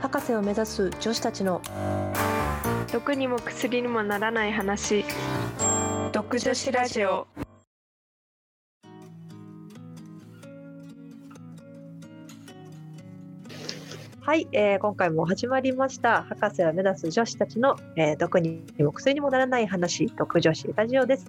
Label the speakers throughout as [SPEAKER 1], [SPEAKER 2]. [SPEAKER 1] 博士を目指す女子たちの
[SPEAKER 2] 毒にも薬にもならない話毒女子ラジオ
[SPEAKER 1] はい、えー今回も始まりました博士を目指す女子たちの、えー毒にも薬にもならない話毒女子ラジオです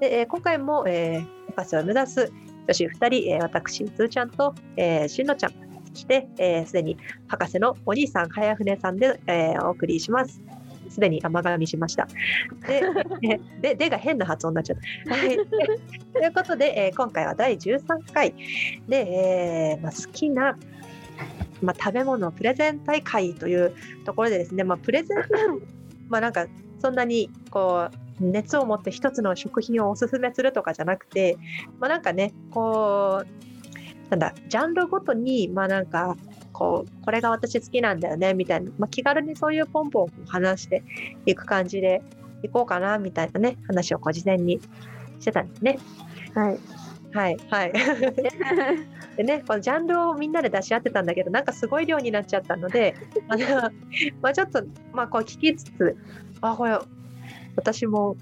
[SPEAKER 1] で、えー今回も、えー博士を目指す女子2人、えー私つーちゃんと、えーしんのちゃんそしてすで、えー既に博士のお兄さん早船さんで、えーお送りしますすでに甘噛みしました。で、えで、でが変な発音になっちゃった。はい、ということで、えー今回は第13回で、えーまあ、好きなまあ、食べ物プレゼン大会というところでですね、まあ、プレゼン まあなんかそんなにこう熱を持って一つの食品をおすすめするとかじゃなくて、まあ、なんかねこうなんだジャンルごとにまあなんかこうこれが私好きなんだよねみたいな、まあ、気軽にそういうポンポンこう話していく感じでいこうかなみたいなね話をこう事前にしてたんですね。
[SPEAKER 2] はい
[SPEAKER 1] はいはいでね、このジャンルをみんなで出し合ってたんだけど、なんかすごい量になっちゃったので、あのまあちょっと、まあ、こう聞きつつ、あ、これ、私も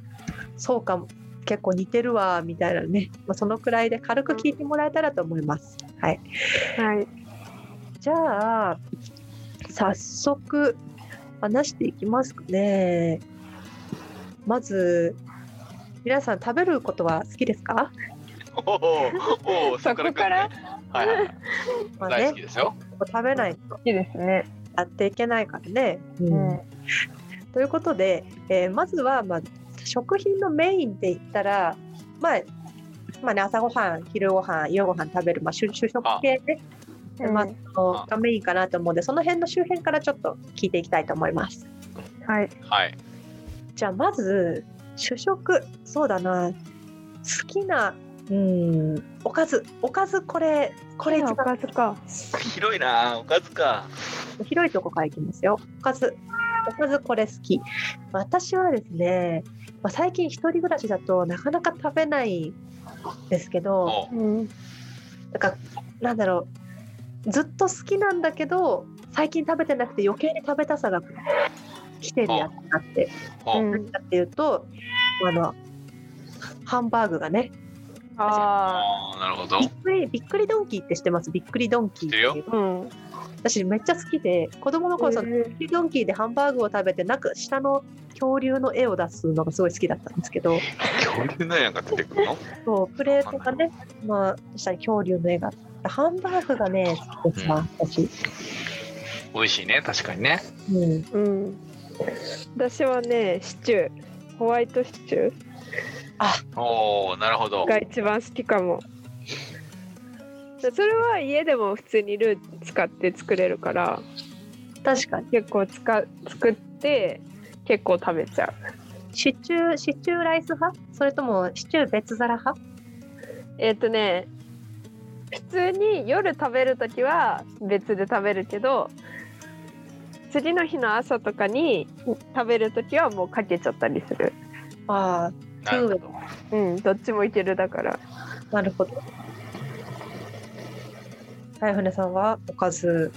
[SPEAKER 1] そうかも、結構似てるわ、みたいなね、まあ、そのくらいで軽く聞いてもらえたらと思います。はい、
[SPEAKER 2] はい
[SPEAKER 1] じゃあ、早速、話していきますかね。まず、皆さん、食べることは好きですか、
[SPEAKER 3] おおおお
[SPEAKER 2] そこから
[SPEAKER 3] はいはいはい
[SPEAKER 1] まあ
[SPEAKER 3] 大
[SPEAKER 1] ね
[SPEAKER 3] 好き、ですよ
[SPEAKER 1] 食べないと
[SPEAKER 2] 好きですね、
[SPEAKER 1] やっていけないからね。う
[SPEAKER 2] うん
[SPEAKER 1] ということで、えーまずは、まあ、食品のメインで言ったら、まあまあね、朝ごはん昼ごはん夜ごはん食べる、まあ、主主食系ね、まあ
[SPEAKER 2] うん
[SPEAKER 1] あの
[SPEAKER 3] あ
[SPEAKER 1] がメインかなと思うのでその辺の周辺からちょっと聞いていきたいと思います。
[SPEAKER 2] はい
[SPEAKER 3] はい
[SPEAKER 1] じゃあまず主食そうだな好きなうんおかずおかずこれこれ一
[SPEAKER 2] おか
[SPEAKER 1] 番
[SPEAKER 2] ずか
[SPEAKER 3] 広いなおかずか
[SPEAKER 1] 広いとこからいきますよおかずおかずこれ好き私はですね、まあ、最近一人暮らしだとなかなか食べないんですけど、
[SPEAKER 3] おう
[SPEAKER 2] うん
[SPEAKER 1] なんかなんだろうずっと好きなんだけど最近食べてなくて余計に食べたさが来てるやつがあって
[SPEAKER 3] おう
[SPEAKER 2] うん
[SPEAKER 1] 何かっていうとあのハンバーグがね
[SPEAKER 2] あ
[SPEAKER 3] あーなるほど
[SPEAKER 1] びっくりびっくりドンキーって知ってますびっくりドンキーっていう
[SPEAKER 2] あうん
[SPEAKER 1] 私めっちゃ好きで子供の頃そのびっ
[SPEAKER 2] えー
[SPEAKER 1] くりドンキーでハンバーグを食べてなんか下の恐竜の絵を出すのがすごい好きだったんですけど
[SPEAKER 3] 恐竜なんやんか出てくるの
[SPEAKER 1] そうプレートがね、まあ、下に恐竜の絵があってハンバーグがね好きですわ私。
[SPEAKER 3] 美味しいね確かにね
[SPEAKER 1] うん
[SPEAKER 2] うん私はねシチューホワイトシチュ
[SPEAKER 3] おおなるほど
[SPEAKER 2] ーが一番好きかもでそれは家でも普通にルー使って作れるから
[SPEAKER 1] 確かに
[SPEAKER 2] 結構つか作って結構食べちゃ
[SPEAKER 1] シチュー、シチューライス派それともシチュー別皿派
[SPEAKER 2] うえっ、とね普通に夜食べる時は別で食べるけど次の日の朝とかに食べる時はもうかけちゃったりする
[SPEAKER 1] あ
[SPEAKER 3] なるほど
[SPEAKER 2] うんどっちもいけるだから
[SPEAKER 1] あ、なるほど。早船さんはおかず。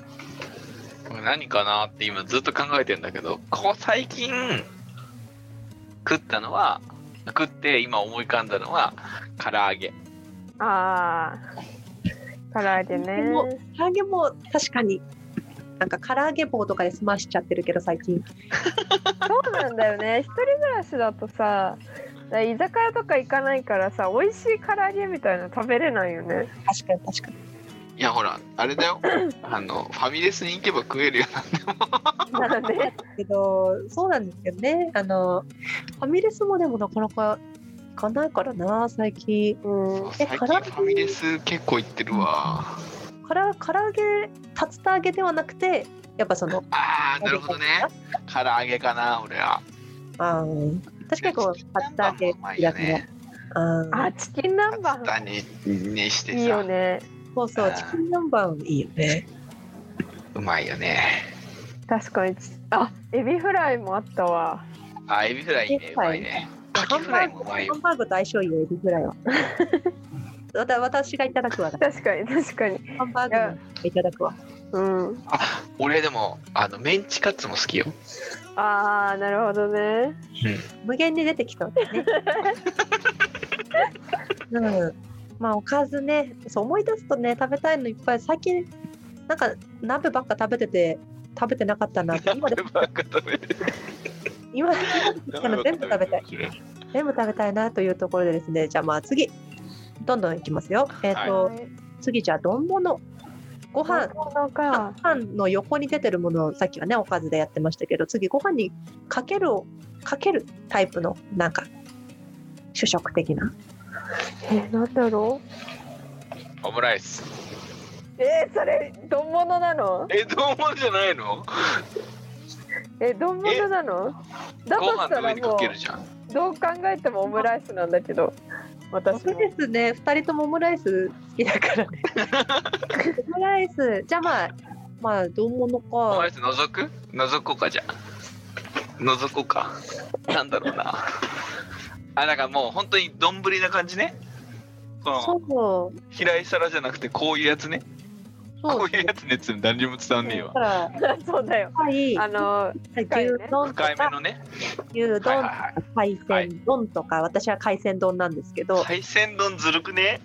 [SPEAKER 3] これ何かなって今ずっと考えてんだけどここ最近食ったのは食って今思い浮かんだのは唐揚げ
[SPEAKER 2] ああ唐揚
[SPEAKER 1] で
[SPEAKER 2] げね
[SPEAKER 1] も唐揚げも確かに、なんか唐揚げ棒とかで済ましちゃってるけど最近。
[SPEAKER 2] そうなんだよね 一人暮らしだとさ居酒屋とか行かないからさ美味しい唐揚げみたいなの食べれないよね
[SPEAKER 1] 確かに確かに。
[SPEAKER 3] いやほらあれだよあのファミレスに行けば食えるよ
[SPEAKER 2] なんで
[SPEAKER 1] けど、そうなんですよね。あの、ファミレスもでもなかなか行かないからな、最近。
[SPEAKER 2] うん
[SPEAKER 3] 最
[SPEAKER 1] 唐
[SPEAKER 3] 近フ
[SPEAKER 1] 揚げ
[SPEAKER 3] ァミレス結構行ってるわ
[SPEAKER 1] から唐揚げ、竜田揚げではなくて、やっぱその、
[SPEAKER 3] ああなるほどね唐揚げかな俺は
[SPEAKER 1] あー確かにこう、竜田揚げ
[SPEAKER 3] うま
[SPEAKER 1] 好
[SPEAKER 3] い
[SPEAKER 1] きだ
[SPEAKER 3] よ
[SPEAKER 1] けど
[SPEAKER 3] ね。
[SPEAKER 1] あー
[SPEAKER 2] あチキン南蛮
[SPEAKER 3] パににしてさ
[SPEAKER 2] いいよね
[SPEAKER 1] そうそ
[SPEAKER 3] あ
[SPEAKER 1] う、
[SPEAKER 3] ー
[SPEAKER 1] チキン南蛮いいよね。
[SPEAKER 3] うまいよね
[SPEAKER 2] 確かにちあエビフライもあったわ
[SPEAKER 3] あエビフライいいね
[SPEAKER 1] エビ
[SPEAKER 3] う
[SPEAKER 1] フラ
[SPEAKER 3] ま
[SPEAKER 1] イ
[SPEAKER 3] いねカキフライもうまい
[SPEAKER 1] ハ
[SPEAKER 3] よ
[SPEAKER 1] ンバーグと相性いいよ、エビフライは。 わた私がいただくわ。
[SPEAKER 2] 確かに確かに
[SPEAKER 1] ハンバーグもいただくわ。
[SPEAKER 2] うん。
[SPEAKER 3] 俺でもあのメンチカツも好きよ
[SPEAKER 2] ああ、なるほどね。
[SPEAKER 1] 無限に出てきそうだ ね。うん、まあおかずねそう思い出すとね食べたいのいっぱい最近なんか鍋ばっか食べてて食べてなかったなって今 で
[SPEAKER 3] ばっか食べて
[SPEAKER 1] 今今全部食べたい全部食べたいなというところでですねじゃあまあ次どんどんいきますよ。えっ、と、次じゃあ丼物ご
[SPEAKER 2] ご
[SPEAKER 1] 飯
[SPEAKER 2] 飯の
[SPEAKER 1] ご
[SPEAKER 2] か。
[SPEAKER 1] 飯の横に出てるものをさっきはねおかずでやってましたけど次ご飯にかけるをかけるタイプのなんか主食的な
[SPEAKER 2] え、なんだろう。
[SPEAKER 3] オムライス
[SPEAKER 2] えー、それ丼物なの？
[SPEAKER 3] えどうもじゃないの
[SPEAKER 2] え、丼物なの？だと
[SPEAKER 3] ご
[SPEAKER 2] し
[SPEAKER 3] 飯
[SPEAKER 2] た
[SPEAKER 3] の上
[SPEAKER 2] ら
[SPEAKER 3] にか
[SPEAKER 2] も
[SPEAKER 3] けるじゃん
[SPEAKER 2] うどう考えてもオムライスなんだけど。私
[SPEAKER 1] 僕
[SPEAKER 2] も。
[SPEAKER 1] ですね2人ともオムライス好きだ からねオムライスじゃあまあまあどうもの
[SPEAKER 3] オムラ
[SPEAKER 1] か
[SPEAKER 3] イス覗く覗こうかじゃあ覗こうかなんだろうなあだからもう本当に丼な感じねこの
[SPEAKER 1] そうそう
[SPEAKER 3] 平井皿じゃなくてこういうやつねこういうやつねっつうの誰にも伝わんねえ
[SPEAKER 1] だ
[SPEAKER 3] わ
[SPEAKER 1] から
[SPEAKER 2] そうだよ。
[SPEAKER 1] はい
[SPEAKER 2] あの
[SPEAKER 1] 牛
[SPEAKER 2] 深いね
[SPEAKER 1] 丼と
[SPEAKER 3] 深いめ
[SPEAKER 1] か
[SPEAKER 3] のね
[SPEAKER 1] 牛丼と
[SPEAKER 3] はいはい
[SPEAKER 1] か
[SPEAKER 3] はい
[SPEAKER 1] 海鮮丼とか私は海鮮丼なんですけど
[SPEAKER 3] 海鮮丼ずるくね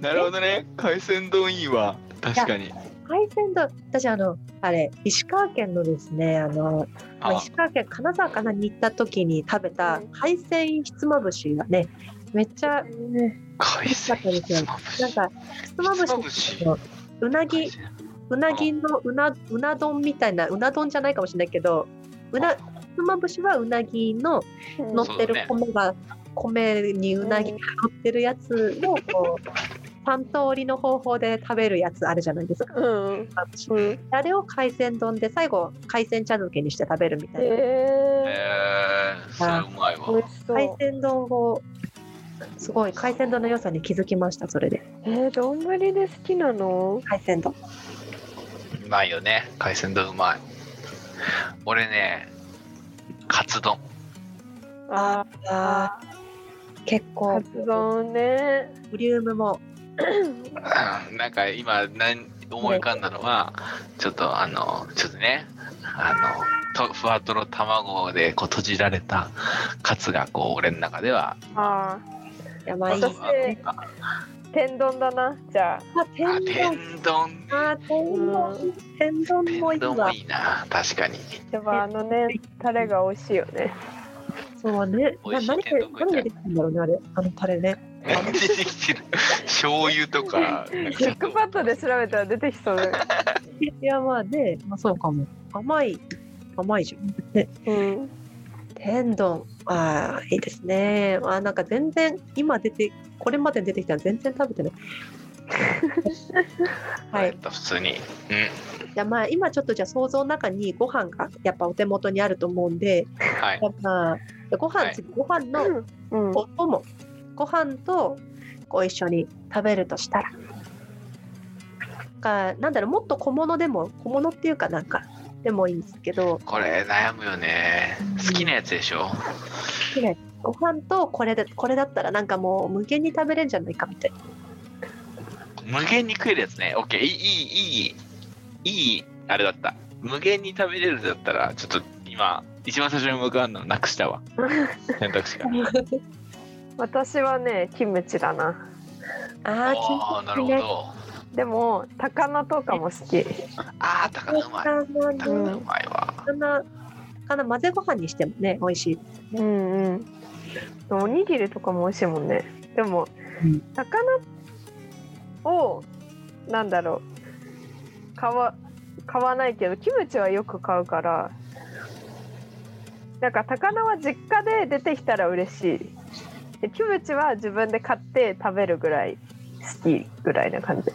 [SPEAKER 3] なるほどね海鮮丼いいわ確かに
[SPEAKER 1] 海鮮丼私あのあれ石川県のですねあのまあ、
[SPEAKER 3] あ
[SPEAKER 1] 石川県金沢かなに行った時に食べた
[SPEAKER 2] うん
[SPEAKER 1] 海鮮ひつまぶしがねめっちゃ
[SPEAKER 3] 海鮮ひつまぶし
[SPEAKER 1] なんかひつまぶ
[SPEAKER 3] ひつま
[SPEAKER 1] し
[SPEAKER 3] ぶし
[SPEAKER 1] うなぎ
[SPEAKER 3] 海鮮
[SPEAKER 1] うなぎのうなうな丼みたいなうな丼じゃないかもしれないけどうなひつまぶしはうなぎの乗
[SPEAKER 3] そ
[SPEAKER 1] って
[SPEAKER 3] うだ
[SPEAKER 1] る
[SPEAKER 3] ね
[SPEAKER 1] 米が、米にうなぎ
[SPEAKER 2] う
[SPEAKER 1] が
[SPEAKER 2] ん
[SPEAKER 1] 乗ってるやつをこう3 通りの方法で食べるやつあるじゃないですか。
[SPEAKER 2] うん。うん。
[SPEAKER 1] あれを海鮮丼で最後海鮮茶漬けにして食べるみたいな。
[SPEAKER 2] え
[SPEAKER 3] えー、それうまい
[SPEAKER 2] ー、美
[SPEAKER 3] わ
[SPEAKER 2] 味しそ
[SPEAKER 1] 海
[SPEAKER 2] う。
[SPEAKER 1] 鮮丼をすごい海鮮丼の良さに気づきましたそれで
[SPEAKER 2] えー、丼で好きなの？
[SPEAKER 1] 海鮮丼
[SPEAKER 3] うまいよね海鮮丼うまい俺ねカツ丼
[SPEAKER 2] ああ、
[SPEAKER 1] 結構
[SPEAKER 2] カツ丼ね。
[SPEAKER 1] ボリュームも
[SPEAKER 3] うん なんか今何思い浮かんだのはちょっとあのちょっとねあのとふわとろ卵でこう閉じられたカツがこう俺の中では
[SPEAKER 2] あ
[SPEAKER 1] や
[SPEAKER 3] あ
[SPEAKER 1] ばい
[SPEAKER 2] 私
[SPEAKER 3] あ
[SPEAKER 2] あ、天丼だな。じゃあ。
[SPEAKER 1] 天丼
[SPEAKER 3] 天丼
[SPEAKER 1] あ天丼天丼もいい
[SPEAKER 3] 天丼も
[SPEAKER 1] わ
[SPEAKER 3] いいな確かに
[SPEAKER 2] やっぱあのね、タレが美味しいよね。
[SPEAKER 1] そうね
[SPEAKER 3] 美
[SPEAKER 1] な
[SPEAKER 3] 味しい
[SPEAKER 1] 何で何で
[SPEAKER 3] 天丼食いたい
[SPEAKER 1] できたんだろうねあれあのタレね
[SPEAKER 3] 出てきてる醤油とかなんか
[SPEAKER 2] ク
[SPEAKER 3] ちょ
[SPEAKER 2] ッ
[SPEAKER 3] っと
[SPEAKER 2] クパッドで調べたら出てきそうだよ。
[SPEAKER 1] いやまあねまあそうかも甘い甘いじゃんね
[SPEAKER 2] うん。
[SPEAKER 1] 天丼あーいいですねあーなんか全然今出てこれまで出てきたの全然食べ てないはい
[SPEAKER 3] 普通に
[SPEAKER 1] じゃあまあ今ちょっとじゃあ想像の中にご飯がやっぱお手元にあると思うんで、
[SPEAKER 3] うんはい
[SPEAKER 1] やっぱご飯、
[SPEAKER 3] はい
[SPEAKER 1] 次ご飯の
[SPEAKER 2] うん。
[SPEAKER 1] お供、ご飯とご一緒に食べるとしたら。かなんだろうもっと小物でも小物っていうかなんかでもいいんですけど
[SPEAKER 3] これ悩むよね好きなやつでしょ
[SPEAKER 1] ご飯とこれでこれだったらなんかもう無限に食べれるんじゃないかみたいな
[SPEAKER 3] 無限に食えるやつね。オッケー、いい、いい、いい、いい、あれだった。無限に食べれるだったら、ちょっと今、一番最初に向かうのなく したわ。選択肢が。
[SPEAKER 2] 私はね、キムチだな。
[SPEAKER 1] あ
[SPEAKER 3] ああ、な
[SPEAKER 1] ー
[SPEAKER 3] る
[SPEAKER 1] 気
[SPEAKER 3] ほ
[SPEAKER 1] になるね
[SPEAKER 3] ど。
[SPEAKER 2] でも、高菜とかも好き。
[SPEAKER 3] ああ、高菜うま
[SPEAKER 1] 高菜の
[SPEAKER 3] い。高菜うまいわ。
[SPEAKER 1] 高菜高菜混ぜご飯にしてもね美味しい
[SPEAKER 2] うんうん。でもおにぎりとかも美味しいもんね。でも
[SPEAKER 1] うん、
[SPEAKER 2] 高菜を、なんだろう、買わ買わないけど、キムチはよく買うから、なんか高菜は実家で出てきたら嬉しい。でキムチは自分で買って食べるぐらい好きぐらいな感じ。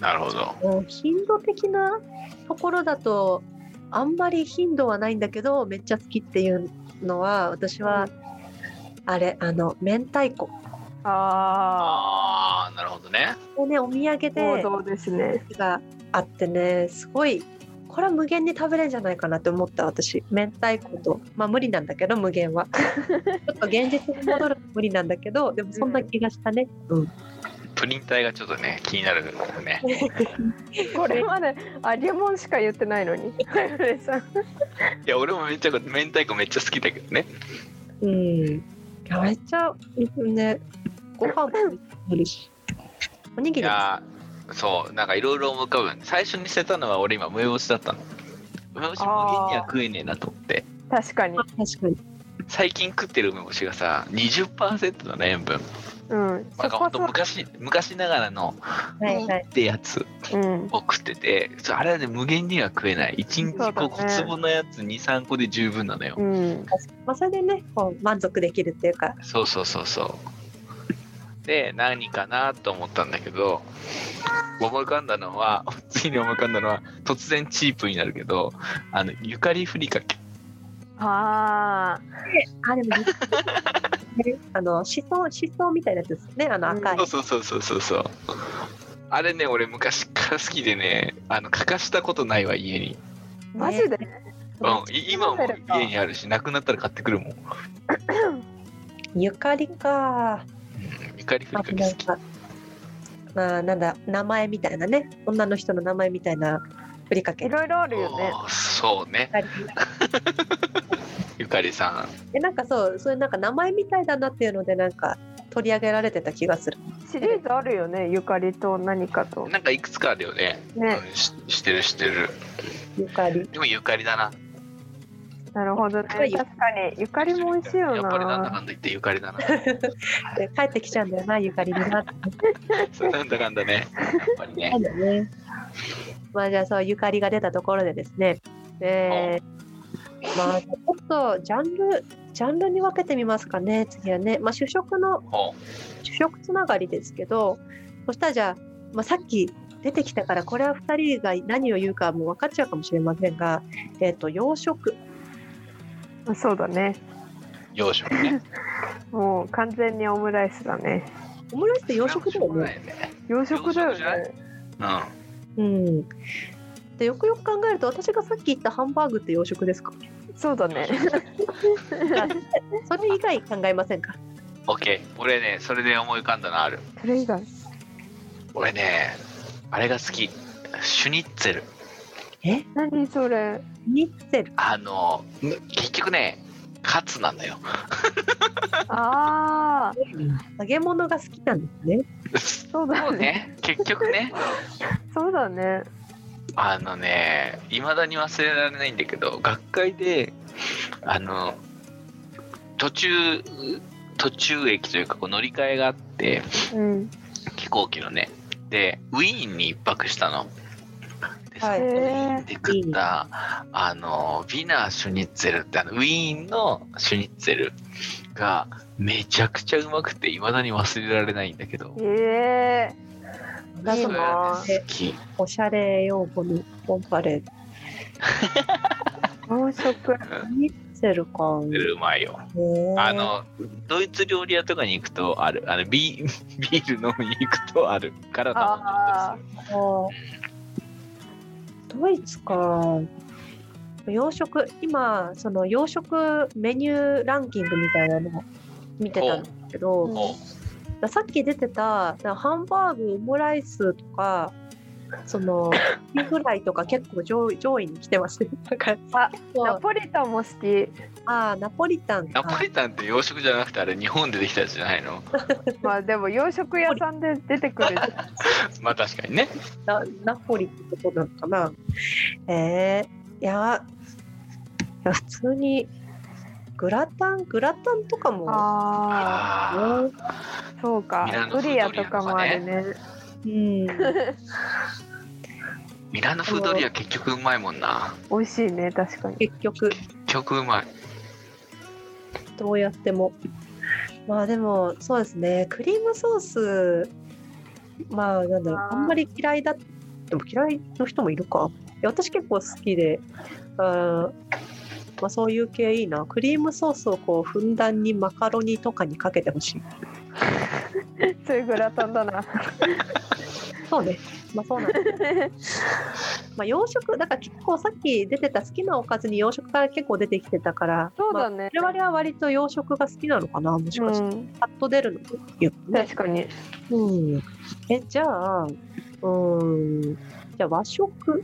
[SPEAKER 3] なるほど。
[SPEAKER 1] もう頻度的なところだとあんまり頻度はないんだけどめっちゃ好きっていうのは私は、あれあの明太子
[SPEAKER 2] あ
[SPEAKER 3] ああ、なるほどね。
[SPEAKER 1] をねお土産
[SPEAKER 2] あ、王
[SPEAKER 1] で
[SPEAKER 2] 道ですね。
[SPEAKER 1] があってねすごいこれは無限に食べれるんじゃないかなって思った私明太子とまあ無理なんだけど無 限はちょっと現実に戻るの無理なんだけどでもそんな気がしたね、うん、
[SPEAKER 3] プリン体がちょっとね気になるね
[SPEAKER 2] これまであレモンしか言ってないの に。
[SPEAKER 3] いや俺もめっちゃ明太子めっちゃ好きだけどね
[SPEAKER 1] うん、めっちゃねご飯も無理しおにぎ
[SPEAKER 3] い
[SPEAKER 1] りも
[SPEAKER 3] やーそうなんかいろいろ思い浮かぶ最初に捨てたのは俺今梅干しだったの梅干し無限には食えねえなと思って
[SPEAKER 2] 確かに。
[SPEAKER 1] 確かに
[SPEAKER 3] 最近食ってる梅干しがさ20%のね塩分
[SPEAKER 2] うん。
[SPEAKER 3] な
[SPEAKER 2] そ
[SPEAKER 3] んか
[SPEAKER 2] こ
[SPEAKER 3] ほんと
[SPEAKER 2] そ。
[SPEAKER 3] 昔昔ながらの
[SPEAKER 1] はいはい
[SPEAKER 3] ってやつ
[SPEAKER 2] うん。
[SPEAKER 3] を食っててそうあれはね無限には食えない1日こう
[SPEAKER 2] そうだ
[SPEAKER 3] 小
[SPEAKER 2] ね
[SPEAKER 3] 粒のやつ23個で十分なのよ
[SPEAKER 2] うん。
[SPEAKER 1] まあ、それでねこう満足できるっていうか
[SPEAKER 3] そうそうそうそう。で、何かなと思ったんだけど、思い浮かんだのは、次に思い浮かんだのは、突然チープになるけど、あの、ゆかりふりかけ。
[SPEAKER 2] ああ。
[SPEAKER 1] あでも ねあのしそしそみたいなやつですねあの赤い、
[SPEAKER 2] うん
[SPEAKER 3] そうそうそうそうそう。あれね、俺昔から好きでね、あの、欠かしたことないわ、家に。
[SPEAKER 2] マジで。
[SPEAKER 3] うん、い今も家にあるし、なくなったら買ってくるもん。
[SPEAKER 1] ゆかりか
[SPEAKER 3] ゆかりふり
[SPEAKER 1] あ
[SPEAKER 3] かけ好き。
[SPEAKER 1] なんかまあなんだ名前みたいなね女の人の名前みたいなふりかけ
[SPEAKER 2] いろいろあるよね。
[SPEAKER 3] おーそうね、ゆかりさん。
[SPEAKER 1] えなんかそうそういうなんか名前みたいだなっていうのでなんか取り上げられてた気がする
[SPEAKER 2] シリーズあるよね。ゆかりと何かと。
[SPEAKER 3] なんかいくつかあるよね。
[SPEAKER 2] ね。
[SPEAKER 3] うん、ししてるしてる。
[SPEAKER 1] ゆかり
[SPEAKER 3] でもゆかりだな。
[SPEAKER 2] なるほどね。確かに。ゆかりも美味しいよ
[SPEAKER 3] やっぱりなん
[SPEAKER 2] な。
[SPEAKER 3] だかんだ言ってゆかり だな。
[SPEAKER 1] で帰ってきちゃうんだよなゆかりになって
[SPEAKER 3] そうなんだかんだね。やっぱりね。
[SPEAKER 1] だねまあじゃあそうゆかりが出たところでですねえーまあちょっとジャンルジャンルに分けてみますかね次はねまあ主食の
[SPEAKER 3] ほ
[SPEAKER 1] 主食つながりですけどそしたらじゃあ、まあ、さっき出てきたからこれは2人が何を言うかもう分かっちゃうかもしれませんが、えー、と洋食
[SPEAKER 2] そうだね。
[SPEAKER 3] う洋 食ね。
[SPEAKER 2] もう完全にオムライスだね。
[SPEAKER 1] オムライスって洋食だよね。
[SPEAKER 3] ね。
[SPEAKER 2] 洋食だ
[SPEAKER 3] 洋食じゃな
[SPEAKER 2] よね。
[SPEAKER 3] うん。
[SPEAKER 1] うん、でよくよく考えると私がさっき言ったハンバーグって洋食ですか
[SPEAKER 2] そうだね。
[SPEAKER 1] それ以外考えませんか
[SPEAKER 3] オッケー。俺ね、それで思い浮かんだのある。
[SPEAKER 2] それ以外。
[SPEAKER 3] 俺ね、あれが好き。シュニッツェル。
[SPEAKER 2] 何それ。
[SPEAKER 1] ニッツェル
[SPEAKER 3] あの、結局ね、カツなんだよ。
[SPEAKER 2] ああ。
[SPEAKER 1] 揚げ物が好きなんですね
[SPEAKER 2] そうだ
[SPEAKER 3] そう
[SPEAKER 2] ね。
[SPEAKER 3] ね。結局ね。
[SPEAKER 2] そうだね。
[SPEAKER 3] あのね、いまだに忘れられないんだけど、学会で、あの、途中、途中駅というか、こう乗り換えがあって、
[SPEAKER 2] うん。
[SPEAKER 3] 飛行機のねでウィーンに一泊したの。で
[SPEAKER 1] はい
[SPEAKER 3] そのウィー
[SPEAKER 2] へ
[SPEAKER 3] ンで食ったあのヴィナーシュニッツェルってあのウィーンのシュニッツェルがめちゃくちゃうまくていまだに忘れられないんだけど。
[SPEAKER 2] ええ
[SPEAKER 1] だ
[SPEAKER 2] いい
[SPEAKER 1] と
[SPEAKER 3] ね
[SPEAKER 2] な
[SPEAKER 3] 好き
[SPEAKER 1] おしゃれ用語のコンパレ
[SPEAKER 2] 洋食。
[SPEAKER 1] ニッツェルか
[SPEAKER 3] うまいよ。あのドイツ料理屋とかに行くとあるあのビビール 飲みに行くとあるから頼んじゃったりする
[SPEAKER 1] あードイツか洋食今その洋食メニューランキングみたいなのを見てたんですけど、
[SPEAKER 2] ほう
[SPEAKER 3] も
[SPEAKER 1] さっき出てたハンバーグオムライスとかそのビフライとか結構上位上位に来てますねだから
[SPEAKER 2] あ
[SPEAKER 1] そう
[SPEAKER 2] ナポリタンも好き。
[SPEAKER 1] あーナポリタン
[SPEAKER 3] う
[SPEAKER 1] か
[SPEAKER 3] ナポリタンって洋食じゃなくてあれ日本でできたやつじゃないの
[SPEAKER 2] まあでも洋食屋さんで出てくる。
[SPEAKER 3] まあ確かにね
[SPEAKER 1] なナポリってことなのかなえー、いやいや普通にグラタングラタンとかも
[SPEAKER 2] ああ。
[SPEAKER 3] あー
[SPEAKER 2] そうか
[SPEAKER 3] ミラ。
[SPEAKER 2] ド
[SPEAKER 3] ノ
[SPEAKER 2] リアとかもあるね。
[SPEAKER 1] うん
[SPEAKER 3] ミラノ風ドリア結局うまいもんな。
[SPEAKER 2] 美味しいね確かに。
[SPEAKER 1] 結局
[SPEAKER 3] 結局うまい。
[SPEAKER 1] どうやってもまあでもそうですねクリームソースまあなんだろう
[SPEAKER 2] あ
[SPEAKER 1] あ
[SPEAKER 2] ー
[SPEAKER 1] んまり嫌いだでも嫌いの人もいるかいや私結構好きであーまあそういう系いいなクリームソースをこうふんだんにマカロニとかにかけてほしい
[SPEAKER 2] そういうグラタンだな。
[SPEAKER 1] そうねまあそうなんですまあ洋食だから結構さっき出てた好きなおかずに洋食から結構出てきてたから
[SPEAKER 2] そうだ
[SPEAKER 1] ま
[SPEAKER 2] ね。
[SPEAKER 1] あ、我々は割と洋食が好きなのかなもしかして、
[SPEAKER 2] うん、
[SPEAKER 1] パッと出るのっていうね
[SPEAKER 2] 確かに。
[SPEAKER 1] うん、えじゃあうーんじゃあ和食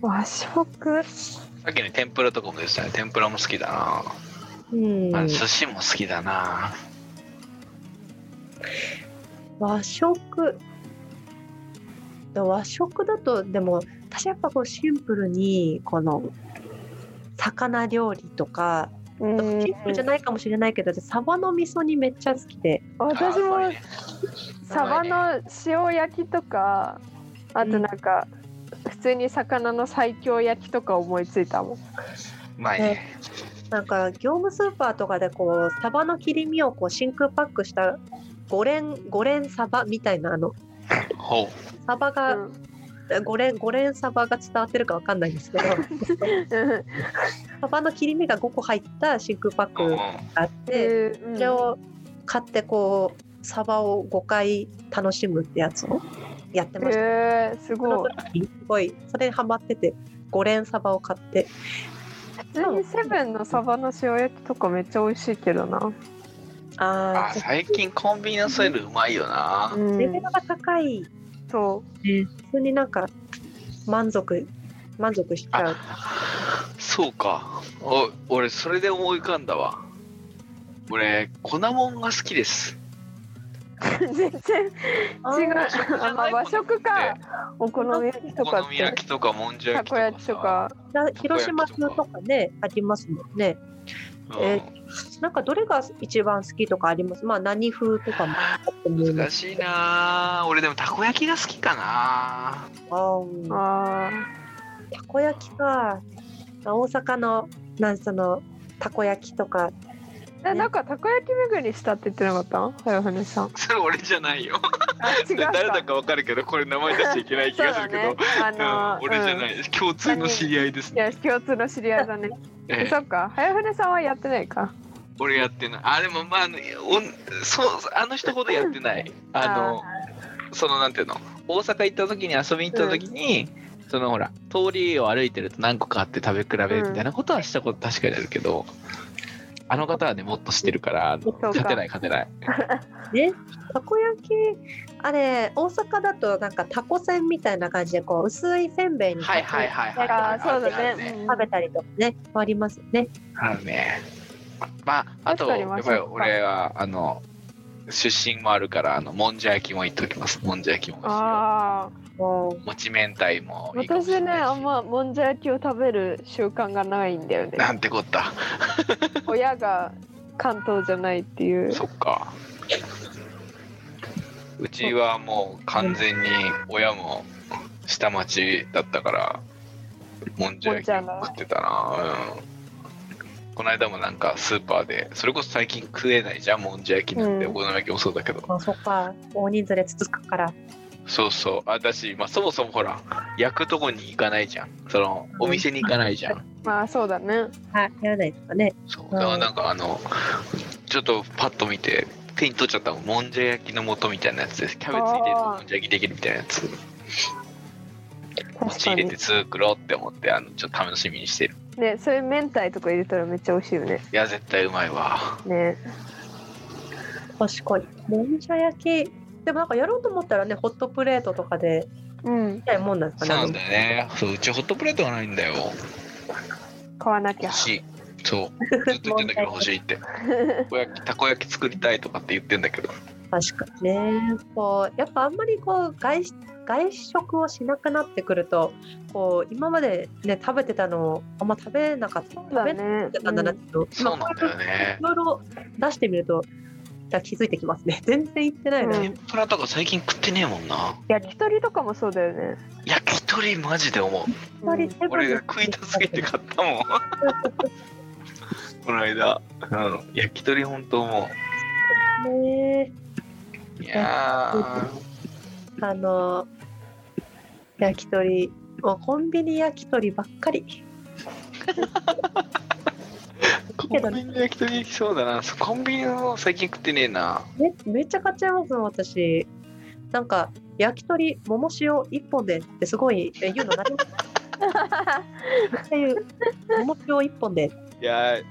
[SPEAKER 2] 和食。
[SPEAKER 3] さっきの天ぷらとかもでしたね天ぷらも好きだな、
[SPEAKER 1] うん
[SPEAKER 3] あ寿司も好きだな
[SPEAKER 1] 和食和食だとでも私やっぱこうシンプルにこの魚料理とか
[SPEAKER 2] う
[SPEAKER 1] シンプルじゃないかもしれないけど、私サバの味噌煮めっちゃ好きで
[SPEAKER 2] 私
[SPEAKER 3] あー
[SPEAKER 2] も
[SPEAKER 3] そうね
[SPEAKER 2] サバの塩焼きとか、あとなんか、普通に魚の西京焼きとか思いついたもん。
[SPEAKER 3] うまいね
[SPEAKER 1] なんか業務スーパーとかでこうサバの切り身をこう真空パックした五連五連サバみたいなあの
[SPEAKER 3] ほ
[SPEAKER 1] サバが、
[SPEAKER 2] うん
[SPEAKER 1] 五連五連サバが伝わってるかわかんないんで すけどサバの切り身が5個入った真空パッ
[SPEAKER 3] う、
[SPEAKER 1] ク
[SPEAKER 3] うん
[SPEAKER 1] があって。
[SPEAKER 2] うん
[SPEAKER 1] それを買ってこうサバを5回楽しむってやつをやってました。
[SPEAKER 2] へえす
[SPEAKER 1] その
[SPEAKER 2] ごい
[SPEAKER 1] 時すごいそれにハマってて5連サバを買って
[SPEAKER 2] 普通にセブンのサバの塩焼きとかめっちゃ美味しいけどな、
[SPEAKER 1] あ
[SPEAKER 3] あ
[SPEAKER 1] あ
[SPEAKER 3] 最近コンビニのそういうのうまいよな、
[SPEAKER 1] レベルが高い
[SPEAKER 2] そ
[SPEAKER 1] 普通になんか満足満足しちゃう
[SPEAKER 3] そうかお俺それで思い浮かんだわ俺粉もんが好きです
[SPEAKER 2] う 全然
[SPEAKER 1] あ
[SPEAKER 2] 違う
[SPEAKER 1] ー
[SPEAKER 2] あまあ和食かお好み焼き
[SPEAKER 3] お
[SPEAKER 2] とか
[SPEAKER 3] 好
[SPEAKER 2] っ
[SPEAKER 3] み
[SPEAKER 2] て
[SPEAKER 3] 焼きとかもんじゃ
[SPEAKER 2] た
[SPEAKER 3] 焼きと
[SPEAKER 2] こ
[SPEAKER 3] か
[SPEAKER 2] 焼きとか
[SPEAKER 1] 広島風とかねありますもんね
[SPEAKER 3] さ、うん
[SPEAKER 1] えなんかどれが一番好きとかありますまあ何風とかもあると思いま
[SPEAKER 3] 難
[SPEAKER 1] す
[SPEAKER 3] しいなあ俺でもたこ焼きが好きかな
[SPEAKER 1] あー
[SPEAKER 2] あ
[SPEAKER 1] たこ焼きか大阪のなんそのたこ焼きとか
[SPEAKER 2] ーえなんかたこ焼き巡りしたって言ってなかったはやふね さん
[SPEAKER 3] それ俺じゃないよ
[SPEAKER 2] あ 違うか
[SPEAKER 3] 誰だかわかるけどこれ名前出しちゃいけない気がするけど、
[SPEAKER 2] そうだねあのー
[SPEAKER 3] うん俺じゃない、共通の知り合いです
[SPEAKER 2] い
[SPEAKER 3] ね、
[SPEAKER 2] や共通の知り合いだね
[SPEAKER 3] ええ
[SPEAKER 2] そっかはやふねさんはやってないか
[SPEAKER 3] 俺やってないあでもまああのおんそうあの人ほどやってないあのそのなんていうの大阪行った時に遊びに行った時に、そのほら通りを歩いてると何個かあって食べ比べみたいなことはしたこと確かにあるけど、あの方はねもっとしてるからあの
[SPEAKER 2] そうか
[SPEAKER 3] 勝てない勝てない
[SPEAKER 1] ねたこ焼きあれ大阪だとなんかたこせんみたいな感じでこう薄いせんべいに
[SPEAKER 3] はいはいはいはい
[SPEAKER 2] あーそうだ
[SPEAKER 3] ある
[SPEAKER 2] ねうん
[SPEAKER 1] 食べたりとかねありますよね
[SPEAKER 3] あるねまああと
[SPEAKER 2] 確かに
[SPEAKER 3] や
[SPEAKER 2] 和
[SPEAKER 3] っ
[SPEAKER 2] 食か
[SPEAKER 3] ぱり俺はあの出身もあるからあのもんじゃ焼きも言っておきますもんじゃ焼きも美味しいよ
[SPEAKER 2] ああ
[SPEAKER 1] も
[SPEAKER 3] もち明太もいいかもし
[SPEAKER 2] 私
[SPEAKER 3] れ
[SPEAKER 2] ね
[SPEAKER 3] ないし
[SPEAKER 2] あんまもんじゃ焼きを食べる習慣がないんだよね
[SPEAKER 3] なんてこった
[SPEAKER 2] 親が関東じゃないっていう
[SPEAKER 3] そっかうちはもう完全に親も下町だったからもんじゃ焼きを食ってたな、うん、この間もなんかスーパーでそれこそ最近食えないじゃんもんじゃ焼きなんて、
[SPEAKER 2] うん
[SPEAKER 3] お好み焼きもそうだけど
[SPEAKER 1] う、まあ、そっか大人数でつつくから
[SPEAKER 3] そうそうあだし、まあ、そもそもほら焼くとこに行かないじゃんそのお店に行かないじゃん
[SPEAKER 2] まあそうだね
[SPEAKER 1] はいやらないとかね
[SPEAKER 3] そうだからなんかあのちょっとパッと見て手に取っちゃったもんもんじゃ焼きの素みたいなやつですキャベツ入れるともんじゃ焼きできるみたいなやつ
[SPEAKER 2] 確
[SPEAKER 3] 餅
[SPEAKER 2] か
[SPEAKER 3] 入れ
[SPEAKER 2] に
[SPEAKER 3] て作ろうって思ってあのちょっと楽しみにしてる
[SPEAKER 2] ねそういう明太とか入れたらめっちゃ美味しいよね
[SPEAKER 3] いや絶対うまいわ
[SPEAKER 2] ね
[SPEAKER 1] 確かにもんじゃ焼きでもなんかやろうと思ったらねホットプレートとかで
[SPEAKER 2] うん
[SPEAKER 1] みたいなもんなんです
[SPEAKER 3] そ
[SPEAKER 1] かね
[SPEAKER 3] うなんだよねそううちホットプレートがないんだよ
[SPEAKER 2] 買わなきゃ
[SPEAKER 3] 欲しいそうずっと言ってんだ けど欲しいってたこ焼きたこ焼き作りたいとかって言ってんだけど
[SPEAKER 1] 確かにねこうやっぱあんまりこう外出外食をしなくなってくるとこう今まで、ね、食べてたのをあんま食べなかった、
[SPEAKER 2] そう
[SPEAKER 1] 食
[SPEAKER 2] だ
[SPEAKER 1] べ
[SPEAKER 2] ね
[SPEAKER 1] なかったんだなっていうのを今
[SPEAKER 3] そうなんだよね
[SPEAKER 1] いろいろ出してみるとだ気づいてきますね 全然いってないな、
[SPEAKER 2] うん
[SPEAKER 3] 天ぷらとか最近食ってねえもんな
[SPEAKER 2] 焼き鳥とかもそうだよね
[SPEAKER 3] 焼き鳥マジで思
[SPEAKER 1] や
[SPEAKER 3] う
[SPEAKER 1] っぱりセブン
[SPEAKER 3] 俺
[SPEAKER 1] に
[SPEAKER 3] が食いたすぎて買ったもんこの間あの焼き鳥本当も
[SPEAKER 1] ね
[SPEAKER 3] ういや
[SPEAKER 1] あの焼き鳥もうコンビニ焼き鳥ばっかり
[SPEAKER 3] ーコンビニの焼き鳥行きそうだなコンビニの最近食ってねえな
[SPEAKER 1] めめっちゃ買っちゃいますもん私なんか焼き鳥桃塩一本でってすごいえ言うの何もっていう桃塩一本で
[SPEAKER 3] いやー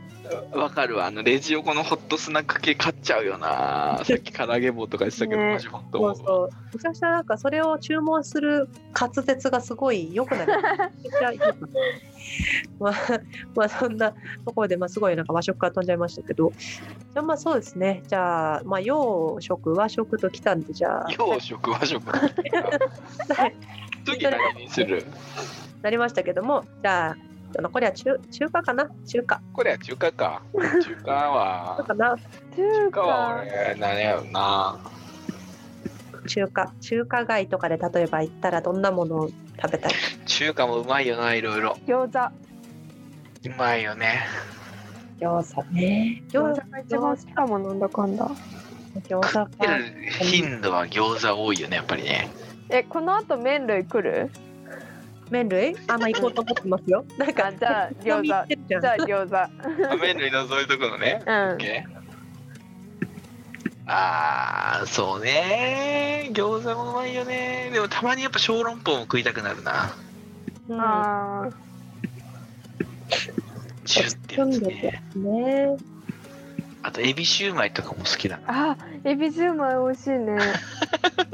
[SPEAKER 3] わかるわあのレジ横のホットスナック系買っちゃうよなさっき唐揚げ棒とか言ってたけど、
[SPEAKER 2] ね
[SPEAKER 3] マジ本当
[SPEAKER 1] そう
[SPEAKER 3] 思うわ
[SPEAKER 1] そうめちゃくちゃなんかそれを注文する滑舌がすごい良 くなりましためちゃくちゃ良くなりましたまあまあそんなところでまあすごいなんか和食から飛んじゃいましたけどじゃあまあそうですねじゃあまあ洋食和食ときたんでじゃ あ
[SPEAKER 3] 洋食和食次何にする
[SPEAKER 1] なりましたけどもじゃあ残りは中中華かな中華
[SPEAKER 3] これは中華か中華
[SPEAKER 1] 中華
[SPEAKER 3] は
[SPEAKER 1] かな
[SPEAKER 2] 中
[SPEAKER 3] 中華は
[SPEAKER 2] 華
[SPEAKER 3] 俺何やろな
[SPEAKER 1] 中華中華街とかで例えば行ったらどんなものを食べたい
[SPEAKER 3] 中華もうまいよないろいろ
[SPEAKER 2] 餃子
[SPEAKER 3] うまいよね
[SPEAKER 1] 餃子ね餃
[SPEAKER 2] 餃子が一番好きかもなんだかんだ
[SPEAKER 1] 子餃子
[SPEAKER 3] 食
[SPEAKER 1] か
[SPEAKER 3] ってる頻度は餃子多いよねやっぱりね
[SPEAKER 2] えこの後麺類来る
[SPEAKER 1] 麺類あまあ行こうと思ってますよなんか
[SPEAKER 2] あじゃあ
[SPEAKER 1] 飲み行っ
[SPEAKER 2] 餃
[SPEAKER 1] てるじゃん
[SPEAKER 2] 子じゃあ餃子
[SPEAKER 3] 麺類のそういうとこのね
[SPEAKER 2] うん
[SPEAKER 3] あーそうね餃子もうまいよねでもたまにやっぱ小籠包も食いたくなるな
[SPEAKER 1] うん
[SPEAKER 2] あー
[SPEAKER 3] ジュってやつね
[SPEAKER 1] ね
[SPEAKER 3] あとエビシューマイとかも好きだな
[SPEAKER 2] あエビシューマイ美味しい ね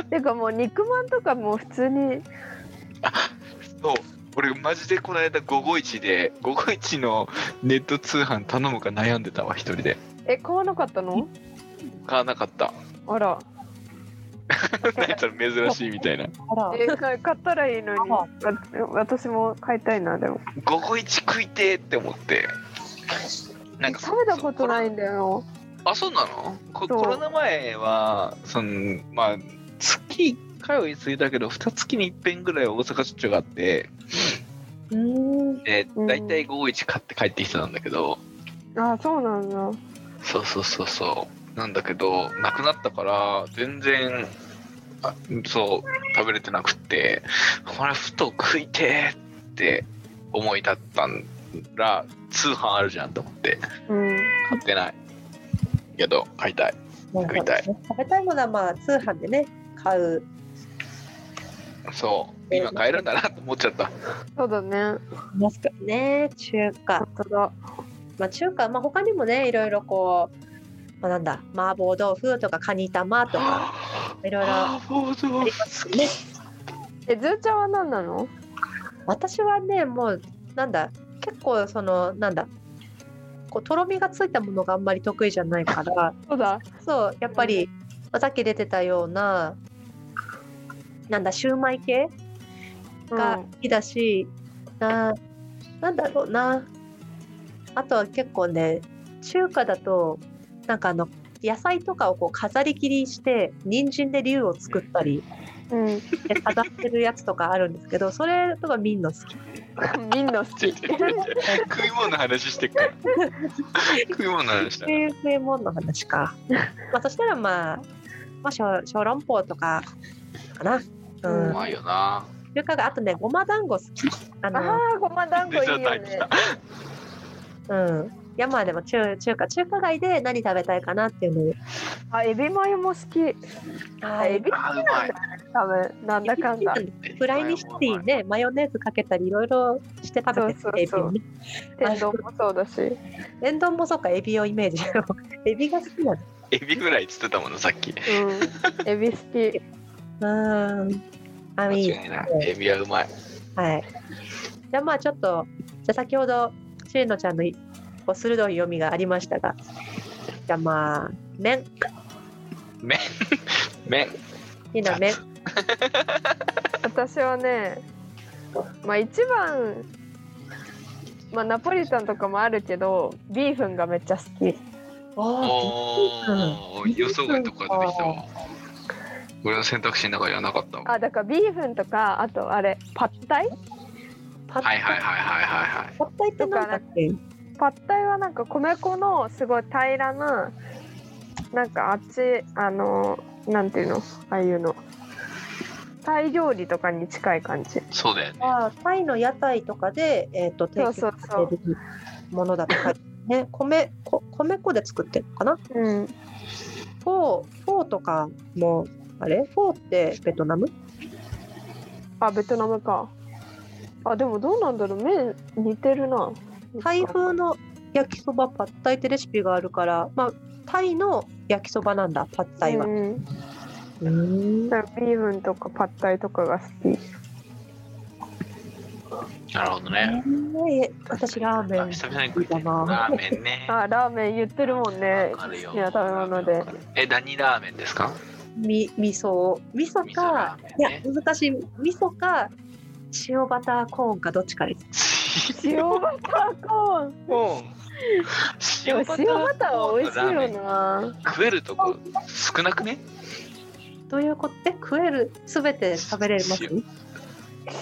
[SPEAKER 2] てかもう肉まんとかもう普通に
[SPEAKER 3] そう俺マジでこの間午後一で午後一のネット通販頼むか悩んでたわ一人で
[SPEAKER 2] え買わなかったの
[SPEAKER 3] 買わなかった
[SPEAKER 2] あら
[SPEAKER 3] なんか珍しいみたいな
[SPEAKER 1] あら
[SPEAKER 2] え買買ったらいいのに
[SPEAKER 1] あ
[SPEAKER 2] わ私も買いたいなでも
[SPEAKER 3] 午後一食いてーって思ってなんか
[SPEAKER 2] 食べたことないんだよ
[SPEAKER 3] あそうなのこ
[SPEAKER 2] そう
[SPEAKER 3] コロナ前はそのまあ月1回は言い過ぎだけど2月に1遍ぐらい大阪出張があって
[SPEAKER 1] うーん
[SPEAKER 3] で
[SPEAKER 2] うん
[SPEAKER 3] 大体551買って帰ってきてたんだけど、
[SPEAKER 2] あそうなんだ
[SPEAKER 3] そうそうそうそうなんだけどなくなったから全然あそう食べれてなくってこれふと食いてーって思い立ったら通販あるじゃんと思って
[SPEAKER 2] うん
[SPEAKER 3] 買ってないけど買いたい食いたい
[SPEAKER 1] 食べたいものはまあ通販でね買う
[SPEAKER 3] そう今買えるんだなと思っちゃった
[SPEAKER 2] そうだね
[SPEAKER 1] ますからね中華
[SPEAKER 2] 本当だ
[SPEAKER 1] まあ中華まあ他にもねいろいろこうまあなんだ麻婆豆腐とかカニ玉とかいろいろあ
[SPEAKER 3] あーそうそう
[SPEAKER 1] りますね
[SPEAKER 2] えずーちゃんは何なの
[SPEAKER 1] 私はねもうなんだ結構そのなんだこうとろみがついたものがあんまり得意じゃないから
[SPEAKER 2] そうだ
[SPEAKER 1] そうやっぱり、まあさっき出てたようななんだシューマイ系が好きだし、ななんだろうなあとは結構ね中華だとなんかあの野菜とかをこう飾り切りして人参で竜を作ったり
[SPEAKER 2] うん、うん、
[SPEAKER 1] で飾ってるやつとかあるんですけどそれとか見んの好き。
[SPEAKER 2] みんな好
[SPEAKER 3] ち
[SPEAKER 2] き
[SPEAKER 3] ょいちょいちょいちょい食い物の話してっから食い物の話だ
[SPEAKER 1] そういう食い物の話か。まあ、そしたら、まあ、まあ、小小籠包とかかな。う
[SPEAKER 2] うん
[SPEAKER 3] う、まいよな
[SPEAKER 1] 中華があとね、ごま団子好き。あ
[SPEAKER 2] あ
[SPEAKER 1] の、
[SPEAKER 2] あごま団子いいよね
[SPEAKER 1] うん。山でも中中華、中華街で何食べたいかなっていうのを。
[SPEAKER 2] あエビマヨも好きあエビ
[SPEAKER 3] あうまい
[SPEAKER 2] 多分なんだかんだ
[SPEAKER 1] フライにしたりね、マヨネーズかけたり、いろいろして食べて
[SPEAKER 2] そ
[SPEAKER 1] る
[SPEAKER 2] うそう
[SPEAKER 1] エビ
[SPEAKER 2] そう
[SPEAKER 1] をね。
[SPEAKER 2] 天丼もそうだし
[SPEAKER 1] 天丼もそうか、エビをイメージしようエビが好きな
[SPEAKER 3] エビフライっつってたもんなさっき
[SPEAKER 2] うん、エビ好き。
[SPEAKER 1] の。うん。あ、
[SPEAKER 3] 間
[SPEAKER 1] いい
[SPEAKER 3] 違いないエビはうまい
[SPEAKER 1] はい。じゃあまあちょっと、じゃあ先ほど、シェーノちゃんのいこう鋭い読みがありましたが、じゃあまあ、麺、
[SPEAKER 3] 麺
[SPEAKER 1] いいな麺。
[SPEAKER 2] 私はね、まあ一番、まあナポリタンとかもあるけど、ビーフンがめっちゃ好き。
[SPEAKER 1] おー
[SPEAKER 3] おお
[SPEAKER 1] うん
[SPEAKER 3] 予想外とか出てきたわ俺の選択肢の中にはなかったわ
[SPEAKER 2] あ、だからビーフンとか、あとあれ、パッタイ
[SPEAKER 1] パッ
[SPEAKER 3] はいはいはいはいはいはい
[SPEAKER 1] パッタイってなんだっけ
[SPEAKER 2] パッタイはなんか米粉のすごい平らな、なんかあっち、あの、なんていうの、ああいうの。タイ料理とかに近い感じ。
[SPEAKER 3] そうだよね
[SPEAKER 1] あータイの屋台とかで、えっと提供
[SPEAKER 2] そうそうそう
[SPEAKER 1] されてるものだとか、ね、米こ米粉で作ってるのかな
[SPEAKER 2] うん。
[SPEAKER 1] フォーフォーとかもあれフォーってベトナム
[SPEAKER 2] あベトナムかあでもどうなんだろう麺似てるな
[SPEAKER 1] タイ風の焼きそばパッタイってレシピがあるから、まあ、タイの焼きそばなんだパッタイは。
[SPEAKER 2] うん
[SPEAKER 1] うーん
[SPEAKER 2] だからビーフンとかパッタイとかが好き
[SPEAKER 3] なるほどね。
[SPEAKER 1] え私ラーメ
[SPEAKER 3] あ
[SPEAKER 1] ン
[SPEAKER 3] 久々に食いたいな。ラーメンね。
[SPEAKER 2] あラーメン言ってるもんね
[SPEAKER 3] わかるよ
[SPEAKER 2] 好きな食べ物で。
[SPEAKER 3] え、何ラーメンですか
[SPEAKER 1] み味噌味噌
[SPEAKER 3] 味噌
[SPEAKER 1] か
[SPEAKER 3] ラーメン
[SPEAKER 1] いや
[SPEAKER 3] ね
[SPEAKER 1] 難しい味噌か塩バターコーンかどっちかです。
[SPEAKER 2] 塩バターコーンでも
[SPEAKER 3] 塩バター
[SPEAKER 2] 塩バターは美味しい
[SPEAKER 3] ラ
[SPEAKER 2] よ
[SPEAKER 3] ーメン
[SPEAKER 2] な
[SPEAKER 3] 食えるとこ少なくね
[SPEAKER 1] どういうことえ食えるすべて食べれます
[SPEAKER 3] 塩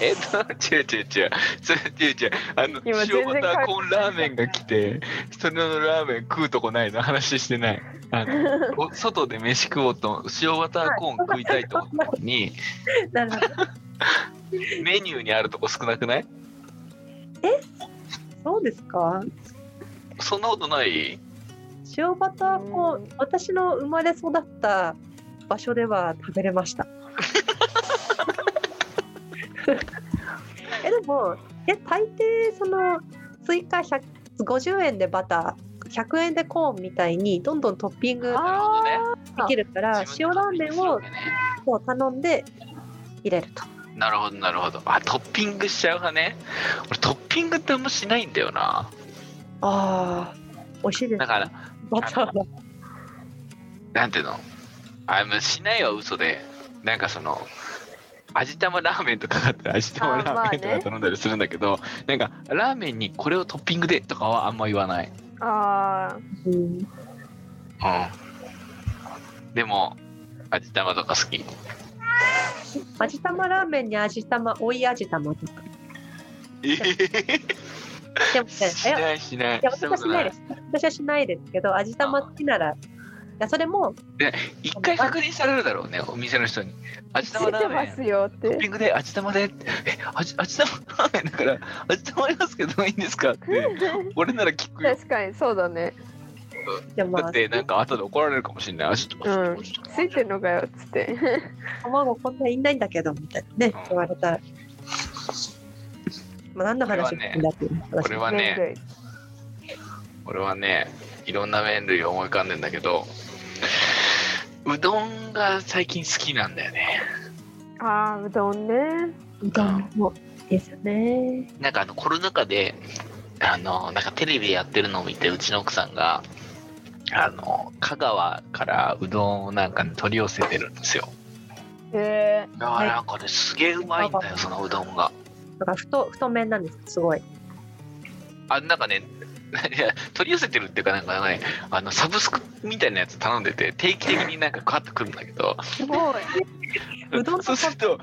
[SPEAKER 3] えっ と、違う違う違う。それ違う違う。あの、
[SPEAKER 2] 今全然
[SPEAKER 3] 塩バターコーンラーメンが来て、それのラーメン食うとこないの話してない。あの、お外で飯食おうと、塩バターコーン食いたいと思ったのに、
[SPEAKER 1] なるほど
[SPEAKER 3] メニューにあるとこ少なくない
[SPEAKER 1] そうですか
[SPEAKER 3] そんなことない
[SPEAKER 1] 塩バターコー
[SPEAKER 2] うん
[SPEAKER 1] ン私の生まれ育った場所では食べれました えでもえ大抵その追加100 50円でバター100円でコーンみたいにどんどんトッピングで
[SPEAKER 3] なるほどね。
[SPEAKER 1] きるから
[SPEAKER 3] 自
[SPEAKER 1] 塩
[SPEAKER 3] 分
[SPEAKER 1] ラ
[SPEAKER 3] の
[SPEAKER 1] ーメンを
[SPEAKER 3] トッピングするわ
[SPEAKER 1] こう頼んで入れると
[SPEAKER 3] けねなるほどなるほどあトッピングしちゃう派ね俺トッピングってあんましないんだよな
[SPEAKER 1] あー美味しいです
[SPEAKER 3] だから
[SPEAKER 1] バターが
[SPEAKER 3] なんていうのあもうしないは嘘でなんかその味玉ラーメンとかだったら味玉ラ
[SPEAKER 2] あまあ
[SPEAKER 3] ーメ
[SPEAKER 2] ね
[SPEAKER 3] ンとか頼んだりするんだけど、なんかラーメンにこれをトッピングでとかはあんま言わない
[SPEAKER 2] あ
[SPEAKER 1] うん
[SPEAKER 3] うんでも味玉とか好き
[SPEAKER 1] 味玉ラーメンに味玉追い味玉とか
[SPEAKER 3] ええ
[SPEAKER 1] でも ね
[SPEAKER 3] し
[SPEAKER 1] いや
[SPEAKER 3] ないしない
[SPEAKER 1] いや私はしないです。私はしないですけど、味玉好きなら、いやそれも
[SPEAKER 3] 一回確認されるだろうねお店の人に
[SPEAKER 2] あ
[SPEAKER 3] 味玉ラ
[SPEAKER 2] て
[SPEAKER 3] ーメ
[SPEAKER 2] ま
[SPEAKER 3] ン
[SPEAKER 2] すよっ
[SPEAKER 3] トッ
[SPEAKER 2] て
[SPEAKER 3] ピングで味玉で、え、味味玉ラーメンだから、味玉ありますけどいいんですかって、俺なら聞くよ。
[SPEAKER 2] 確かにそうだね
[SPEAKER 1] じゃあま
[SPEAKER 3] だ
[SPEAKER 1] あ
[SPEAKER 3] って、なんか後で怒られるかもしれない。味玉
[SPEAKER 2] う
[SPEAKER 3] ラ
[SPEAKER 2] ん
[SPEAKER 3] ーメン
[SPEAKER 2] ついてんのかよっつって
[SPEAKER 1] 卵こんないんないんだけどみたいなね
[SPEAKER 3] うん
[SPEAKER 1] 言われたら、まあ何の話をしてんだっていう話。
[SPEAKER 3] これはね、俺はね、いろんな麺類を思い浮かんでんだけど、うどんが最近好きなんだよね。
[SPEAKER 2] ああうどんね
[SPEAKER 1] うどんもいいですよね。
[SPEAKER 3] なんかあの、コロナ禍で、あの、なんかテレビやってるのを見て、うちの奥さんが、あの、香川からうどんをなんかね、取り寄せてるんですよ。
[SPEAKER 2] え
[SPEAKER 3] だからなんかね、すげえうまいんだよ、そのうどんが。
[SPEAKER 1] だから太太麺なんですすごい。
[SPEAKER 3] あなんかね いや取り寄せてるっていうかなんかねあのサブスクみたいなやつ頼んでて定期的になんかカッとくるんだけど
[SPEAKER 2] ー、すごい
[SPEAKER 1] うどんと
[SPEAKER 3] そうすると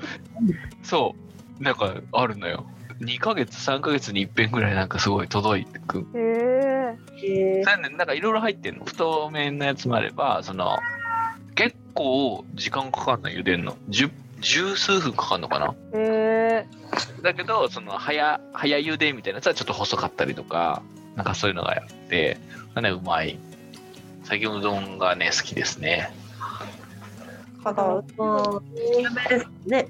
[SPEAKER 3] そうなんかあるのよ2ヶ月3ヶ月に一遍ぐらいなんかすごい届いてく
[SPEAKER 2] え
[SPEAKER 1] え
[SPEAKER 2] ー、
[SPEAKER 3] なんでなんかいろいろ入ってんの太麺のやつもあればその結構時間かかんない茹でんの十十数分かかんのかな
[SPEAKER 2] え
[SPEAKER 3] だけどその早早茹でみたいなやつはちょっと細かったりとかなんかそういうのがあってまあねうまい最近うどんがね好きですね
[SPEAKER 1] 香川うどん有名ですね。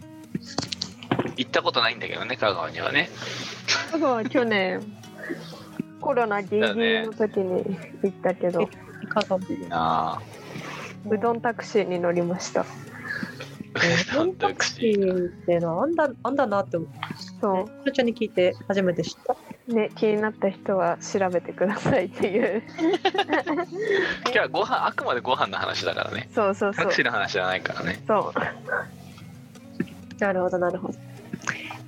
[SPEAKER 3] 行ったことないんだけどね香川にはね
[SPEAKER 2] ー、香川去年コロナギリギリの時に行ったけど、
[SPEAKER 1] 香川
[SPEAKER 3] いいな
[SPEAKER 2] う どんタクシーに乗りました
[SPEAKER 3] ぁうどんタクシー
[SPEAKER 1] ーってのはあんだあんだなって思って、
[SPEAKER 2] そ
[SPEAKER 1] ちょちょに聞いて初めて知った。
[SPEAKER 2] うね気になった人は調べてくださいっていう
[SPEAKER 3] 今日はご飯あくまでご飯の話だからね
[SPEAKER 2] そうそうそ
[SPEAKER 3] タ
[SPEAKER 2] う
[SPEAKER 3] クシーの話じゃないからね
[SPEAKER 2] そう
[SPEAKER 1] なるほどなるほど。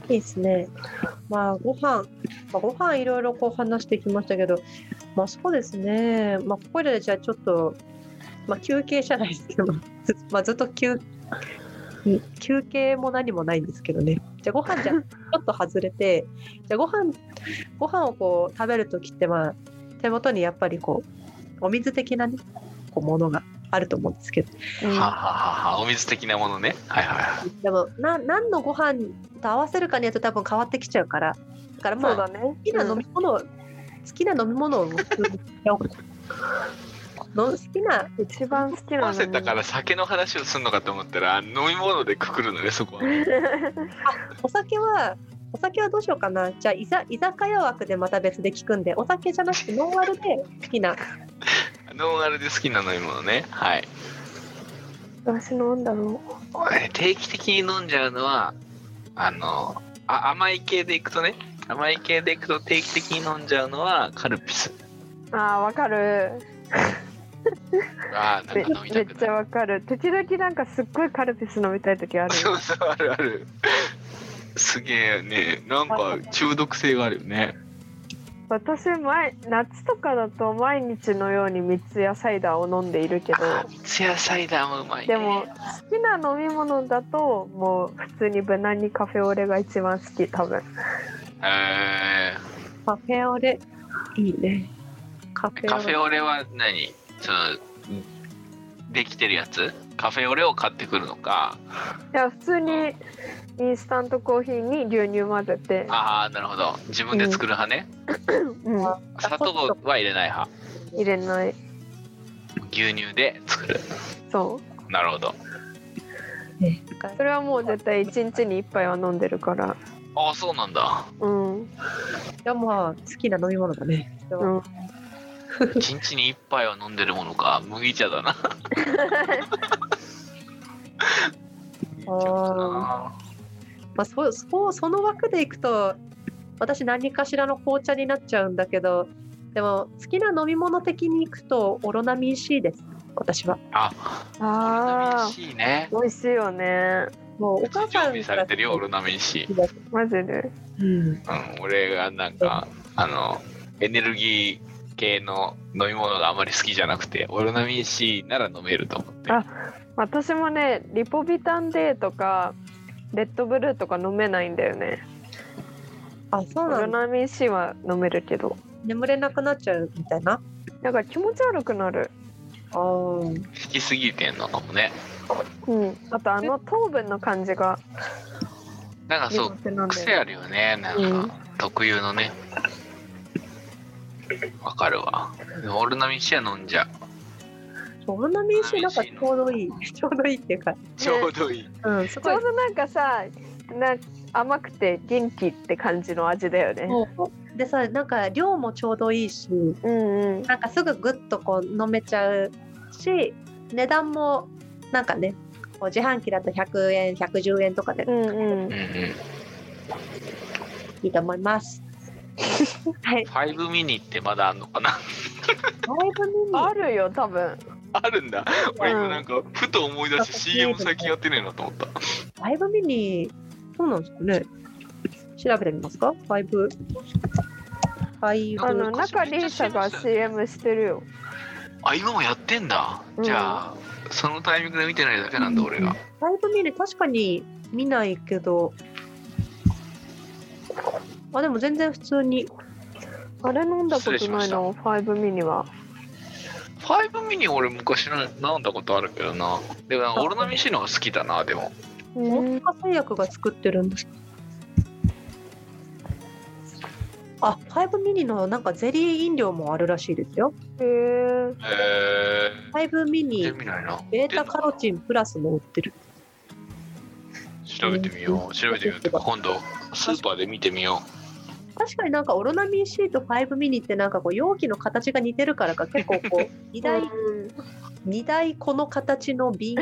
[SPEAKER 1] いいですね。まあご飯、まあ、ご飯いろいろこう話してきましたけど、まあそうですね。まあここでじゃあちょっとまあ休憩じゃないですけど、 ずまあずっと休ん休憩も何もないんですけどね。じゃあご飯じゃちょっと外れて、 じゃあご飯ご飯をこう食べるときってまあ手元にやっぱりこうお水的なねこうものがあると思うんですけど。
[SPEAKER 2] うん
[SPEAKER 3] はあはあはあお水的なものねはいはいはい
[SPEAKER 1] でもな何のご飯と合わせるかによって多分変わってきちゃうからだからま
[SPEAKER 2] そう
[SPEAKER 1] あ好
[SPEAKER 2] だね
[SPEAKER 1] きな飲み物を、好きな飲み物を普通に買おうの好きな
[SPEAKER 2] 一番好きな
[SPEAKER 3] 合わせたから酒の話をするのかと思ったら飲み物でくくるのねそこは。
[SPEAKER 1] お酒はお酒はどうしようかなじゃあいざ居酒屋枠でまた別で聞くんでお酒じゃなくてノンアルで好きな
[SPEAKER 3] ノンアルで好きな飲み物ね。はい。
[SPEAKER 2] 私なんだろ
[SPEAKER 3] 俺定期的に飲んじゃうのはあのあ甘い系でいくとね甘い系でいくと定期的に飲んじゃうのはカルピス
[SPEAKER 2] うあーわかる
[SPEAKER 3] ああな
[SPEAKER 2] め
[SPEAKER 3] んか飲み
[SPEAKER 2] め
[SPEAKER 3] た
[SPEAKER 2] っ
[SPEAKER 3] く
[SPEAKER 2] ち
[SPEAKER 3] な
[SPEAKER 2] ゃ
[SPEAKER 3] る
[SPEAKER 2] わかる時々なんかすっごいカルピス飲みたい時ある
[SPEAKER 3] そうそうあるあるすげえねなんか中毒性があるよね
[SPEAKER 2] 私前夏とかだと毎日のように三ツ矢サイダーを飲んでいるけど
[SPEAKER 3] あー三ツ矢サイダーもうまい、ね、
[SPEAKER 2] でも好きな飲み物だともう普通に無難にカフェオレが一番好き多分
[SPEAKER 3] え
[SPEAKER 1] カフェオレいいねカフ
[SPEAKER 3] ー、
[SPEAKER 1] ェ
[SPEAKER 3] カ
[SPEAKER 1] オ
[SPEAKER 3] フ
[SPEAKER 1] レ
[SPEAKER 3] ェオレは何そのできてるやつカフェオレを買ってくるのか
[SPEAKER 2] いや普通にインスタントコーヒーに牛乳混ぜて、
[SPEAKER 3] ああなるほど自分で作る派ね、
[SPEAKER 2] うん、入
[SPEAKER 3] 砂糖は入れない派
[SPEAKER 2] れない
[SPEAKER 3] 牛乳で作る
[SPEAKER 2] そう
[SPEAKER 3] なるほど
[SPEAKER 1] ね
[SPEAKER 2] それはもう絶対一日に一杯は飲んでるから
[SPEAKER 3] ああそうなんだ
[SPEAKER 2] うん
[SPEAKER 1] でもまあ好きな飲み物だねそれ
[SPEAKER 2] う
[SPEAKER 1] は
[SPEAKER 2] ん
[SPEAKER 3] 一日に一杯は飲んでるものか麦茶 だな
[SPEAKER 1] あーまあそうそうその枠でいくと私何かしらの紅茶になっちゃうんだけどでも好きな飲み物的にいくとオロナミン C です私は
[SPEAKER 3] あオロナミ
[SPEAKER 2] あ
[SPEAKER 3] ン C ね
[SPEAKER 2] ー美味しいよね
[SPEAKER 1] もうお母
[SPEAKER 3] 常
[SPEAKER 1] さん
[SPEAKER 3] 備されてるよオロナミン C、
[SPEAKER 2] マジで
[SPEAKER 1] うん、
[SPEAKER 3] うん、俺がなんかあのエネルギー系の飲み物があまり好きじゃなくてオロナミン C なら飲めると思って
[SPEAKER 2] あ私もねリポビタン D とかレッドブルーとか飲めないんだよね
[SPEAKER 1] あそ
[SPEAKER 2] オ
[SPEAKER 1] うな
[SPEAKER 2] ロ
[SPEAKER 1] んだ
[SPEAKER 2] ナミン C は飲めるけど
[SPEAKER 1] 眠れなくなっちゃうみたいな
[SPEAKER 2] なんか気持ち悪くなる
[SPEAKER 1] あー
[SPEAKER 3] 引きすぎてんのかもね
[SPEAKER 2] うんあとあの糖分の感じが
[SPEAKER 3] なんかそう
[SPEAKER 2] 苦手なんだよ
[SPEAKER 3] 癖
[SPEAKER 2] ね
[SPEAKER 3] あるよねなんか特有のねわかるわでもオロナミン C は飲んじゃう
[SPEAKER 1] オロナミン C なんかちょうどいい ちょうどいいっていうか、
[SPEAKER 3] ちょうどいい
[SPEAKER 1] うん、す
[SPEAKER 2] ち
[SPEAKER 1] ごい
[SPEAKER 2] ょうどなんかさな甘くて元気って感じの味だよね
[SPEAKER 1] そうでさなんか量もちょうどいいし
[SPEAKER 2] うんうん
[SPEAKER 1] なんかすぐぐっとこう飲めちゃうし値段もなんかねこう自販機だと100円110円とかで
[SPEAKER 2] うんうん
[SPEAKER 3] うんうん
[SPEAKER 1] いいと思います。はい、
[SPEAKER 3] ファイブミニってまだあんのかな
[SPEAKER 1] ライブミニ
[SPEAKER 2] あるよ多分
[SPEAKER 3] あるんだ。俺今なんかふと思い出して CM 最近やってねえなと思った。
[SPEAKER 1] ライブミニそうなんですかね。調べてみますか。ファイブ。ファイブ。
[SPEAKER 2] あの
[SPEAKER 3] なん
[SPEAKER 2] 中
[SPEAKER 3] か
[SPEAKER 2] リーサが CM してるよ
[SPEAKER 3] あ今もやってんだ。
[SPEAKER 2] うん
[SPEAKER 3] じゃあそのタイミングで見てないだけなんだ俺が。
[SPEAKER 1] ファイブミニ確かに見ないけど。あでも全然普通に。
[SPEAKER 2] あれ飲んだこ
[SPEAKER 3] 失礼
[SPEAKER 2] と
[SPEAKER 3] しま
[SPEAKER 2] ない
[SPEAKER 3] した
[SPEAKER 2] の5ミニは
[SPEAKER 3] ファイブミニ俺昔な飲んだことあるけどな。でもなんかオロナミン C の方が好きだなでも。
[SPEAKER 1] 大
[SPEAKER 2] うん
[SPEAKER 1] 塚製薬が作ってるんです。あ、ファイブミニのなんかゼリー飲料もあるらしいですよ。
[SPEAKER 2] へえ
[SPEAKER 3] へ
[SPEAKER 1] ファイブミ
[SPEAKER 3] え。見て
[SPEAKER 1] ニ
[SPEAKER 3] みないな。
[SPEAKER 1] ベータカロチンプラスも売ってる。
[SPEAKER 3] 調べてみよう。調べてみよう。てか今度スーパーで見てみよう。
[SPEAKER 1] 確かになんかオロナミン C とファイブミニってなんかこう容器の形が似てるからか結構こう二台二台この形の瓶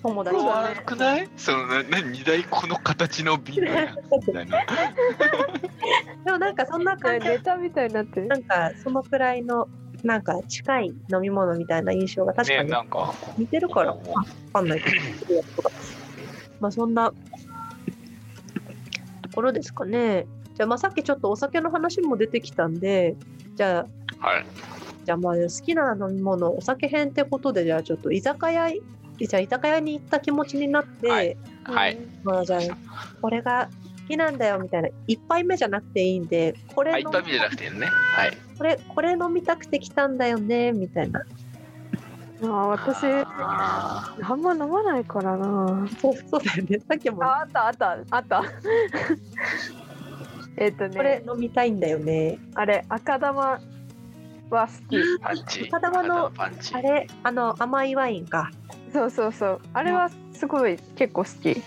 [SPEAKER 1] 友達
[SPEAKER 2] そうだね
[SPEAKER 3] 悪くない？そのなな二台この形の瓶 のやつみたいな。
[SPEAKER 1] でもなんかそんな感じ
[SPEAKER 2] ネタみたいになってる
[SPEAKER 1] なんかそのくらいのなんか近い飲み物みたいな印象が確か
[SPEAKER 3] ね
[SPEAKER 1] に
[SPEAKER 3] なんか。
[SPEAKER 1] 似てるから、
[SPEAKER 3] うん
[SPEAKER 1] わかんないけど。まあそんなところですかね。じゃあまあさっきちょっとお酒の話も出てきたんで、じゃあ
[SPEAKER 3] はい。
[SPEAKER 1] じゃあまあ好きな飲み物お酒編ってことでじゃあちょっと居酒屋いじゃあ居酒屋に行った気持ちになって、
[SPEAKER 3] はいはい。
[SPEAKER 1] まあじゃあこれが好きなんだよみたいな一杯目じゃなくていいんでこれ
[SPEAKER 3] あ、い
[SPEAKER 1] 飲
[SPEAKER 3] っ
[SPEAKER 1] み
[SPEAKER 3] ぱい見てなくてね。はい。
[SPEAKER 1] これこれ飲みたくて来たんだよねみたいな
[SPEAKER 2] あー私
[SPEAKER 3] あ
[SPEAKER 2] あんま飲まないからな
[SPEAKER 1] そうそうだよねさっきも
[SPEAKER 2] ああったあったあった えっとね
[SPEAKER 1] これ飲みたいんだよね
[SPEAKER 2] あれ赤玉は好き
[SPEAKER 3] パンチ。
[SPEAKER 1] 豚玉の
[SPEAKER 3] パンチ
[SPEAKER 1] あ。れあの甘いワインか
[SPEAKER 2] そうそうそうあれはすごい結構好き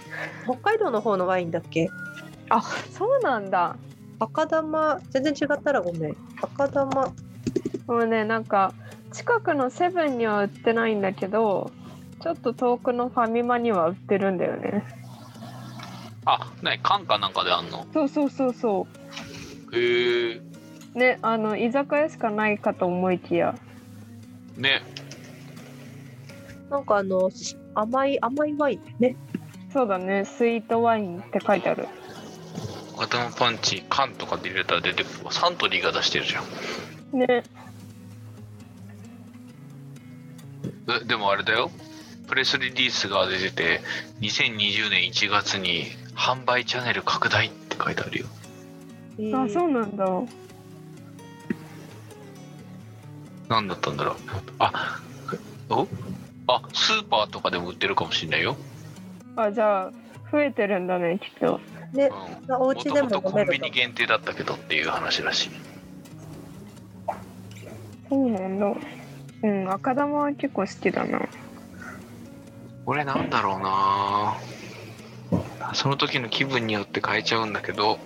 [SPEAKER 1] 北海道の方のワインだっけ
[SPEAKER 2] あそうなんだ
[SPEAKER 1] 赤玉全然違ったらごめん赤玉
[SPEAKER 2] もうねなんか近くのセブンには売ってないんだけどちょっと遠くのファミマには売ってるんだよね
[SPEAKER 3] あ、ね、缶かなんかであんの。
[SPEAKER 2] そうそうそうそ
[SPEAKER 3] へえ。
[SPEAKER 2] うねあの居酒屋しかないかと思いきや
[SPEAKER 3] ね。
[SPEAKER 1] なんかあのし甘い甘いワインね
[SPEAKER 2] そうだねスイートワインって書いてある
[SPEAKER 3] 頭パンチ、缶とかで入れたら出てくる。サントリーが出してるじゃん。
[SPEAKER 2] ね
[SPEAKER 3] えでもあれだよプレスリリースが出てて2020年1月に販売チャンネル拡大って書いてあるよ
[SPEAKER 2] あそうなんだ
[SPEAKER 3] 何だったんだろうあおあスーパーとかでも売ってるかもしれないよ、
[SPEAKER 2] あじゃあ増えてるんだねきっと
[SPEAKER 1] ね
[SPEAKER 3] う
[SPEAKER 1] お
[SPEAKER 3] ん、
[SPEAKER 1] 家でも
[SPEAKER 3] と
[SPEAKER 1] 飲
[SPEAKER 3] コ
[SPEAKER 1] め
[SPEAKER 3] ンビ
[SPEAKER 1] る
[SPEAKER 3] ニ限定だったけどっていう話らしい
[SPEAKER 2] そうなんだうん赤玉は結構好きだな
[SPEAKER 3] これなんだろうなその時の気分によって変えちゃうんだけど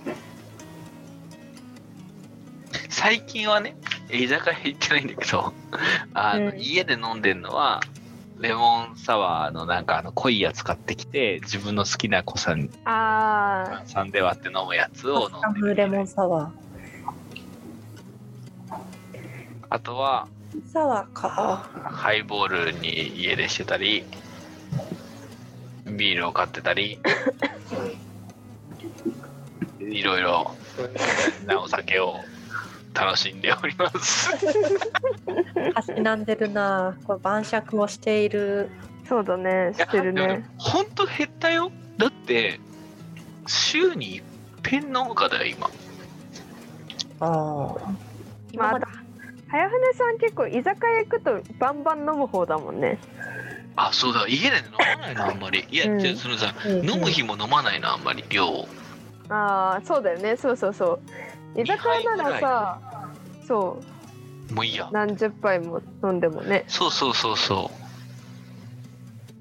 [SPEAKER 3] 最近はね居酒屋行ってないんだけど あ
[SPEAKER 2] う
[SPEAKER 3] の、
[SPEAKER 2] ん
[SPEAKER 3] 家で飲んでるのはレモンサワーのなんかあの濃いやつ買ってきて自分の好きな子さん
[SPEAKER 2] あ
[SPEAKER 3] さんで割って飲むやつを
[SPEAKER 1] カスタ
[SPEAKER 3] 飲ん
[SPEAKER 1] ム
[SPEAKER 3] で
[SPEAKER 1] レ
[SPEAKER 3] る
[SPEAKER 1] モンサワ
[SPEAKER 3] あとは
[SPEAKER 1] ーサワーか
[SPEAKER 3] ハイボールに家でしてたりビールを買ってたりいろいろなお酒を楽しんでおります
[SPEAKER 1] たしなんでるなこれ晩酌をしている
[SPEAKER 2] ーそうだね知ってる
[SPEAKER 3] いやでも
[SPEAKER 2] ね
[SPEAKER 3] ほんと減ったよだって週に一遍飲むかだよ今
[SPEAKER 1] ああ今
[SPEAKER 2] ま
[SPEAKER 1] ま
[SPEAKER 2] あ
[SPEAKER 1] で、
[SPEAKER 2] 早船さん結構居酒屋行くとバンバン飲む方だもんね
[SPEAKER 3] あそうだ家で飲まないなあんまりいや、
[SPEAKER 2] うん
[SPEAKER 3] じゃあそのさ
[SPEAKER 1] うん
[SPEAKER 3] 飲む日も飲まないなあんまり量を
[SPEAKER 2] ああそうだよねそうそうそう居酒屋ならさそう
[SPEAKER 3] もういいや
[SPEAKER 2] 何十杯も飲んでもね
[SPEAKER 3] そうそうそうそ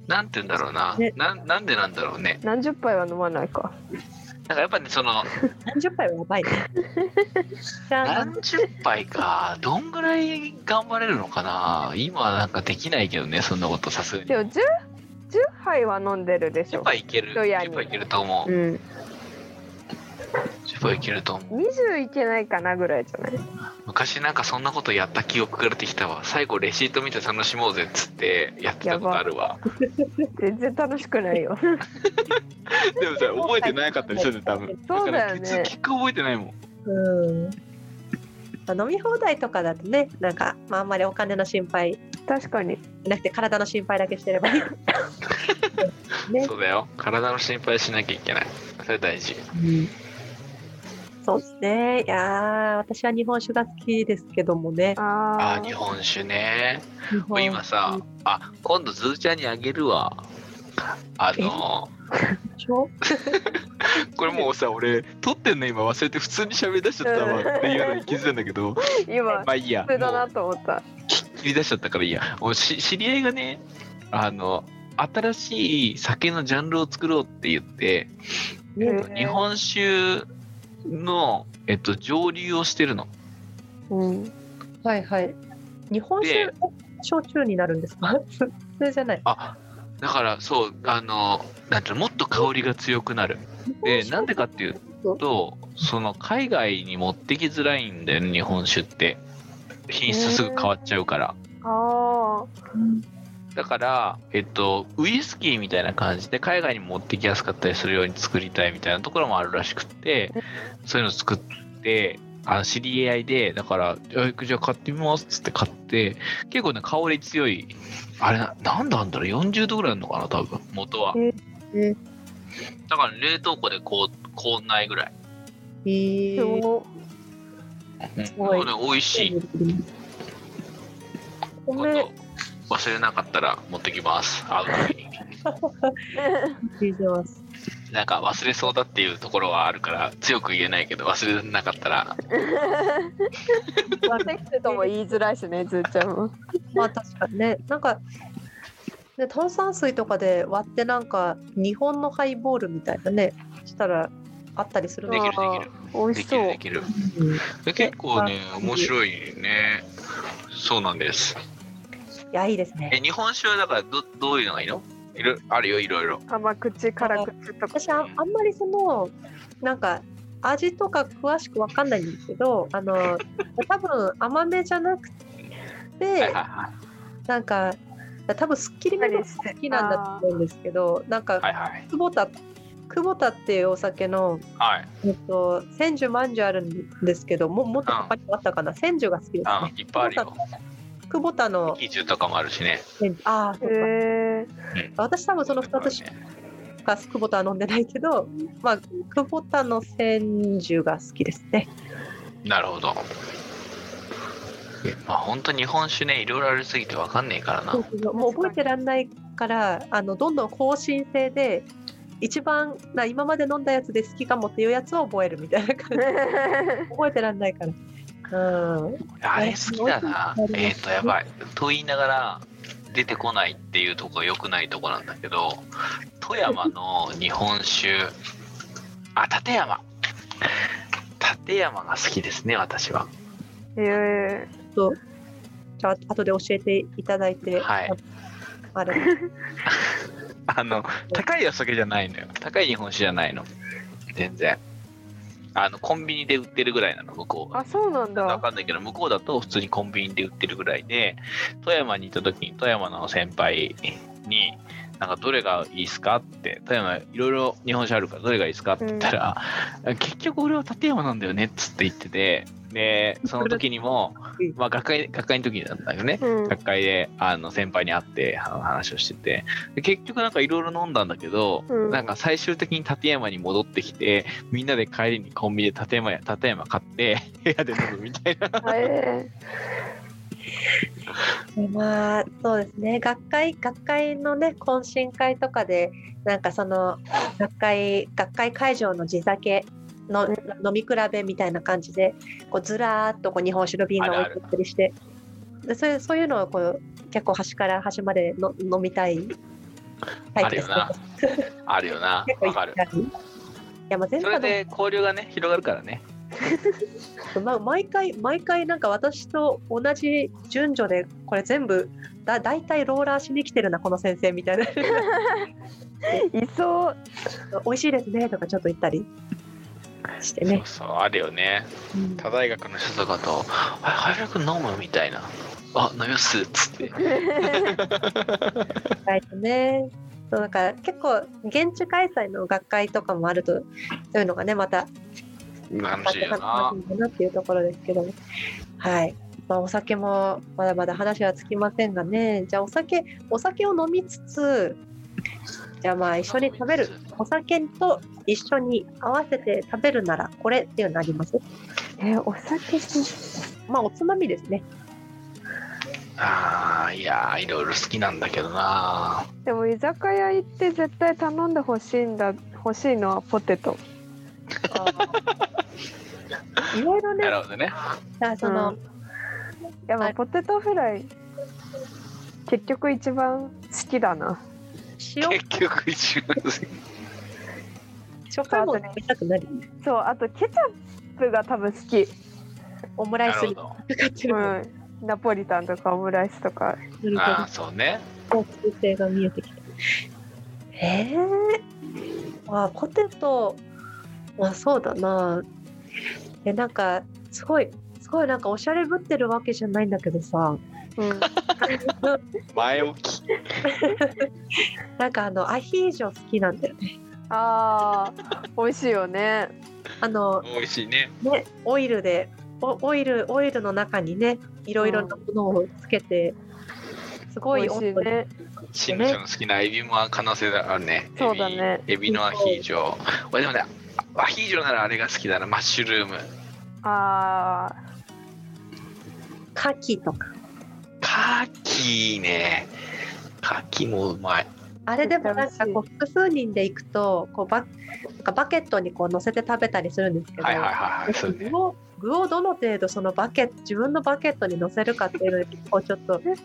[SPEAKER 3] うなんて言うんだろうな、
[SPEAKER 1] ね
[SPEAKER 3] ななんでなんだろうね
[SPEAKER 2] 何十杯は飲まないか
[SPEAKER 3] だからやっぱねその
[SPEAKER 1] 何十杯はやばい ねじゃあ
[SPEAKER 3] 何十杯かどんぐらい頑張れるのかな今はなんかできないけどねそんなことさすがに
[SPEAKER 2] でも 10, 10杯は飲んでるでし
[SPEAKER 3] 10
[SPEAKER 2] ょ
[SPEAKER 3] 杯いける
[SPEAKER 2] 一夜に
[SPEAKER 3] 10杯いけると思う
[SPEAKER 2] うん
[SPEAKER 3] 10杯いけると思う
[SPEAKER 2] 20いけないかなぐらいじゃない
[SPEAKER 3] 昔なんかそんなことやった記憶が出てきたわ最後レシート見て楽しもうぜっつってやってたことあるわ
[SPEAKER 2] 全然楽しくないよ
[SPEAKER 3] でもさ覚えてなかったりする多分
[SPEAKER 2] そうだよね
[SPEAKER 3] だから結局覚えてないもん
[SPEAKER 1] うんまあ飲み放題とかだとねなんか、まあ、あんまりお金の心配
[SPEAKER 2] 確かに
[SPEAKER 1] なくて体の心配だけしてればいいね、
[SPEAKER 3] そうだよ体の心配しなきゃいけないそれ大事
[SPEAKER 1] そうですねいやー私は日本酒が好きですけどもね
[SPEAKER 2] あ
[SPEAKER 3] あー日
[SPEAKER 2] ー
[SPEAKER 3] 本酒ね
[SPEAKER 1] 日本
[SPEAKER 3] 今さあ今度ズーちゃんにあげるわあの
[SPEAKER 1] 酒
[SPEAKER 3] これもうさ俺撮ってんの今忘れて普通に喋り出しちゃったわっていうのに気づいたんだけど
[SPEAKER 2] 今
[SPEAKER 3] まあいいや
[SPEAKER 2] 普通だ
[SPEAKER 3] も
[SPEAKER 2] な
[SPEAKER 3] う
[SPEAKER 2] と思った
[SPEAKER 3] 切り出しちゃったからいいやもうし知り合いがねあの新しい酒のジャンルを作ろうって言って
[SPEAKER 1] ね
[SPEAKER 2] うん
[SPEAKER 3] 日本酒の、えっと、蒸留をしてるの
[SPEAKER 2] うん
[SPEAKER 1] はいはい日本酒
[SPEAKER 3] で
[SPEAKER 1] 焼酎になるんですか普通じゃない
[SPEAKER 3] あだからそうあのなんていうのもっと香りが強くなるでなんでかっていうとその海外に持ってきづらいんだよね日本酒って品質すぐ変わっちゃうから、
[SPEAKER 2] あ
[SPEAKER 3] だから、えっと、ウイスキーみたいな感じで海外に持ってきやすかったりするように作りたいみたいなところもあるらしくってそういうの作ってあの知り合いでだからえ「じゃあ買ってみます」っつって買って結構ね香り強いあれななんだんだろう40度ぐらいあるのかな多分元は
[SPEAKER 2] ええ
[SPEAKER 3] だから冷凍庫でこうこんないぐらい、
[SPEAKER 1] え
[SPEAKER 2] ー
[SPEAKER 1] ー
[SPEAKER 2] すご
[SPEAKER 3] うん、
[SPEAKER 1] ごい
[SPEAKER 3] でも美味しいこ
[SPEAKER 1] 米
[SPEAKER 3] と忘れなかったら持ってきます合うのに
[SPEAKER 2] い
[SPEAKER 1] 聞いてます
[SPEAKER 3] なんか忘れそうだっていうところはあるから強く言えないけど忘れなかったら
[SPEAKER 2] まあ、セクとも言いづらいしね、ずーちゃんも。
[SPEAKER 1] まあ確かにねなんかね炭酸水とかで割ってなんか日本のハイボールみたいなねしたらあったりする
[SPEAKER 3] で
[SPEAKER 1] の
[SPEAKER 3] きる
[SPEAKER 1] か
[SPEAKER 3] できる
[SPEAKER 2] あー美味
[SPEAKER 3] で
[SPEAKER 2] し
[SPEAKER 3] き
[SPEAKER 2] そ
[SPEAKER 3] る
[SPEAKER 2] う
[SPEAKER 3] で。きる
[SPEAKER 1] うんい
[SPEAKER 3] で結構ね面白いねそうなんです
[SPEAKER 1] やいいですね
[SPEAKER 3] え日本酒はだからどどういうのがいいのいろあるよいろいろ
[SPEAKER 2] 甘口、辛口とか。
[SPEAKER 1] 私ああんまりそのなんか味とか詳しくわかんないんですけどあ の多分甘めじゃなく
[SPEAKER 3] はい
[SPEAKER 1] て
[SPEAKER 3] はいは
[SPEAKER 1] なんか多分すっきりめの好きなんだと思うんですけどなんか
[SPEAKER 3] いはいはい
[SPEAKER 1] 久保田久保田っていうお酒の、
[SPEAKER 3] はい
[SPEAKER 1] えっと、千住万寿あるんですけどももっと他にもあったかな千住が好きです
[SPEAKER 3] あ
[SPEAKER 1] ね
[SPEAKER 3] いっぱいあるよ
[SPEAKER 1] 久保田の
[SPEAKER 3] 喜寿とかもあるしね
[SPEAKER 1] 千住ああそうか
[SPEAKER 2] へえ。
[SPEAKER 1] 私多分その2つし
[SPEAKER 3] ね
[SPEAKER 1] か久保田は飲んでないけどまあ久保田の千住が好きですね
[SPEAKER 3] なるほどまあ本当日本酒ねいろいろありすぎてわかんねえからな
[SPEAKER 1] そうそうそうもう覚えてらんないからあのどんどん更新制で一番な今まで飲んだやつで好きかもっていうやつを覚えるみたいな感じ 覚えてらんないからうん
[SPEAKER 3] あれ好きだな
[SPEAKER 1] 美味しい。です
[SPEAKER 3] えっ、と、やばい。と言いながら、出てこないっていうとこが良くないとこなんだけど、富山の日本酒、あ、立山。立山が好きですね、私は。
[SPEAKER 2] へえ。
[SPEAKER 1] じゃあ後で教えていただいて、
[SPEAKER 3] はい
[SPEAKER 1] あれ
[SPEAKER 3] あの、高いお酒じゃないのよ。高い日本酒じゃないの。全然。あの、コンビニで売ってるぐらいなの、向こうは
[SPEAKER 2] あ、そうなん
[SPEAKER 3] わ
[SPEAKER 2] だ。
[SPEAKER 3] かんないけど、向こうだと普通にコンビニで売ってるぐらいで、富山に行った時に富山の先輩に、なんかどれがいいっすかって、富山いろいろ日本酒あるからどれがいいっすかって言ったら、結局俺は立山なんだよねっつって言ってて、で、その時にも
[SPEAKER 1] うん、
[SPEAKER 3] まあ学会、学会の時なんだけどね、
[SPEAKER 2] うん。
[SPEAKER 3] 学会であの先輩に会ってあの話をしててで結局なんかいろいろ飲んだんだけど、
[SPEAKER 2] うん
[SPEAKER 3] なんか最終的に立山に戻ってきてみんなで帰りにコンビニで立山や立山買って部屋で飲むみたいな
[SPEAKER 2] へ
[SPEAKER 1] まあそうですね学会学会のね懇親会とかでなんかその学会学会会場の地酒の
[SPEAKER 2] うん
[SPEAKER 1] 飲み比べみたいな感じでこうずらーっとこう日本酒の瓶が置いてあったりしてでそういうそういうのをこう結構端から端までの飲みたいタイプですね
[SPEAKER 3] ああるよな
[SPEAKER 1] 結構
[SPEAKER 3] わ
[SPEAKER 1] いっぱい
[SPEAKER 3] かる
[SPEAKER 1] あるいやまあ全
[SPEAKER 3] そ
[SPEAKER 1] 部
[SPEAKER 3] れ
[SPEAKER 1] はどう
[SPEAKER 3] で交流がね広がるからね
[SPEAKER 1] まあ、毎回毎回なんか私と同じ順序でこれ全部だ大体ローラーしに来てるなこの先生みたいな
[SPEAKER 2] え。い そう。
[SPEAKER 1] 美味しいですねとかちょっと言ったりして
[SPEAKER 3] そ
[SPEAKER 1] ね
[SPEAKER 3] う、そうあるよね
[SPEAKER 1] うん
[SPEAKER 3] 他大学の人とかと「あ早く飲む」みたいな「あ飲みます」っつって
[SPEAKER 1] 意外とねそうなんか結構現地開催の学会とかもあるとそういうのがねまた
[SPEAKER 3] 楽しいよ
[SPEAKER 1] 楽しい
[SPEAKER 3] な
[SPEAKER 1] かなっていうところですけどもはい、まあ、お酒もまだまだ話は尽きませんがねじゃあお酒お酒を飲みつつじゃあまあ一緒に食べるお酒と一緒に合わせて食べるならこれっていうのあります
[SPEAKER 2] え、お酒。
[SPEAKER 1] まあおつまみです ね
[SPEAKER 3] あーいやーいろいろ好きなんだけどな
[SPEAKER 2] でも居酒屋行って絶対頼んでほしいんだ。欲しいのはポテト。
[SPEAKER 1] いろいろね
[SPEAKER 3] なるほどね
[SPEAKER 1] さあその、
[SPEAKER 2] うんいや、まあ、ポテトフライ。結局一番好きだな。
[SPEAKER 1] 塩
[SPEAKER 3] 結局一番好き
[SPEAKER 1] 塩辛いもの食べたくなる
[SPEAKER 2] そう、あとケチャップが多分好き。
[SPEAKER 1] オムライスにか
[SPEAKER 3] ど
[SPEAKER 1] かってるな
[SPEAKER 2] うん。ナポリタンとかオムライスとか。
[SPEAKER 1] る
[SPEAKER 3] ああそうね
[SPEAKER 1] ほど構成が見えてきたえー、あポテトまあそうだなえなんかすごいすごいなんかおしゃれぶってるわけじゃないんだけどさ、
[SPEAKER 2] うん。
[SPEAKER 3] 前置き
[SPEAKER 1] なんかあのアヒージョ好きなんだよね。
[SPEAKER 2] ああ、美味しいよね。
[SPEAKER 1] あの
[SPEAKER 3] 美味しいね
[SPEAKER 1] ねオイルでおオイルオイルの中にねいろいろなものをつけて、すごい
[SPEAKER 2] 美味しいね。
[SPEAKER 3] 新庄の好きなエビも可能性があるね
[SPEAKER 2] そうだね
[SPEAKER 3] エビエビのアヒージョ俺でもねアヒージョならあれが好きだなマッシュルーム
[SPEAKER 2] ああ、
[SPEAKER 1] カキとか
[SPEAKER 3] カキねカキもうまい
[SPEAKER 1] あれでもなんかこう複数人で行くとこうバなんかバケットにこう乗せて食べたりするんですけど、
[SPEAKER 3] はいはいはいはいそうね
[SPEAKER 1] 具を具をどの程度そのバケット自分のバケットに乗せるかっていうのに結構ちょっ とでき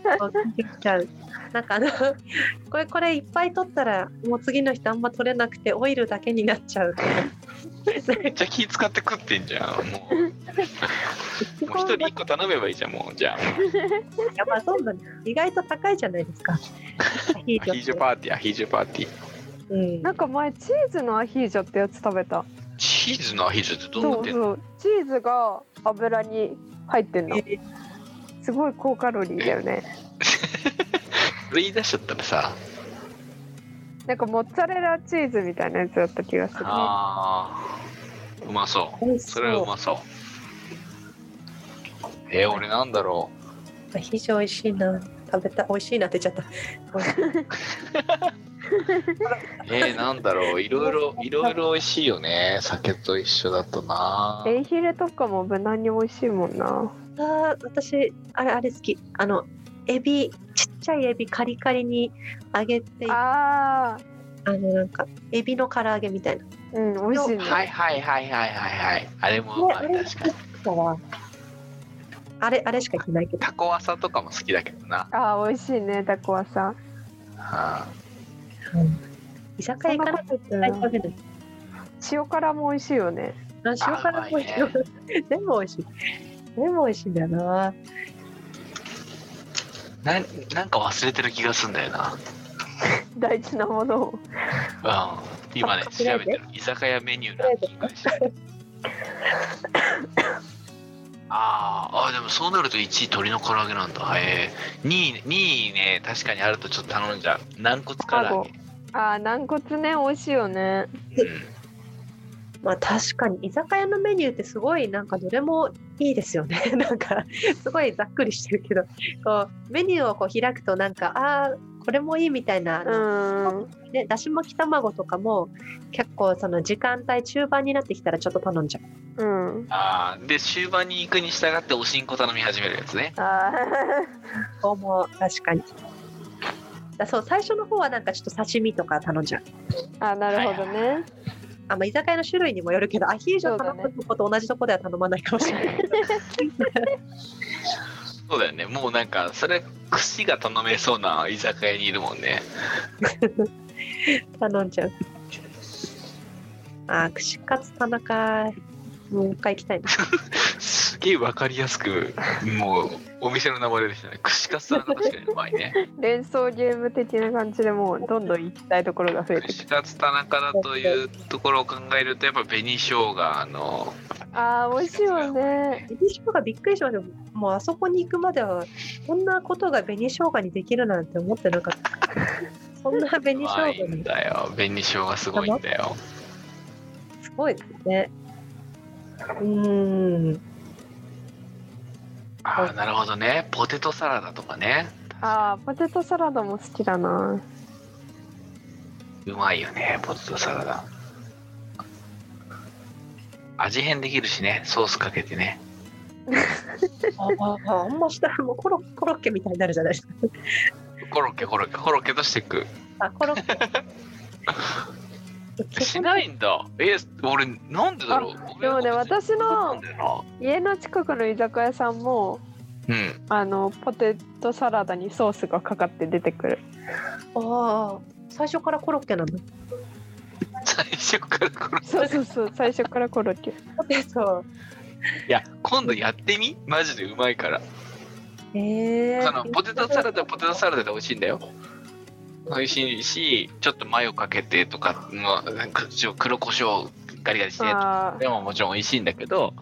[SPEAKER 1] ちゃうなんかあの これこれいっぱい取ったらもう次の人あんま取れなくてオイルだけになっちゃう
[SPEAKER 3] めっちゃ気使って食ってんじゃんもう
[SPEAKER 1] 基
[SPEAKER 3] もう一
[SPEAKER 1] 本
[SPEAKER 3] 人一個頼めばいいじゃんもうじゃあ
[SPEAKER 1] やっぱそうなんです意外と高いじゃないです かアヒ
[SPEAKER 3] アヒージョパーティーアヒージョパーティー
[SPEAKER 1] うん
[SPEAKER 2] なんか前チーズのアヒージョってやつ食べた
[SPEAKER 3] チーズのアヒージョってどうな
[SPEAKER 2] そ
[SPEAKER 3] っ
[SPEAKER 2] う
[SPEAKER 3] てんの
[SPEAKER 2] そうチーズが油に入ってんのすごい高カロリーだよね
[SPEAKER 3] それ言い出しちゃったらさ
[SPEAKER 2] なんかモッツァレラチーズみたいなやつだった気がする
[SPEAKER 3] あーうまそ
[SPEAKER 1] 美味
[SPEAKER 3] う
[SPEAKER 1] しそう
[SPEAKER 3] それはうまそうえー、俺なんだろ
[SPEAKER 1] 非常美味しいな食べた美味しいなって言っちゃった
[SPEAKER 3] うえー、なんだろういろいろいろいろ美味しいよね酒と一緒だとな
[SPEAKER 2] エイヒレとかも無難に美味しいもんな
[SPEAKER 1] あー私あれあれ好きあのエビちっちゃいエビカリカリに揚げてあ
[SPEAKER 2] あ
[SPEAKER 1] のなんかエビの唐揚げみたいな
[SPEAKER 2] ーうん美味しいね
[SPEAKER 3] はいはいはいはいはいはいあれもうまい
[SPEAKER 1] ねあれ
[SPEAKER 3] 確かに
[SPEAKER 1] からあれあれしかいけないけど
[SPEAKER 3] タコワサとかも好きだけどな
[SPEAKER 2] あー美味しいねタコはさ
[SPEAKER 3] あ
[SPEAKER 1] 居酒屋行かな
[SPEAKER 2] そんなこと言って
[SPEAKER 1] い食べな
[SPEAKER 2] ない
[SPEAKER 1] い
[SPEAKER 2] 塩辛も美味しいよね
[SPEAKER 1] あ塩辛も美味しい
[SPEAKER 3] あうま
[SPEAKER 1] 全部美味しい全部美味しいんだよな
[SPEAKER 3] ーなんなんか忘れてる気がすんだよな
[SPEAKER 2] 大事なものを
[SPEAKER 3] うん今ね調べてる居酒屋メニューランキングでしたあーあーでもそうなると1位鶏の唐揚げなんだへえ2位2位ね確かにあるとちょっと頼んじゃう軟骨唐揚
[SPEAKER 2] 卵あー軟骨ね美味しいよね
[SPEAKER 3] げ、うん
[SPEAKER 1] まあ確かに居酒屋のメニューってすごいなんかどれもいいですよね なんかすごいざっくりしてるけどこうメニューをこう開くとなんかああこれもいいみたいな、あ
[SPEAKER 2] う
[SPEAKER 1] の
[SPEAKER 2] ん
[SPEAKER 1] ね、だし巻き卵とかも結構その時間帯中盤になってきたらちょっと頼んじゃう
[SPEAKER 2] うん
[SPEAKER 3] あーで終盤に行くに従っておしんこ頼み始めるやつね
[SPEAKER 2] あ
[SPEAKER 1] そうも確かにだそう最初の方はなんかちょっと刺身とか頼んじゃう
[SPEAKER 2] ー あなるほどね
[SPEAKER 1] あ、まあ、居酒屋の種類にもよるけどアヒージョ頼むとこと同じとこでは頼まないかもしれない、
[SPEAKER 3] そうだよねもうなんかそれ串が頼めそうな居酒屋にいるもんね
[SPEAKER 1] 頼んじゃうあー串カツ田中もう一回行きたいな
[SPEAKER 3] すげえわかりやすくもうお店の名前でしたね串カツは確かにうまいね
[SPEAKER 2] 連想ゲーム的な感じでもうどんどん行きたいところが増えてくる
[SPEAKER 3] 串カツ田中だというところを考えるとやっぱ紅生姜の
[SPEAKER 2] あー美味しいよね
[SPEAKER 1] 紅生姜びっくりしましたもうあそこに行くまではこんなことが紅生姜にできるなんて思ってなか ったそんな紅
[SPEAKER 3] う
[SPEAKER 1] 生
[SPEAKER 3] まい
[SPEAKER 1] 姜
[SPEAKER 3] ん
[SPEAKER 1] に
[SPEAKER 3] だよ紅生姜すごいんだよ
[SPEAKER 1] すごいですねうーん
[SPEAKER 3] ああなるほどねポテトサラダとかね
[SPEAKER 2] あーポテトサラダも好きだな
[SPEAKER 3] うまいよねポテトサラダ味変できるしねソースかけてね
[SPEAKER 1] あああんましたらもうコロコロッケみたいになるじゃないですか
[SPEAKER 3] コロッケコロッケコロッケとしていく
[SPEAKER 1] あコロッ ケ
[SPEAKER 3] しないんだえ俺なんでだろう
[SPEAKER 2] でもね私
[SPEAKER 3] な
[SPEAKER 2] の
[SPEAKER 3] んだよ
[SPEAKER 2] 家の近くの居酒屋さんも
[SPEAKER 3] なうん
[SPEAKER 2] あのポテトサラダにソースがかかって出てくる
[SPEAKER 1] ああ最初からコロッケなんだ
[SPEAKER 3] 最初からコロッケ
[SPEAKER 2] そうそう そう最初からコロッケ
[SPEAKER 1] ポテト
[SPEAKER 3] いや今度やってみマジでうまいから
[SPEAKER 1] ええ
[SPEAKER 3] そのポテトサラダポテトサラダで美味しいんだよ美味しいしちょっとマヨかけてとかのなんか一応黒胡椒ガリガリして
[SPEAKER 2] あー
[SPEAKER 3] でももちろん美味しいんだけど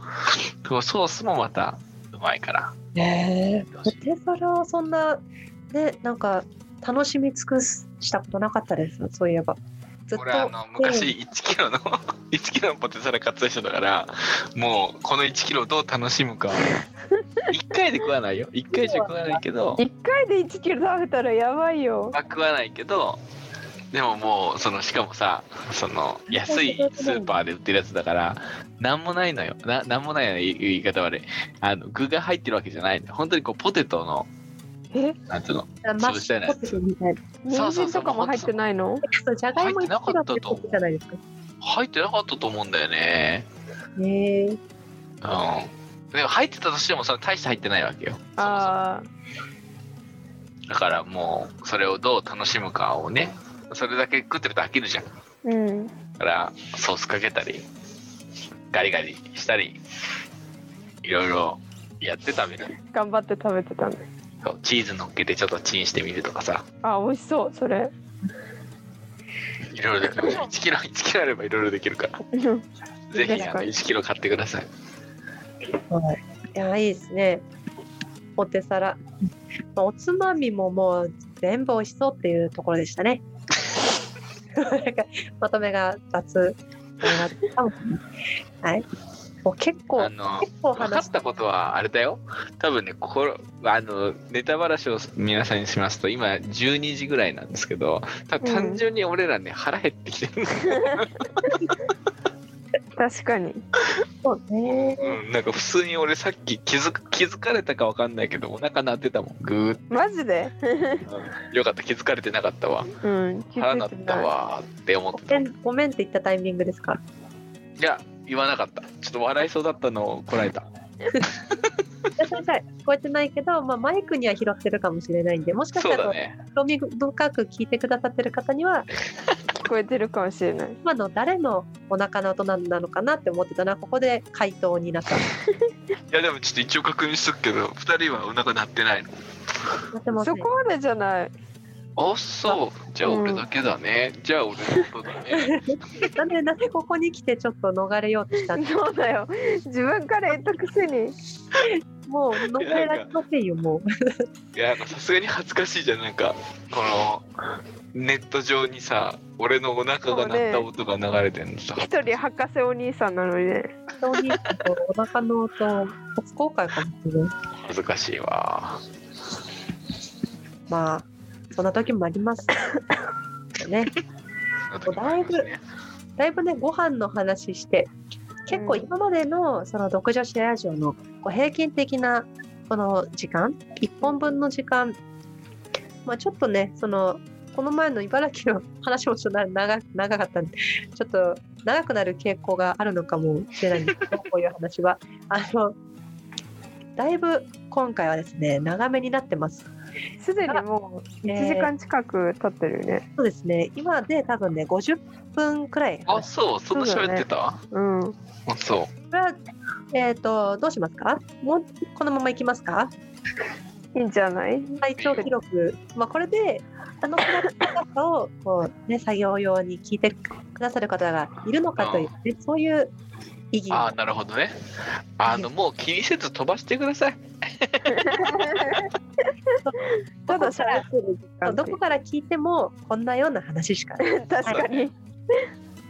[SPEAKER 3] こうソースもまたうまいから
[SPEAKER 1] えー、ポテサラはそんなねなんか楽しみ尽くすしたことなかったですそういえばずっと
[SPEAKER 3] 俺あの昔1キロの 1キロのポテサラ買ってた人だからもうこの1キロをどう楽しむか1回で食わないよ1回じゃ食わないけど
[SPEAKER 2] 一回で1キロ食べたらやばいよ
[SPEAKER 3] は食わないけどでももうそのしかもさその安いスーパーで売ってるやつだからなんもないのよななんもないのよ言い言い方悪いあの具が入ってるわけじゃないんだ本当にこうポテトの
[SPEAKER 2] え
[SPEAKER 3] なんていうの
[SPEAKER 1] マッ
[SPEAKER 3] 潰し
[SPEAKER 1] シ
[SPEAKER 3] たい
[SPEAKER 1] ュ
[SPEAKER 3] ね
[SPEAKER 1] ポテトみたいな。
[SPEAKER 3] そ
[SPEAKER 2] 人
[SPEAKER 3] うそう
[SPEAKER 2] 参
[SPEAKER 3] そう
[SPEAKER 2] とかも入ってないの
[SPEAKER 1] そうじゃがいも
[SPEAKER 3] 入ってな
[SPEAKER 1] 1
[SPEAKER 3] か
[SPEAKER 1] キ
[SPEAKER 3] っ
[SPEAKER 1] ロ
[SPEAKER 3] た
[SPEAKER 1] って
[SPEAKER 3] と
[SPEAKER 1] 言ってたじゃないですか。
[SPEAKER 3] 入ってなかったと思うんだよね
[SPEAKER 1] へえ
[SPEAKER 3] うんでも入ってたとしてもそれ大して入ってないわけよそもそも
[SPEAKER 2] あ
[SPEAKER 3] だからもうそれをどう楽しむかをねそれだけ食ってると飽きるじゃんだ
[SPEAKER 2] あうん
[SPEAKER 3] からソースかけたりガリガリしたりいろいろやって食べる
[SPEAKER 2] 頑張って食べてたんです
[SPEAKER 3] そうチーズ乗っけてちょっとチンしてみるとかさ
[SPEAKER 2] あ美味しそうそ れ
[SPEAKER 3] いろいろできる1キロ1キロあればいろいろできるからぜひあの1キロ買ってください
[SPEAKER 1] はい、いやいいですねお手皿まあおつまみももう全部美味しそうっていうところでしたね なんかまとめが雑になったはいもう結
[SPEAKER 3] あ
[SPEAKER 1] 構
[SPEAKER 3] の
[SPEAKER 1] 結構
[SPEAKER 3] 分か
[SPEAKER 1] 話し
[SPEAKER 3] ったことはあれだよ多分ねここあのネタバラシを皆さんにしますと今12時ぐらいなんですけどた
[SPEAKER 2] うん
[SPEAKER 3] 単純に俺らね、腹減ってきてる
[SPEAKER 2] 確かに
[SPEAKER 1] そうね
[SPEAKER 3] うん、なんか普通に俺さっき気づく気づかれたかわかんないけどお腹鳴ってたもんグーって
[SPEAKER 2] マジで
[SPEAKER 3] よかった気づかれてなかったわ
[SPEAKER 2] うん気
[SPEAKER 3] 腹
[SPEAKER 2] づ
[SPEAKER 3] 鳴
[SPEAKER 2] い
[SPEAKER 3] ってた
[SPEAKER 2] ない
[SPEAKER 3] わーって思って
[SPEAKER 1] ご
[SPEAKER 3] た
[SPEAKER 1] め
[SPEAKER 3] い
[SPEAKER 1] んごめんって言ったタイミングですか
[SPEAKER 3] や言わなかったちょっと笑いそうだったのをこらえた
[SPEAKER 1] ごめんなさい聞こえてないけど、まあ、マイクには拾ってるかもしれないんでもしかし
[SPEAKER 3] そう
[SPEAKER 1] た
[SPEAKER 3] だ
[SPEAKER 1] ら
[SPEAKER 3] ね
[SPEAKER 1] 興味深く聞いてくださってる方には
[SPEAKER 2] 聞こえてるかもしれない
[SPEAKER 1] 今の誰のお腹の音なのかなって思ってたらここで回答になった
[SPEAKER 3] いやでもちょっと一応確認しとくけど2人はお腹鳴ってないの
[SPEAKER 1] なってます
[SPEAKER 2] そ
[SPEAKER 1] ね
[SPEAKER 2] こまでじゃない
[SPEAKER 3] あそうじゃあ俺だけだね、じゃあ俺のことだね
[SPEAKER 1] なんでなんでここに来てちょっと逃れようと したんだ
[SPEAKER 2] そうだよ自分から言ったくせに
[SPEAKER 1] もう逃れられませんよもう
[SPEAKER 3] いやなんかさすがに恥ずかしいじゃんなんかこのネット上にさ俺のお腹が鳴った音が流れてんのさ、
[SPEAKER 2] 一人博士お兄さんなのにね
[SPEAKER 1] 本当にお腹の音 初公開かもしれない
[SPEAKER 3] 恥ずかしいわ
[SPEAKER 1] まあそんな時もあり ますねだいぶだいぶねご飯の話して結構
[SPEAKER 2] うん
[SPEAKER 1] 今までのその独女子ラジオのこう平均的なこの時間1本分の時間まあちょっとねそのこの前の茨城の話もちょっとな長長かったんでちょっと長くなる傾向があるのかもしれないんですけどこういう話はあのだいぶ今回はですね長めになってます
[SPEAKER 2] すでにもう
[SPEAKER 1] えー
[SPEAKER 2] 1時間近く経ってるよね。
[SPEAKER 1] そうですね今で多分ね50分くらい
[SPEAKER 3] あ
[SPEAKER 1] 話し
[SPEAKER 3] そうそんな喋ってた
[SPEAKER 2] うん。
[SPEAKER 3] あそう
[SPEAKER 1] これはえっ、とどうしますかもうこのままいきますか
[SPEAKER 2] いいんじ ゃない？
[SPEAKER 1] 最長記録、まあ、これであの長さをこう、ね、作業用に聞いてくださる方がいるのかという、ね、そういう意義
[SPEAKER 3] あなるほどねあのもう気にせず飛ばしてください
[SPEAKER 2] ただ喋ってる時間
[SPEAKER 1] どこから聞いてもこんなような話しかない
[SPEAKER 2] 確かに。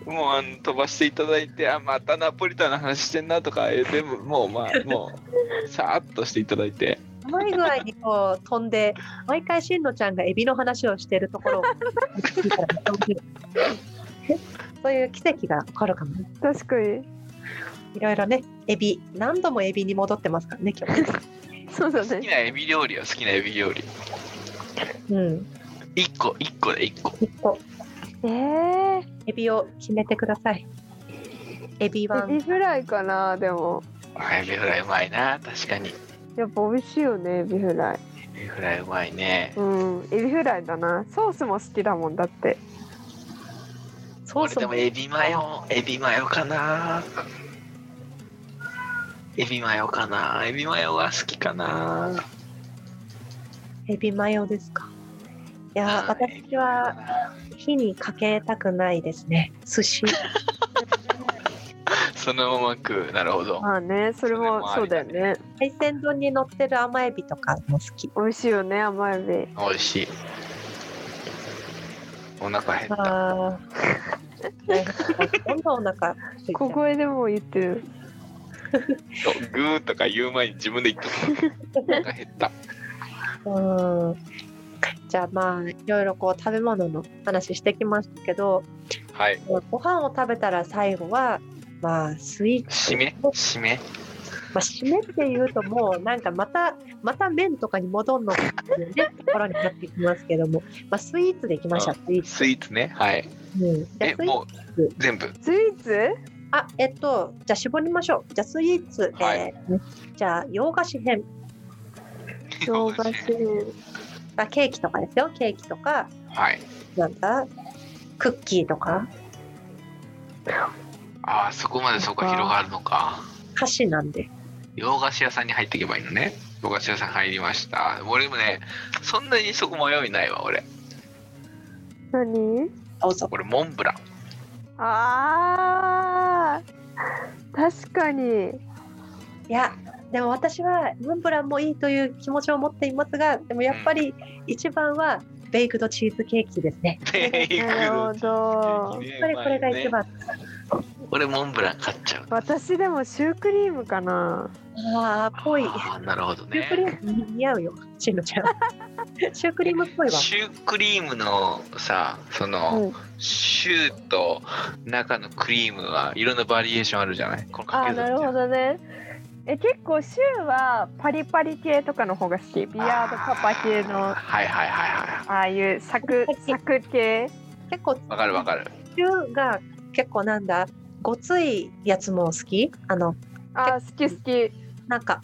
[SPEAKER 3] もうあの飛ばしていただいてあまたナポリタンの話してんなとかえでももうまあもうさーっとしていただいて
[SPEAKER 1] うまい具合にこう飛んで毎回しんのちゃんがエビの話をしているところを 聞いたらめっちゃ面白いそういう奇跡が起こるかもね
[SPEAKER 2] 確かに。
[SPEAKER 1] いろいろねエビ何度もエビに戻ってますからね今日、
[SPEAKER 2] そうだ
[SPEAKER 3] 好き
[SPEAKER 2] ね。
[SPEAKER 3] なエビ料理は好きなエビ料理
[SPEAKER 1] うん、
[SPEAKER 3] 1個1個で1個
[SPEAKER 1] 一個
[SPEAKER 2] ええ
[SPEAKER 1] エビを決めてくださいエビワ
[SPEAKER 2] ー。エ
[SPEAKER 1] ン
[SPEAKER 2] ビフライかなでも。
[SPEAKER 3] あエビフライうまいな確かにエ
[SPEAKER 2] やっぱ美味しいよねエビフライ。
[SPEAKER 3] ビフライうまいね
[SPEAKER 2] うん。エビフライだな。ソースも好きだもんだって。
[SPEAKER 1] ソー
[SPEAKER 3] 俺
[SPEAKER 1] ス
[SPEAKER 3] で
[SPEAKER 1] も
[SPEAKER 3] もエビマヨエビマヨかなエビマヨかなエビマヨが好きかな
[SPEAKER 1] エビマヨですかいやー
[SPEAKER 3] あー
[SPEAKER 1] 私は火にかけたくないですね寿 司
[SPEAKER 3] そのまま食うなるほど
[SPEAKER 2] まあねそれも
[SPEAKER 3] そ
[SPEAKER 2] そう
[SPEAKER 3] れもあ
[SPEAKER 2] だ
[SPEAKER 3] りだ
[SPEAKER 2] よ
[SPEAKER 3] ね
[SPEAKER 2] ね。
[SPEAKER 1] 海鮮丼に乗ってる甘エビとかも好き
[SPEAKER 2] 美味しいよね甘エビ。
[SPEAKER 3] 美味しいお腹減った
[SPEAKER 1] あーねどんどんお腹空い ちゃう
[SPEAKER 2] 小声でも言ってる。
[SPEAKER 3] グーとか言う前に自分で言 ったお腹減った
[SPEAKER 1] うんじゃあまあいろいろこう食べ物の話してきましたけど
[SPEAKER 3] はい
[SPEAKER 1] ご飯を食べたら最後はまあスイーツ
[SPEAKER 3] 締め締め
[SPEAKER 1] まあ、締めっていうともうなんかまたまた麺とかに戻るのかっていう、ね、ところになってきますけども、まあ、スイーツでいきましょうスイーツ。
[SPEAKER 3] スイーツねはい
[SPEAKER 1] うん、じゃあ
[SPEAKER 3] え
[SPEAKER 1] スイーツ
[SPEAKER 3] もう全部
[SPEAKER 2] スイーツ
[SPEAKER 1] あえっとじゃあ絞りましょうじゃあスイーツ、
[SPEAKER 3] はい
[SPEAKER 1] えーじゃあ洋菓子編
[SPEAKER 2] 洋菓子
[SPEAKER 1] あケーキとかですよケーキとか
[SPEAKER 3] はい
[SPEAKER 1] なんだクッキーとか
[SPEAKER 3] ああそこまでそこ広がるのか
[SPEAKER 1] 菓子なんで
[SPEAKER 3] 洋菓子屋さんに入っていけばいいのね洋菓子屋さん入りました俺もねそんなにそこ迷いないわ俺
[SPEAKER 2] 何
[SPEAKER 1] どうぞ
[SPEAKER 3] 俺モンブラン
[SPEAKER 2] あー確かに
[SPEAKER 1] いやでも私はモンブランもいいという気持ちを持っていますがでもやっぱり一番はベイクドチーズケーキですね
[SPEAKER 3] ベイク
[SPEAKER 2] なる ほ
[SPEAKER 3] ド
[SPEAKER 2] ど
[SPEAKER 1] やっぱりこれが一番、
[SPEAKER 3] 俺モンブラン買っちゃう
[SPEAKER 2] 私でもシュークリームかな
[SPEAKER 1] ああぽい
[SPEAKER 3] あーなるほ ど
[SPEAKER 1] シュークリ
[SPEAKER 3] ね
[SPEAKER 1] ーム似合うよしのちゃん シュークリームっぽいわ
[SPEAKER 3] シュークリームのさその、
[SPEAKER 2] うん
[SPEAKER 3] シューと中のクリームはいろんなバリエーションあるじゃないこの
[SPEAKER 2] あ
[SPEAKER 3] かけ
[SPEAKER 2] ー
[SPEAKER 3] 算
[SPEAKER 2] なるほどねえ結構シューはパリパリ系とかの方が好きビアードパパ系の
[SPEAKER 3] あーはいはいはいは
[SPEAKER 2] ああいうサク
[SPEAKER 1] パリパリ
[SPEAKER 2] サク系
[SPEAKER 1] 結構
[SPEAKER 3] いわかるわかる
[SPEAKER 1] シューが結構なんだごついやつも好きあの
[SPEAKER 2] あー好き好き
[SPEAKER 1] なんか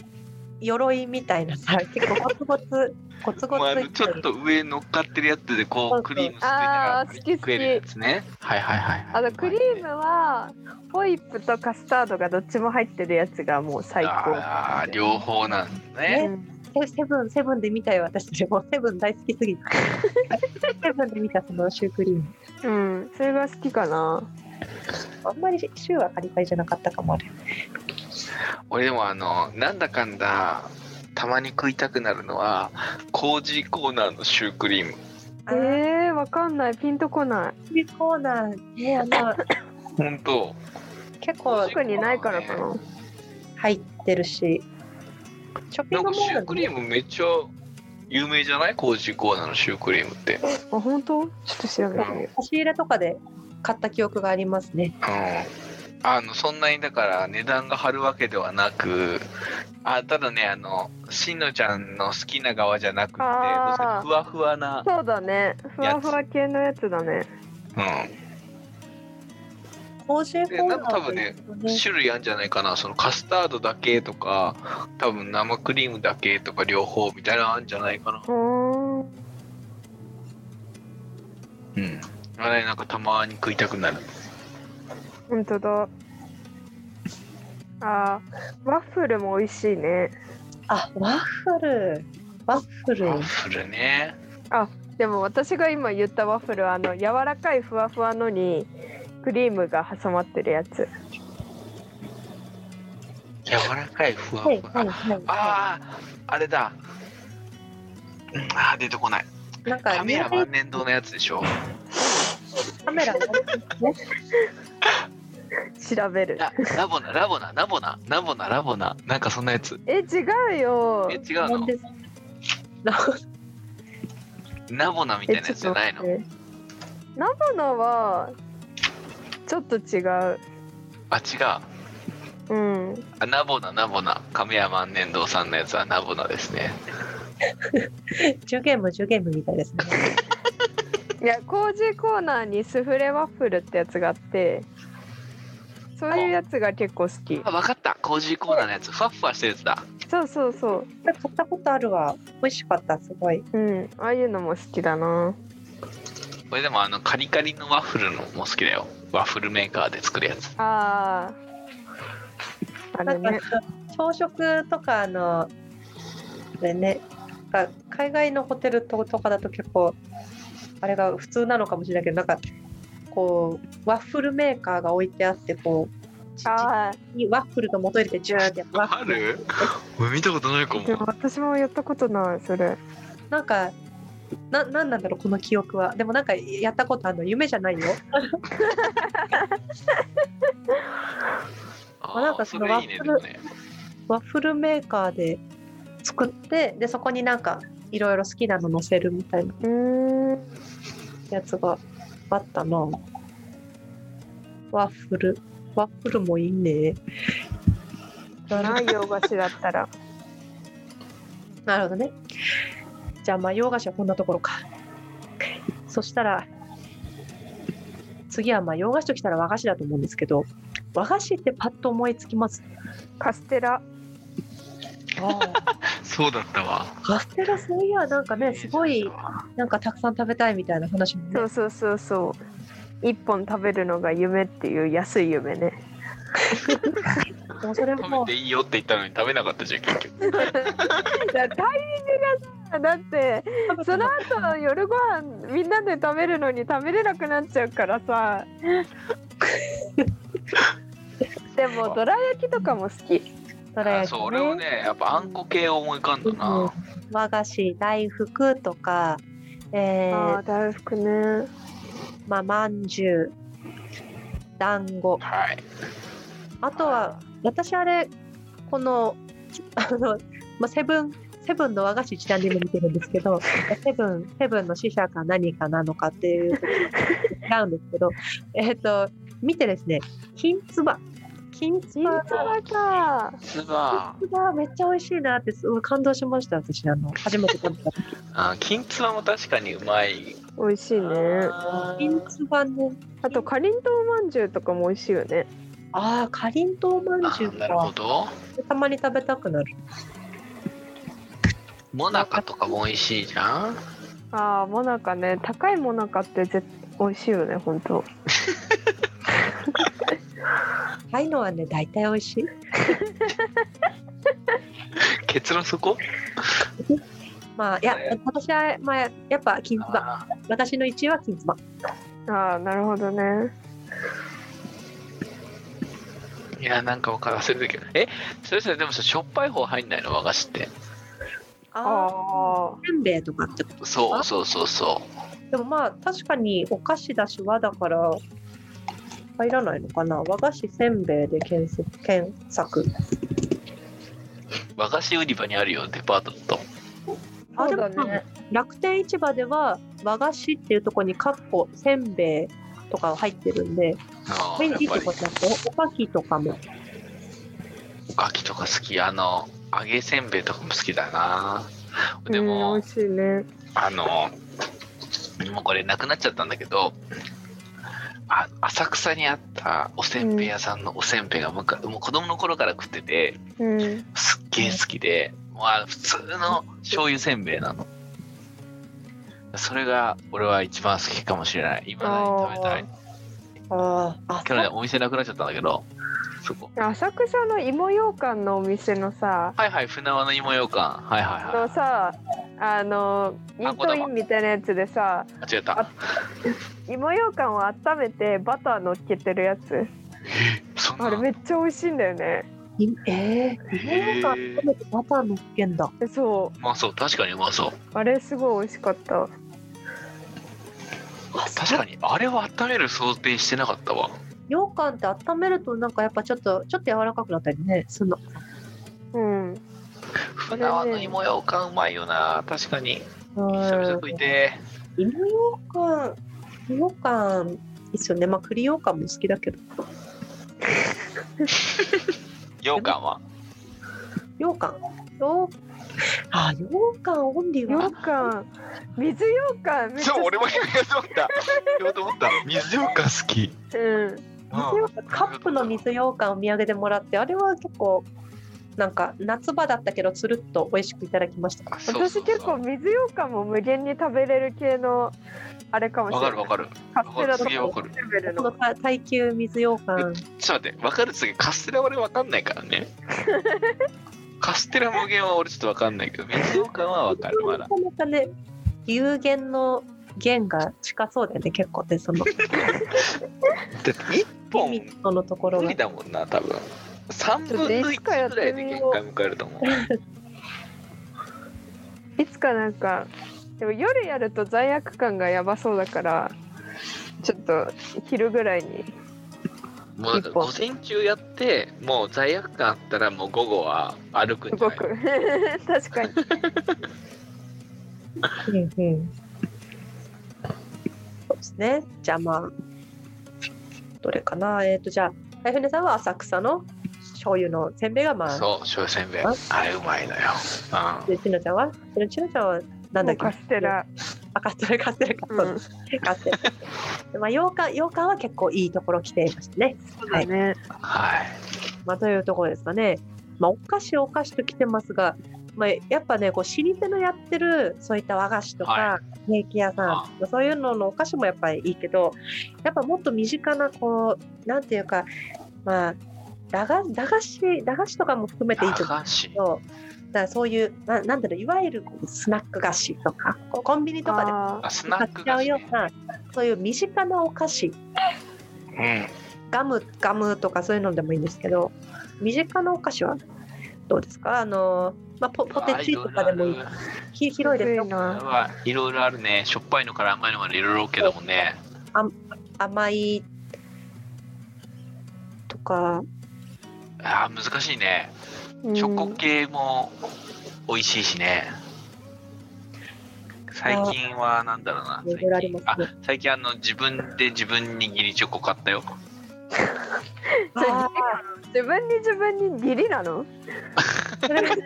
[SPEAKER 1] 鎧みたいな さ結構ゴツゴツゴツゴツ
[SPEAKER 3] まあちょっと上乗っかってるやつでこ
[SPEAKER 1] そうそうう
[SPEAKER 3] クリームすくいながら
[SPEAKER 2] あー好き好き
[SPEAKER 3] 食えるやつねはいはいはい
[SPEAKER 2] あのクリームはホイップとカスタードがどっちも入ってるやつがもう最高。
[SPEAKER 3] あー両方なんだね
[SPEAKER 2] う
[SPEAKER 1] セ
[SPEAKER 2] ん
[SPEAKER 1] セブンセブンで見たよ私たちもうセブン大好きすぎて セブンで見たそのシュークリーム
[SPEAKER 2] うん、それが好きかな。
[SPEAKER 1] あんまりシューはカリカリじゃなかったかもあれ
[SPEAKER 3] 俺でもあのなんだかんだたまに食いたくなるのは工事コーナーのシュークリーム
[SPEAKER 1] え
[SPEAKER 2] えー、わかんない、ピンとこない。
[SPEAKER 1] ー、コーナーねあの
[SPEAKER 3] 本当
[SPEAKER 1] 結構
[SPEAKER 2] 特にないからかな。
[SPEAKER 1] 入ってるしショッピ
[SPEAKER 3] な
[SPEAKER 1] ン
[SPEAKER 3] ん
[SPEAKER 1] グモ
[SPEAKER 3] かシュ
[SPEAKER 1] ー
[SPEAKER 3] ー
[SPEAKER 1] ル
[SPEAKER 3] クリームめっちゃ有名じゃない工事コーナーのシュークリームって
[SPEAKER 2] あ、本当？ちょっと調べてみる。
[SPEAKER 1] の差し入れとかで買った記憶がありますね
[SPEAKER 3] うんあのそんなにだから値段が張るわけではなくあただねあのしんのちゃんの好きな側じゃなくてどう
[SPEAKER 2] あー
[SPEAKER 3] せふわふわな、
[SPEAKER 2] そうだね。ふわふわ系のやつだね。
[SPEAKER 3] う
[SPEAKER 1] 工事コーナ
[SPEAKER 3] で
[SPEAKER 1] ー
[SPEAKER 3] なんか多分ね、
[SPEAKER 1] というんと
[SPEAKER 3] 種類あるんじゃないかなそのカスタードだけとか多分生クリームだけとか両方みたいなのあるんじゃないかな
[SPEAKER 2] うーん。
[SPEAKER 3] うんあれなんかたまに食いたくなる
[SPEAKER 2] 本当だ。あー、ワッフルも美味しいね。
[SPEAKER 1] あワッフルワッフル
[SPEAKER 3] ワッフルね
[SPEAKER 2] でも私が今言ったワッフルはあの柔らかいふわふわのにクリームが挟まってるやつ。
[SPEAKER 3] 柔らかいふわふ
[SPEAKER 1] は
[SPEAKER 3] わ、
[SPEAKER 1] いはいはいは
[SPEAKER 3] あああれだ、うん、あー出てこない
[SPEAKER 1] いなんか
[SPEAKER 3] カメラ万年堂のやつでしょ
[SPEAKER 1] カメラが
[SPEAKER 2] 調べる。
[SPEAKER 3] ララボナラボナラボナラボナラボナなんかそんなやつ
[SPEAKER 2] え違うよ
[SPEAKER 3] え。違う
[SPEAKER 1] なん
[SPEAKER 3] の
[SPEAKER 1] です
[SPEAKER 3] ラボナみたいなやつじゃないの
[SPEAKER 2] え。ナバナはちょっと違う。
[SPEAKER 3] あ違う
[SPEAKER 2] うん。
[SPEAKER 3] あナボナナボナ亀山万年堂さんのやつはナボナですね
[SPEAKER 1] 10ゲーム10ゲームみたいですね
[SPEAKER 2] いや工事コーナーにスフレワッフルってやつがあって、そういうやつが結構好き。
[SPEAKER 3] あ分かった工事コーナーのやつふわふわしたやつだ
[SPEAKER 2] そうそうそう。
[SPEAKER 1] これ買ったことあるわ美味しかったすごい
[SPEAKER 2] うん。ああいうのも好きだな。
[SPEAKER 3] これでもあのカリカリのワッフルのも好きだよワッフルメーカーで作るやつ
[SPEAKER 2] ああ。あ
[SPEAKER 1] な
[SPEAKER 2] れ
[SPEAKER 1] んか
[SPEAKER 2] ね。
[SPEAKER 1] 朝食とかあのあれねなんか海外のホテルととかだと結構あれが普通なのかもしれないけどなんかこうワッフルメーカーが置いてあってこうち
[SPEAKER 2] ああ。
[SPEAKER 1] にワッフルと元入れてジューってやってワッ
[SPEAKER 3] あ
[SPEAKER 1] フル
[SPEAKER 3] る俺見たことないかも
[SPEAKER 2] でも私もやったことないそれ
[SPEAKER 1] なんかななんなんだろうこの記憶はでもなんかやったことあるの夢じゃないよ
[SPEAKER 3] あ
[SPEAKER 1] なん
[SPEAKER 3] ー
[SPEAKER 1] か
[SPEAKER 3] そ
[SPEAKER 1] その
[SPEAKER 3] れいいねでもね
[SPEAKER 1] ワッフルメーカーで作ってでそこになんかいろいろ好きなの乗せるみたいな
[SPEAKER 2] うーん
[SPEAKER 1] やつがあったなワッフルワッフルもいいね
[SPEAKER 2] だな洋菓子だったら
[SPEAKER 1] なるほどね。じゃあ、まあ、洋菓子はこんなところか。そしたら、次はまあ洋菓子ときたら和菓子だと思うんですけど、和菓子ってパッと思いつきます。
[SPEAKER 2] カステラ
[SPEAKER 3] そうだったわ。
[SPEAKER 1] カステラ、そういや、なんかね、すごい、
[SPEAKER 3] あ
[SPEAKER 1] なんかたくさん食べたいみたいな話もね
[SPEAKER 2] そうそうそうそう一本食べるのが夢っていう安い夢 ね
[SPEAKER 1] でもそれ
[SPEAKER 3] ー。食
[SPEAKER 1] も
[SPEAKER 3] べていいよって言ったのに食べなかったじゃん結局。
[SPEAKER 2] だからタイミングがさだってその後夜ご飯みんなで食べるのに食べれなくなっちゃうから さでもどら焼きとかも好き
[SPEAKER 1] どら焼き
[SPEAKER 3] そう俺もねやっぱあんこ系を思い浮かんだな。
[SPEAKER 1] 和菓子大福とか、え
[SPEAKER 2] あ
[SPEAKER 1] ー
[SPEAKER 2] あ大福ね
[SPEAKER 1] まあ、まんじゅう団子
[SPEAKER 3] はい。
[SPEAKER 1] あとは私あれこの あの、まあ、セブンセブンの和菓子一覧でも見てるんですけど セブンセブンの死者か何かなのかっていうところ違うんですけど えっ、と見てですね金つば金つ
[SPEAKER 2] 銀
[SPEAKER 1] ば
[SPEAKER 2] 座はか
[SPEAKER 3] 実は
[SPEAKER 1] 金つばめっちゃ美味しいなってすごい感動しました私あの初めて食べ た時
[SPEAKER 3] あ金つばも確かにうまい。
[SPEAKER 2] 美味しいね
[SPEAKER 3] あ
[SPEAKER 1] 金
[SPEAKER 3] ー
[SPEAKER 1] つばね
[SPEAKER 2] あとかりんとうまんじゅうとかも美味しいよね
[SPEAKER 1] ああかりんとうまん
[SPEAKER 3] あ
[SPEAKER 1] じゅう
[SPEAKER 3] ーなるほ
[SPEAKER 1] か
[SPEAKER 3] ど。
[SPEAKER 1] たまに食べたくなる
[SPEAKER 3] もなかとかも美味しいじゃん。
[SPEAKER 2] ああもなかね高いもなかって絶美味しいよね本当
[SPEAKER 1] 高いのはね大体美味しい
[SPEAKER 3] 結論そこ？
[SPEAKER 1] まあいや私は、まあ、やっぱ金つば
[SPEAKER 3] あ
[SPEAKER 1] 私の1位は金つば。
[SPEAKER 2] ああなるほどね
[SPEAKER 3] ーいやなんかわからせるけど。えそれそれでもさしょっぱい方入んないの和菓子って。
[SPEAKER 1] あ。
[SPEAKER 2] あ
[SPEAKER 1] せんべいとかってこと。
[SPEAKER 3] そうそうそうそう。
[SPEAKER 1] でもまあ確かにお菓子だし和だから入らないのかな。和菓子せんべいで検索検索。
[SPEAKER 3] 和菓子売り場にあるよデパートだと
[SPEAKER 1] あ
[SPEAKER 2] あ
[SPEAKER 1] で
[SPEAKER 2] そ
[SPEAKER 1] も
[SPEAKER 2] うだね
[SPEAKER 1] 楽天市場では和菓子っていうところにカッコせんべいとか入ってるんで、
[SPEAKER 3] ああ
[SPEAKER 1] 便
[SPEAKER 3] やっ
[SPEAKER 1] 利っ
[SPEAKER 3] ぱ
[SPEAKER 1] て
[SPEAKER 3] り
[SPEAKER 1] ことだとおかきとかも。
[SPEAKER 3] おかきとか好きあの揚げせんべいとかも好きだなで
[SPEAKER 2] う
[SPEAKER 3] も
[SPEAKER 2] ん、美味しいね
[SPEAKER 3] あのもうこれなくなっちゃったんだけどあ浅草にあったおせんべい屋さんのおせんべいがむか、もう子供の頃から食ってて
[SPEAKER 2] うん
[SPEAKER 3] すっげえ好きで、まあ、普通の醤油せんべいなのそれが俺は一番好きかもしれない今だに食べたい
[SPEAKER 1] ああ。
[SPEAKER 3] 去年お店なくなっちゃったんだけどそこ
[SPEAKER 2] 浅草の芋羊羹のお店のさ
[SPEAKER 3] はいはい、船輪の芋ようかん。はいはい
[SPEAKER 2] あ
[SPEAKER 3] は
[SPEAKER 2] のさあのイ
[SPEAKER 3] あ
[SPEAKER 2] ートインみたいなやつでさ
[SPEAKER 3] い。間違えた。
[SPEAKER 2] 芋羊羹を温めてバター乗っけてるやつ
[SPEAKER 3] そんな
[SPEAKER 2] あれめっちゃ美味しいんだよね
[SPEAKER 1] いええー。
[SPEAKER 3] へー
[SPEAKER 1] なんか食べてバターのっけんだ。
[SPEAKER 2] そう
[SPEAKER 3] まあそう、確かにうまそう。
[SPEAKER 2] あれすごい美味しかった
[SPEAKER 3] 確かに、あれを温める想定してなかったわ。
[SPEAKER 1] 羊羹って温めるとなんかやっぱちょっとちょっと柔らかくなったりね。その
[SPEAKER 2] うん
[SPEAKER 3] 船輪の芋ようかんうまいよな。確かに。
[SPEAKER 1] うん
[SPEAKER 3] 久々食いて
[SPEAKER 1] 芋ようかん芋ようかんいいっすよねまあ栗ようかんも好きだけど
[SPEAKER 3] ー。ようかんは。
[SPEAKER 1] ようかんようあようかんオンリーは
[SPEAKER 2] 羊羹水羊羹めっちゃ
[SPEAKER 3] そう、
[SPEAKER 2] 好
[SPEAKER 3] 俺も言おうと思った。言おうと思 った。水ようかん好き。
[SPEAKER 2] きうん
[SPEAKER 1] 水ようかんカップの水ようかんお土産でもらってあれは結構なんか夏場だったけどつるっと美味しくいただきました
[SPEAKER 3] あそうそうそう
[SPEAKER 2] 私結構水羊羹も無限に食べれる系のあれかもしれ
[SPEAKER 3] わ
[SPEAKER 2] な
[SPEAKER 3] か
[SPEAKER 2] い
[SPEAKER 3] るわかる。
[SPEAKER 2] カステラと
[SPEAKER 3] すげえわ
[SPEAKER 2] か
[SPEAKER 3] かる。
[SPEAKER 2] レベル
[SPEAKER 1] こ
[SPEAKER 2] の
[SPEAKER 1] のた耐久水ようかん
[SPEAKER 3] ちょっと待って、わかる次、カステラ俺わかんないから ね。カステラ無限は俺ちょっとわかんないけど、水ようかんはわかる、ま
[SPEAKER 1] な
[SPEAKER 3] だ。
[SPEAKER 1] かなかね有限の弦が近そうだよね結構でその
[SPEAKER 3] だって1
[SPEAKER 1] リ
[SPEAKER 3] 本
[SPEAKER 1] ミットのところ
[SPEAKER 3] 無
[SPEAKER 1] が
[SPEAKER 3] 理だもんな多分3分の1ぐらいで限界迎えると思う
[SPEAKER 2] いつかなんかでも夜やると罪悪感がやばそうだからちょっと昼ぐらいに
[SPEAKER 3] もうなんか午前中やってもう罪悪感あったらもう午後は歩くんじ
[SPEAKER 2] 動
[SPEAKER 3] ゃない
[SPEAKER 2] く 確かに
[SPEAKER 1] うんうん。そうですね。じゃあまあ、どれかな。えっ、と、じゃあ、大船さんは浅草の醤油のせんべいがまあ
[SPEAKER 3] そう醤油せんべいあれうまいのよ、うん、
[SPEAKER 1] でちのちゃんはちのちのちゃんはなんだっけ
[SPEAKER 2] カステラ、
[SPEAKER 1] あカステラカステラか、
[SPEAKER 2] う、
[SPEAKER 1] そうんカステラでまあ洋館洋館は結構いいところ来ていましたね
[SPEAKER 2] そうだね、
[SPEAKER 3] はい
[SPEAKER 1] まあ、というところですかね。まあ、お菓子お菓子と来てますが、まあ、やっぱねこう老舗のやってるそういった和菓子とか
[SPEAKER 3] は
[SPEAKER 1] ケーキ屋さん、
[SPEAKER 3] あ
[SPEAKER 1] そういうののお菓子もやっぱりいいけどやっぱもっと身近なこうなんていうかまあ駄菓駄菓子駄菓子とかも含めていいと
[SPEAKER 3] 駄
[SPEAKER 1] 思う
[SPEAKER 3] 菓子
[SPEAKER 1] けどだからそういうななんだろういわゆるこうスナック菓子とかこうコンビニとかで
[SPEAKER 2] あ
[SPEAKER 3] あスナ
[SPEAKER 1] 買
[SPEAKER 3] ッ
[SPEAKER 1] っ
[SPEAKER 3] ク
[SPEAKER 1] ちゃ
[SPEAKER 3] 菓
[SPEAKER 1] う
[SPEAKER 3] 子
[SPEAKER 1] ようなそういう身近なお菓子
[SPEAKER 3] うん
[SPEAKER 1] ガムガムとかそういうのでもいいんですけど身近なお菓子はどうですかあの、まあ、ポポテチとかでもいい
[SPEAKER 3] あ
[SPEAKER 1] ひ
[SPEAKER 2] ー
[SPEAKER 1] 広いです
[SPEAKER 2] むず
[SPEAKER 1] よ
[SPEAKER 2] な
[SPEAKER 3] はいろいろあるねしょっぱいのから甘いのまでいろいろあるけどもね
[SPEAKER 1] 甘いとか
[SPEAKER 3] あー難しいね
[SPEAKER 2] うん
[SPEAKER 3] チョコ系も美味しいしね最近はなんだろうない
[SPEAKER 1] ろいろありますね
[SPEAKER 3] あ最近あの自分で自分に義理チョコ買ったよ
[SPEAKER 2] それ
[SPEAKER 1] あ
[SPEAKER 2] 自分に自分に義理なの
[SPEAKER 1] ーそれが確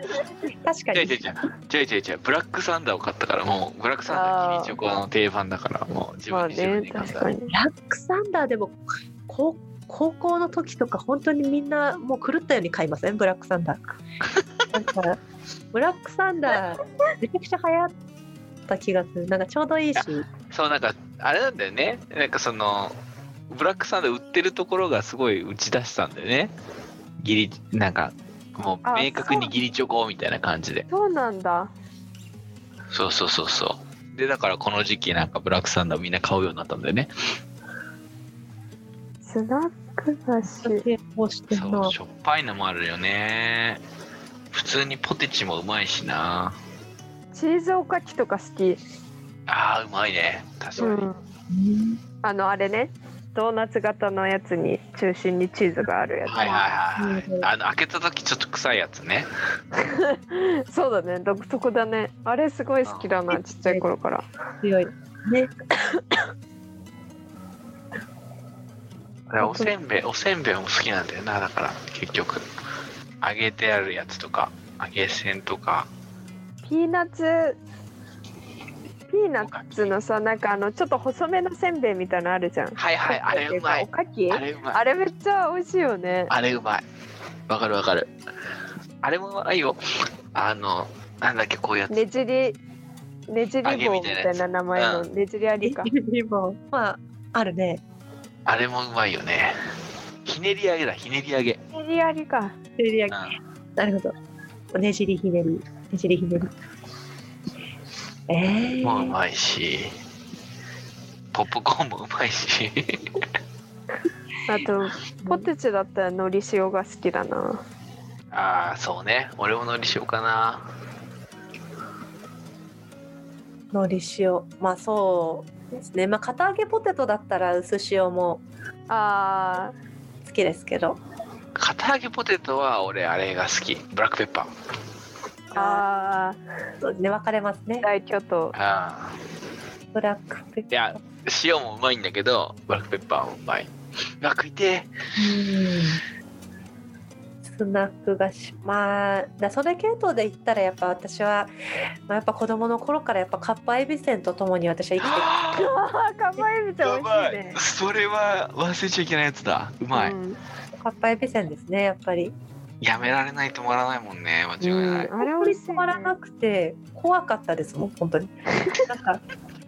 [SPEAKER 1] か
[SPEAKER 3] 違う
[SPEAKER 1] に
[SPEAKER 3] 違う違う違う違う違うブラックサンダーを買ったからもうブラックサンダー義理チョコの定番だからもう自
[SPEAKER 2] ま
[SPEAKER 3] 分
[SPEAKER 2] あ
[SPEAKER 3] に自分
[SPEAKER 2] ね
[SPEAKER 3] に買っ
[SPEAKER 2] 確
[SPEAKER 3] た、
[SPEAKER 2] かに
[SPEAKER 1] ラックサンダーでも高高校の時とか本当にみんなもう狂ったように買いませんブラックサンダーなんかブラックサンダーめちゃくちゃ流行った気がするなんかちょうどいいし
[SPEAKER 3] そうなんかあれなんだよねなんかそのブラックサンダー売ってるところがすごい打ち出したんだよね義理なんかもう
[SPEAKER 2] あ
[SPEAKER 3] 明確に義理チョコみたいな感じで
[SPEAKER 2] そうなんだ
[SPEAKER 3] そうそうそうそうでだからこの時期なんかブラックサンダーみんな買うようになったんだよね
[SPEAKER 2] スナック菓子
[SPEAKER 1] 成功してる
[SPEAKER 3] そ
[SPEAKER 1] な
[SPEAKER 3] うしょっぱいのもあるよね普通にポテチもうまいしな
[SPEAKER 2] チーズおかきとか好き、
[SPEAKER 3] あーうまいね確か
[SPEAKER 2] う
[SPEAKER 3] に、
[SPEAKER 2] ん、
[SPEAKER 1] うん
[SPEAKER 2] あのあれねドーナツ型のやつに中心にチーズがあるやつ、
[SPEAKER 3] はいはいはい、
[SPEAKER 1] うんうん
[SPEAKER 3] あの開けた時ちょっと臭いやつね
[SPEAKER 2] そうだね独特だねあれすごい好きだなちっちゃい頃から
[SPEAKER 1] 強いね。
[SPEAKER 3] だからおせんべいおせんべいも好きなんだよなだから結局揚げてあるやつとか揚げせんとか
[SPEAKER 2] ピーナッツピーナッツのさなんかあのちょっと細めのせんべいみたいのあるじゃん
[SPEAKER 3] はいはいあれうま
[SPEAKER 2] お
[SPEAKER 3] い
[SPEAKER 2] かき
[SPEAKER 3] あれうまい
[SPEAKER 2] あれめっちゃ美味しいよね
[SPEAKER 3] あれうまい。わかるわかる。あれもうまいよ。あの、なんだっけ、こういうやつ。
[SPEAKER 2] ねじりねじり棒みたいな名前の
[SPEAKER 3] う
[SPEAKER 2] ねじりありか
[SPEAKER 1] 今まああるね。
[SPEAKER 3] あれもうまいよね。ひねり上げだ、ひねり上げ。
[SPEAKER 2] ねじりありか
[SPEAKER 1] 照り焼
[SPEAKER 3] う
[SPEAKER 1] きなるほど。ねじりひねりねじりひねり。ええ
[SPEAKER 3] ん、もうう
[SPEAKER 1] ー。
[SPEAKER 3] まいし。ポップコーンもうまいし。
[SPEAKER 2] あとポテチだったらのり塩が好きだな
[SPEAKER 3] ああ、そうね。俺ものりしようかな。
[SPEAKER 1] のり塩まあそうですね。まあ片揚げポテトだったら薄塩も
[SPEAKER 2] あー
[SPEAKER 1] 好きですけど。
[SPEAKER 3] 片揚げポテトは俺あれが好き。ブラックペッパー。
[SPEAKER 2] あ
[SPEAKER 1] そうですね分かれますね
[SPEAKER 2] ー。大巨頭
[SPEAKER 3] ああ。
[SPEAKER 1] ブラックペッ
[SPEAKER 3] いや、塩もうまいんだけど、ブラックペッパーもうまい。うわ、食いて
[SPEAKER 1] スナック菓子まあだそれ系統で言ったらやっぱ私は、まあ、やっぱ子供の頃からやっぱカッパエビせんとともに私は生きてき
[SPEAKER 3] え。
[SPEAKER 2] あーかわいいみた
[SPEAKER 3] や
[SPEAKER 2] い美
[SPEAKER 3] ば
[SPEAKER 2] 味しいね
[SPEAKER 3] い。それは忘れちゃいけないやつだ。うまい。
[SPEAKER 2] うん
[SPEAKER 1] たカッパエビせんですねやっぱり。
[SPEAKER 3] やめられないと止まらないもんね。間
[SPEAKER 2] う
[SPEAKER 3] 違いない。
[SPEAKER 2] んあれ
[SPEAKER 1] 本当に
[SPEAKER 2] 美味しい、
[SPEAKER 1] 止
[SPEAKER 2] ね、
[SPEAKER 1] まらなくて怖かったですもん本当に。なんか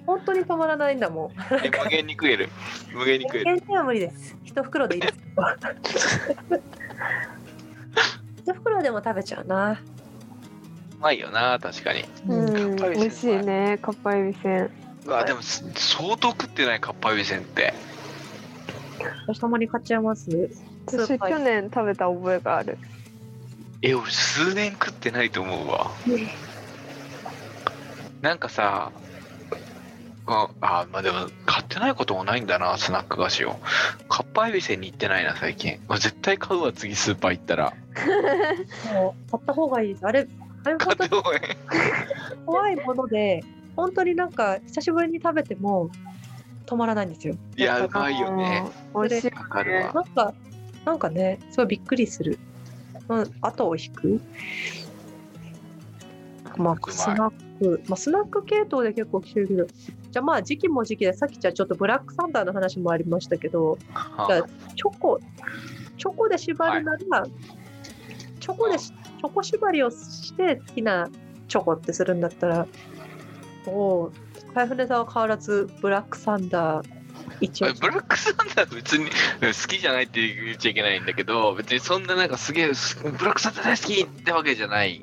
[SPEAKER 1] 本当に止まらないんだもん。
[SPEAKER 3] え無限に食える。無限に食え る。
[SPEAKER 1] 限定は無理です。一袋でいいです。 一袋でも食べちゃうな。
[SPEAKER 3] うまいよな、確かに。
[SPEAKER 2] うん
[SPEAKER 3] かっぱえびせん
[SPEAKER 2] 美味しいねかっぱえびせん
[SPEAKER 3] うわ、でもす相当食ってないかっぱえびせんって。
[SPEAKER 1] 私たまに買っちゃいます。スー
[SPEAKER 2] 私
[SPEAKER 1] パ
[SPEAKER 2] 去
[SPEAKER 1] ー
[SPEAKER 2] 年食べた覚えがある
[SPEAKER 3] え、俺数年食ってないと思うわ。なんかさ、ああまあでも買ってないこともないんだなスナック菓子をかっぱえびせんに行ってないな最近あ絶対買うわ次スーパー行ったら
[SPEAKER 1] もう買った方がいいです。あれあれ本当
[SPEAKER 3] 買った
[SPEAKER 1] に
[SPEAKER 3] 方がいい
[SPEAKER 1] 怖いもので本当になんか久しぶりに食べても止まらないんですよ。
[SPEAKER 3] いやうまいよね
[SPEAKER 2] あー美味しいよ
[SPEAKER 3] わかる
[SPEAKER 2] ね
[SPEAKER 1] な
[SPEAKER 3] わ
[SPEAKER 1] んかなんかねすごいびっくりする。うん、後を引く。まあ、スナック、まあ、スナック系統で結構来てるけど、じゃあまあ時期も時期で、さっきじゃあちょっとブラックサンダーの話もありましたけど、 じゃあ
[SPEAKER 3] は
[SPEAKER 1] チョコ、チョコで縛るなら、チョコでし、チョコ縛りをして好きなチョコってするんだったら、おお、海船さんは変わらずブラックサンダー一応
[SPEAKER 3] あ。ブラックサンダー別に好きじゃないって言っちゃいけないんだけど別にそんななんかすげえすブラックサンダー大好きってわけじゃない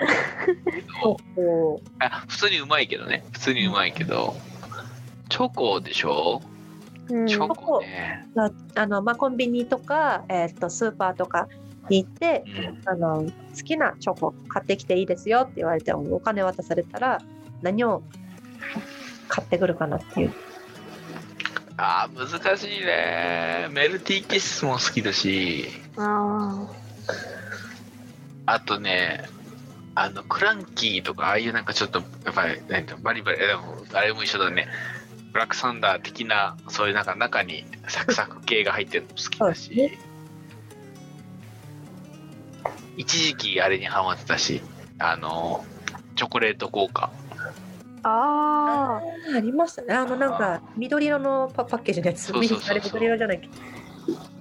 [SPEAKER 1] おお
[SPEAKER 3] あ普通にうまいけどね普通にうまいけどチョコでしょ
[SPEAKER 2] うん
[SPEAKER 3] チョコね、
[SPEAKER 1] だあのまあ、コンビニとか、えーっとスーパーとかに行って
[SPEAKER 3] うん、
[SPEAKER 1] あの好きなチョコ買ってきていいですよって言われてお金渡されたら何を買ってくるかなっていう
[SPEAKER 3] あー難しいねメルティーキッスも好きだし
[SPEAKER 2] あ
[SPEAKER 3] あとねあのクランキーとかああいうなんかちょっとやっぱりなんていうのバリバリえでもあれも一緒だねブラックサンダー的なそういうなんか中にサクサク系が入ってるのも好き
[SPEAKER 1] そ
[SPEAKER 3] だ
[SPEAKER 1] うで
[SPEAKER 3] し一時期あれにハマってたしあのチョコレート効果
[SPEAKER 2] ああ
[SPEAKER 1] ありましたねあのなんか緑色のパパッケージのやつ
[SPEAKER 3] そうそうそうそう
[SPEAKER 1] あれ緑色じゃないっけ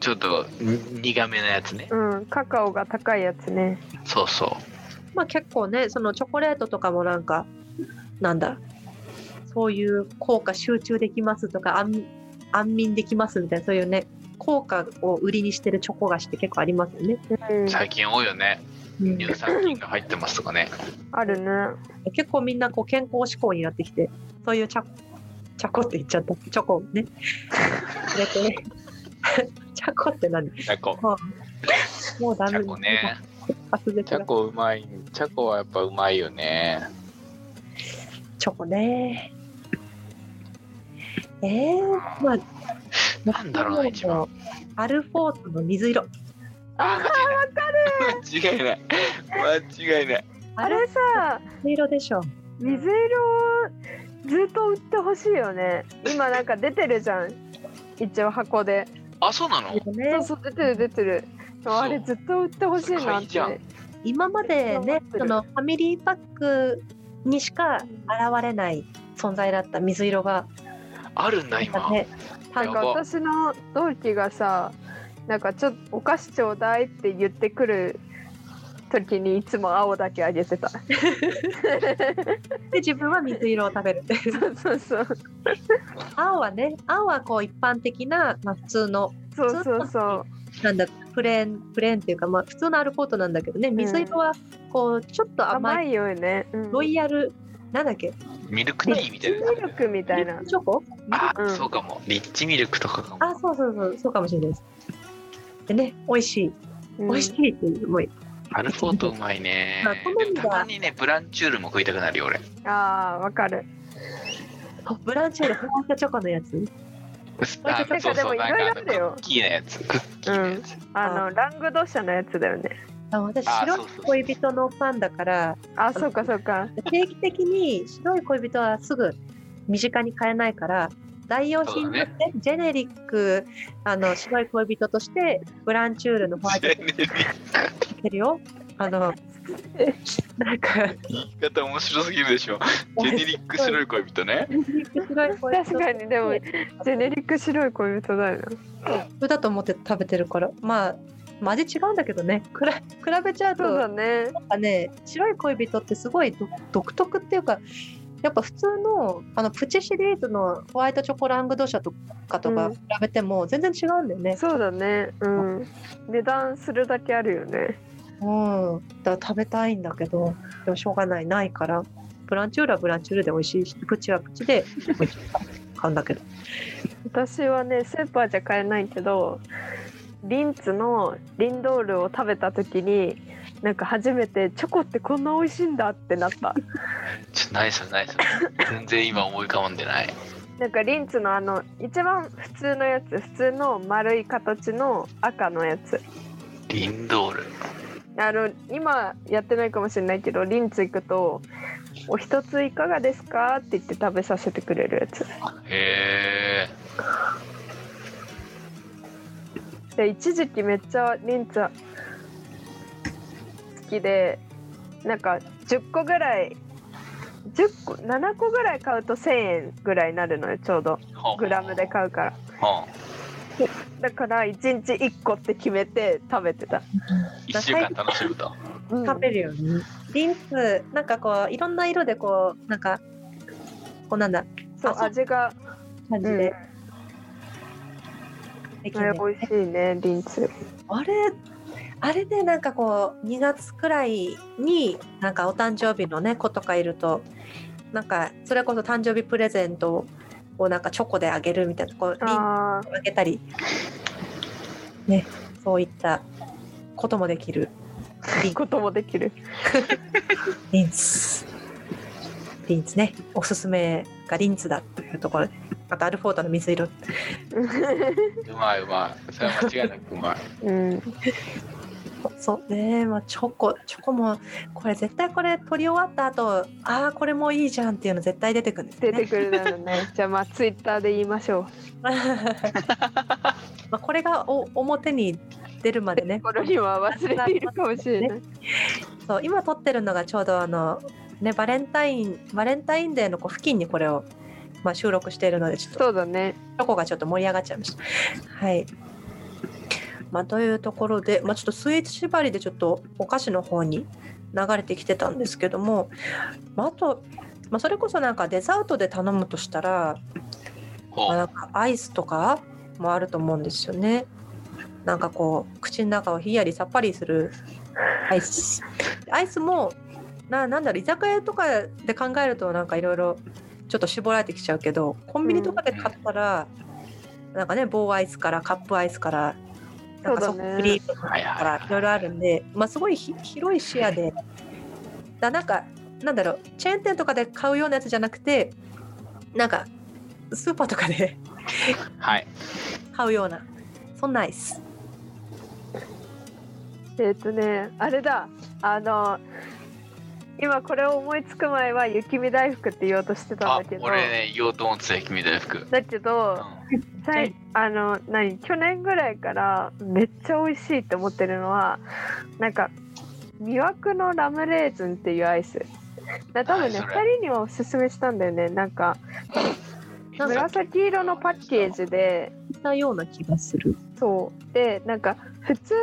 [SPEAKER 3] ちょっとに苦めなやつね
[SPEAKER 2] あうんカカオが高いやつね
[SPEAKER 3] そうそう
[SPEAKER 1] まあ結構ねそのチョコレートとかもなんかなんだそういう効果集中できますとか安安眠できますみたいなそういうね効果を売りにしてるチョコ菓子って結構ありますよね。
[SPEAKER 2] うん
[SPEAKER 3] 最近多いよね
[SPEAKER 1] うん
[SPEAKER 3] 乳酸菌が入ってますとかね
[SPEAKER 2] あるね
[SPEAKER 1] 結構みんなこう健康志向になってきてそういうチャチャコって言っちゃったチョコ ねえっとね チャコって何
[SPEAKER 3] チャコ
[SPEAKER 1] もうダ
[SPEAKER 3] チ
[SPEAKER 1] メ
[SPEAKER 3] ャコね
[SPEAKER 1] 滑舌
[SPEAKER 3] チ
[SPEAKER 1] が
[SPEAKER 3] ャコうまいチャコはやっぱうまいよね
[SPEAKER 1] チョコねえー、まあ
[SPEAKER 3] なんだろうな一番
[SPEAKER 1] アルフォートの水色
[SPEAKER 3] あー間違いない間違いない間違いない
[SPEAKER 2] あれさ
[SPEAKER 1] 水色でしょ
[SPEAKER 2] 水色をずっと売ってほしいよね今なんか出てるじゃん一応箱で
[SPEAKER 3] あそうなの
[SPEAKER 1] 水色ね
[SPEAKER 2] そうそう出てる出てる
[SPEAKER 3] そう
[SPEAKER 2] あれずっと売ってほしいな
[SPEAKER 3] 買
[SPEAKER 2] っ
[SPEAKER 3] いじゃん
[SPEAKER 2] て
[SPEAKER 1] 今までねそのファミリーパックにしか現れない存在だった水色が
[SPEAKER 3] あるんだ今、
[SPEAKER 1] ね
[SPEAKER 2] な
[SPEAKER 1] 単
[SPEAKER 2] ん
[SPEAKER 1] 価
[SPEAKER 2] か
[SPEAKER 3] やば
[SPEAKER 2] 私の同期がさなんかちょっとお菓子ちょうだいって言ってくる時にいつも青だけあげてた
[SPEAKER 1] で自分は水色を食べるっていう
[SPEAKER 2] そうそうそう
[SPEAKER 1] 青はね青はこう一般的な、まあ、普通の
[SPEAKER 2] そうそうそう
[SPEAKER 1] なんだプレーンプレーンっていうか、まあ、普通のアルコートなんだけどね水色はこうちょっと甘い、
[SPEAKER 2] 甘いよね、うん、
[SPEAKER 1] ロイヤルなんだっけ
[SPEAKER 3] ミルクティーみたいな
[SPEAKER 2] リッチミルクみたいな
[SPEAKER 1] チョコ
[SPEAKER 3] あ、
[SPEAKER 2] うん
[SPEAKER 3] そうかもリッチミルクとかかも
[SPEAKER 1] あそうそうそうそうかもしれないですでね美味しい美味しいっていう、もう
[SPEAKER 3] アルフォートうまいね
[SPEAKER 1] まあ好みが
[SPEAKER 3] でもたまにねブランチュールも食いたくなるよ俺
[SPEAKER 2] うんあーわかる
[SPEAKER 1] ブランチェールホワイトチョコのやつ
[SPEAKER 2] て
[SPEAKER 3] あ
[SPEAKER 2] か
[SPEAKER 3] そう
[SPEAKER 2] で
[SPEAKER 3] そ
[SPEAKER 2] も
[SPEAKER 3] う
[SPEAKER 2] いろ
[SPEAKER 3] ない
[SPEAKER 2] ろ
[SPEAKER 3] ん
[SPEAKER 2] あ
[SPEAKER 3] かあのク
[SPEAKER 2] るよ
[SPEAKER 3] ッキーなやつクッキーなや つ、
[SPEAKER 2] あのラングド社のやつだよね
[SPEAKER 1] あ私
[SPEAKER 3] あ
[SPEAKER 1] 白い
[SPEAKER 3] そうそうそう
[SPEAKER 1] 恋人のファンだから
[SPEAKER 2] あそうかそうか
[SPEAKER 1] 定期的に白い恋人はすぐ身近に買えないから代用品として、ジェネリックあの白い恋人としてブランチュールのホワイトチョコ
[SPEAKER 3] ジェネリッ
[SPEAKER 1] いけるよ。あの、なん か、
[SPEAKER 3] クやったら面白すぎる でしょジェネリック白い恋人ね
[SPEAKER 2] 確かにでも
[SPEAKER 1] ジ
[SPEAKER 2] ジェネリック白い恋人だよ
[SPEAKER 1] 普だと思って食べてるから、まあ、まあ味違うんだけどね、くら比べちゃうと、
[SPEAKER 2] そう
[SPEAKER 1] な
[SPEAKER 2] だ
[SPEAKER 1] ん
[SPEAKER 2] ね
[SPEAKER 1] かね、白い恋人ってすごい独独特っていうか、やっぱ普通のあのプチシリーズのホワイトチョコラングドシャとかとか
[SPEAKER 2] うん
[SPEAKER 1] 比べても全然違うんだよね。
[SPEAKER 2] そうだねうん値段するだけあるよね
[SPEAKER 1] うん、だから食べたいんだけどでもしょうがないないからブランチュールはブランチュールで美味しいしプチはプチで美味しい買うんだけど
[SPEAKER 2] 私はねスーパーじゃ買えないけどリンツのリンドールを食べた時になんか初めてチョコってこんな美味しいんだってなった
[SPEAKER 3] ちょっとないそれないそれ全然今思い浮かばんでない
[SPEAKER 2] なんかリンツのあの一番普通のやつ普通の丸い形の赤のやつ
[SPEAKER 3] リンドール
[SPEAKER 2] あの今やってないかもしれないけどリンツ行くと「お一ついかがですか?」って言って食べさせてくれるやつ
[SPEAKER 3] へえ
[SPEAKER 2] で一時期めっちゃリンツきでなんか10個ぐらい10個7個ぐらい買うと1,000円ぐらいになるのよちょうど
[SPEAKER 3] ほう
[SPEAKER 2] グラムで買うから
[SPEAKER 3] ほう
[SPEAKER 2] だから1日1個って決めて食べてた、
[SPEAKER 3] 一週間楽しむと
[SPEAKER 2] うん
[SPEAKER 1] 食べるよね。リンスなんかこういろんな色でこうなんかこうなんだ
[SPEAKER 2] そう
[SPEAKER 1] あそう
[SPEAKER 2] 味が、
[SPEAKER 1] 感じ
[SPEAKER 2] うん、
[SPEAKER 1] で
[SPEAKER 2] あ
[SPEAKER 1] でき
[SPEAKER 2] れ
[SPEAKER 1] る、
[SPEAKER 2] 美味しいねリンツ
[SPEAKER 1] あれあれでなんかこう2月くらいになんかお誕生日のね子とかいるとなんかそれこそ誕生日プレゼントをなんかチョコであげるみたいなこうリンス
[SPEAKER 2] あ
[SPEAKER 1] あげたりねそういったこともできるリ
[SPEAKER 2] ー
[SPEAKER 1] ン
[SPEAKER 2] こともでき る
[SPEAKER 1] リンツ。リンツね。おすすめがリンツだというところで。あとアルフォートの水色。
[SPEAKER 3] うまいうまいそれは間違いなくうまい
[SPEAKER 2] うん
[SPEAKER 1] そうね。まあチョコ、チョコも、これ絶対これ取り終わった後、ああ、これもいいじゃんっていうの絶対出てくるんですね。
[SPEAKER 2] 出てくるだろうねじゃあまあツイッターで言いまし ょ
[SPEAKER 1] まあこれがお表に出るまで
[SPEAKER 2] う
[SPEAKER 1] ね。
[SPEAKER 2] 頃には忘れているかもしれない、
[SPEAKER 1] そう今撮ってるのがちょうどあの、ね、バレンタイン、バレンタインデーのこう付近にこれを、まあ、収録しているので、ちょっと
[SPEAKER 2] そうだね
[SPEAKER 1] チョコがちょっと盛り上がっちゃいました。はい。まあ、というところで、まあ、ちょっとスイーツ縛りでちょっとお菓子の方に流れてきてたんですけども、まあ、あと、まあ、それこそなんかデザートで頼むとしたら、ま
[SPEAKER 3] ほ
[SPEAKER 1] あ、
[SPEAKER 3] う
[SPEAKER 1] なんかアイスとかもあると思うんですよね。なんかこう口の中をひんやりさっぱりするアイス。アイスもななんだろう居酒屋とかで考えるとなんかいろいろちょっと絞られてきちゃうけどコンビニとかで買ったら、なんかね棒アイスからカップアイスからなんかソ
[SPEAKER 2] そう
[SPEAKER 1] フ
[SPEAKER 2] だね
[SPEAKER 1] トクリームか
[SPEAKER 3] はいはい
[SPEAKER 1] らいろいろあるんで、まあ、すごいひ広い視野でだなんかなんだろうチェーン店とかで買うようなやつじゃなくてなんかスーパーとかで
[SPEAKER 3] はい
[SPEAKER 1] 買うようなそんなアイス
[SPEAKER 2] えっ、とねあれだあの今これを思いつく前は雪見大福って言おうとしてた
[SPEAKER 3] あ
[SPEAKER 2] んだけど
[SPEAKER 3] 俺ね言おうと思ってたよ君大福
[SPEAKER 2] だけどさいあの何去年ぐらいからめっちゃ美味しいって思ってるのはなんか魅惑のラムレーズンっていうアイスだ多分ね
[SPEAKER 3] はいそ
[SPEAKER 2] 2
[SPEAKER 3] れ
[SPEAKER 2] 人にはおすすめしたんだよねなんか
[SPEAKER 1] なんか
[SPEAKER 2] 紫色のパッケージで
[SPEAKER 1] なような気がする
[SPEAKER 2] そうでなんか普通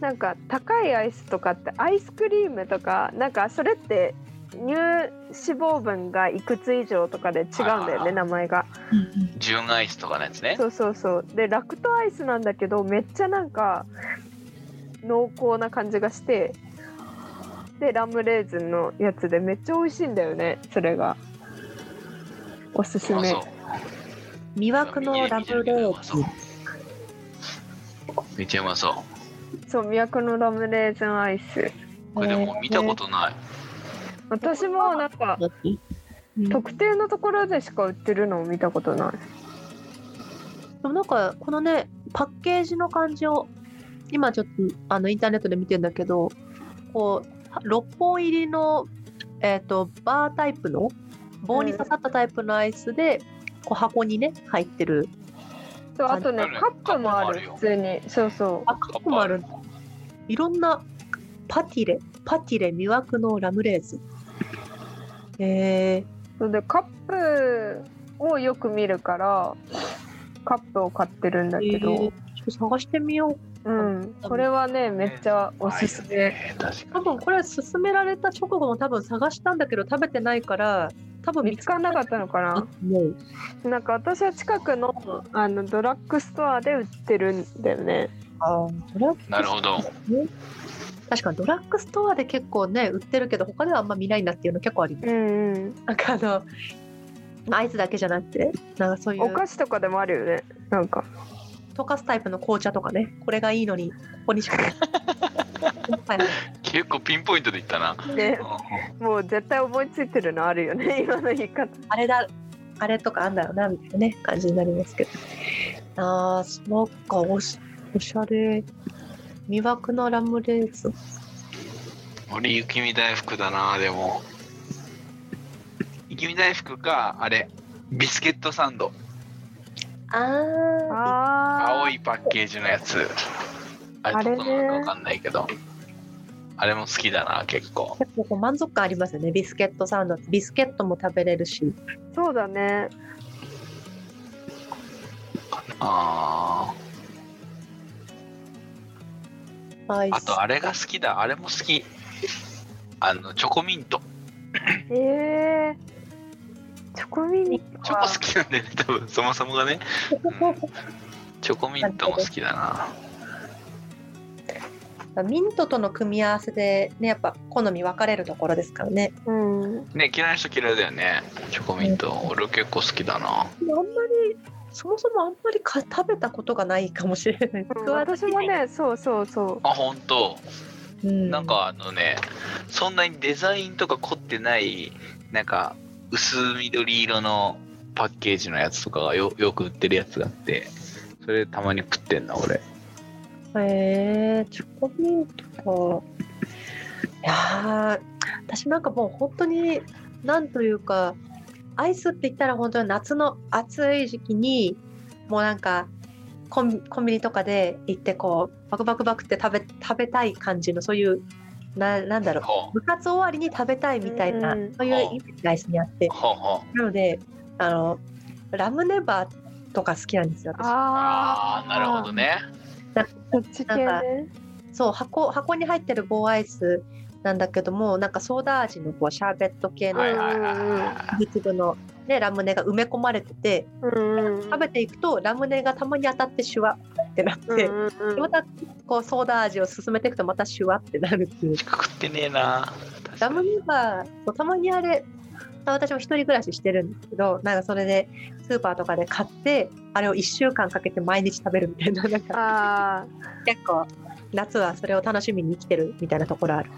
[SPEAKER 2] なんか高いアイスとかってアイスクリームとかなんかそれって乳脂肪分がいくつ以上とかで違うんだよ
[SPEAKER 3] あ
[SPEAKER 2] ね
[SPEAKER 3] ー
[SPEAKER 2] 名前が
[SPEAKER 3] 純アイスとかのやつね
[SPEAKER 2] そうそうそうでラクトアイスなんだけどめっちゃなんか濃厚な感じがしてでラムレーズンのやつでめっちゃ美味しいんだよねそれがおすす
[SPEAKER 3] あ
[SPEAKER 2] め
[SPEAKER 3] そう
[SPEAKER 1] 魅惑のラブレーズン
[SPEAKER 3] めっちゃうまそう
[SPEAKER 2] そう魅惑のラムレーズンアイス
[SPEAKER 3] これでも見たことない、
[SPEAKER 2] 私もなんか
[SPEAKER 1] だってうん
[SPEAKER 2] 特定のところでしか売ってるのを見たことない
[SPEAKER 1] でもなんかこのねパッケージの感じを今ちょっとあのインターネットで見てんだけどこう6本入りの、えー、とバータイプの棒に刺さったタイプのアイスで、こう箱にね入ってる
[SPEAKER 2] そうあとね
[SPEAKER 3] ある
[SPEAKER 2] カップもあ
[SPEAKER 3] カップもある
[SPEAKER 2] る
[SPEAKER 3] よ
[SPEAKER 2] 普通にそうそ
[SPEAKER 1] あカップもあるいろんなパティレパティレ魅惑のラムレーズンえ
[SPEAKER 2] うそれでカップをよく見るからカップを買ってるんだ
[SPEAKER 1] ー、
[SPEAKER 2] けど、
[SPEAKER 1] えーちょっと探してみよう
[SPEAKER 2] うん、これはねめっちゃおすす
[SPEAKER 3] うまいよ
[SPEAKER 2] め。
[SPEAKER 3] ね確
[SPEAKER 1] 多
[SPEAKER 3] かに
[SPEAKER 1] 分これ勧められた直後も多分探したんだけど食べてないから多分
[SPEAKER 2] 見つからなかったのか
[SPEAKER 1] あ
[SPEAKER 2] な。
[SPEAKER 1] もう
[SPEAKER 2] なんか私は近くのあのドラッグストアで売ってるんだよね。
[SPEAKER 1] あードラッグストア
[SPEAKER 3] なるほど
[SPEAKER 1] 確かにドラッグストアで結構ね売ってるけど他ではあんま見ないなっていうの結構あります
[SPEAKER 2] うんうん。
[SPEAKER 1] なんかあのアイスだけじゃなくてなんかそうい
[SPEAKER 2] お
[SPEAKER 1] う
[SPEAKER 2] 菓子とかでもあるよね。なんか
[SPEAKER 1] 溶かすタイプの紅茶とかねこれがいいのにここにしかないはい
[SPEAKER 3] 結構ピンポイントでいっ たな
[SPEAKER 2] ね
[SPEAKER 3] うん
[SPEAKER 2] もう絶対思いついてるのあるよね 今の言い方。
[SPEAKER 1] あれだあれとかあんだよなみたいなね感じになりますけどあーそっかおしおしゃれ魅惑のラムレーズン
[SPEAKER 3] 俺雪見大福だなでも雪見大福かあれビスケットサンド
[SPEAKER 1] あ
[SPEAKER 2] ああ。
[SPEAKER 3] 青いパッケージのやつあれ
[SPEAKER 2] あれね
[SPEAKER 3] どこなのかわかんないけどあれも好きだな結構
[SPEAKER 1] 結構こう満足感ありますよねビスケットサンドってビスケットも食べれるし
[SPEAKER 2] そうだね
[SPEAKER 3] あー
[SPEAKER 1] アイ
[SPEAKER 3] あ
[SPEAKER 1] ス
[SPEAKER 3] とあれが好きだあれも好きあのチョコミント
[SPEAKER 2] ええチョコミン
[SPEAKER 3] チ
[SPEAKER 2] ト
[SPEAKER 3] ョ
[SPEAKER 2] は
[SPEAKER 3] コ好きなんだよね多分そもそもがね、うんチョコミントも好きだな
[SPEAKER 1] ミントとの組み合わせでねやっぱ好み分かれるところですからね
[SPEAKER 2] うん
[SPEAKER 3] ね嫌いな人嫌いだよねチョコミント俺結構好きだな
[SPEAKER 1] あんまりそもそもあんまりか食べたことがないかもしれない、
[SPEAKER 2] うん私もねそうそうそ
[SPEAKER 3] あ本当
[SPEAKER 1] うん
[SPEAKER 3] なんかあのねそんなにデザインとか凝ってないなんか薄緑色のパッケージのやつとかがよよく売ってるやつがあってそれたまに食ってんな俺
[SPEAKER 1] へえチョコミントか。いやー私なんかもう本当になんというかアイスって言ったら本当に夏の暑い時期にもうなんかコンコンビニとかで行ってこうバクバクバクって食べ食べたい感じのそういうななんだろう
[SPEAKER 3] ほ
[SPEAKER 1] 部活終わりに食べたいみたいな、
[SPEAKER 2] うん
[SPEAKER 1] そういうイメージがアイスにあって
[SPEAKER 3] うほうほう
[SPEAKER 1] なのであのラムネバーとか好きなんですよ
[SPEAKER 2] う
[SPEAKER 1] 私。
[SPEAKER 2] あ
[SPEAKER 3] あ
[SPEAKER 2] あ
[SPEAKER 3] あなるほどね
[SPEAKER 2] そっち系
[SPEAKER 1] なんか
[SPEAKER 2] ね
[SPEAKER 1] そう箱箱に入ってる棒アイスなんだけどもなんかソーダ味のこうシャーベット系の
[SPEAKER 3] はいはいはいはいは
[SPEAKER 1] 粒々の、ね、ラムネが埋め込まれてて
[SPEAKER 2] うん
[SPEAKER 1] 食べていくとラムネがたまに当たってシュワってなって、
[SPEAKER 2] うんうんうん
[SPEAKER 1] またこうソーダ味を進めていくとまたシュワってなるっていう
[SPEAKER 3] い食ってねえな確か
[SPEAKER 1] ラ
[SPEAKER 3] に
[SPEAKER 1] ムネバーそうたまにあれ私も一人暮らししてるんですけどなんかそれでスーパーとかで買ってあれを1週間かけて毎日食べるみたいななん か
[SPEAKER 2] ああ
[SPEAKER 1] 結構夏はそれを楽しみに生きてるみたいなところある。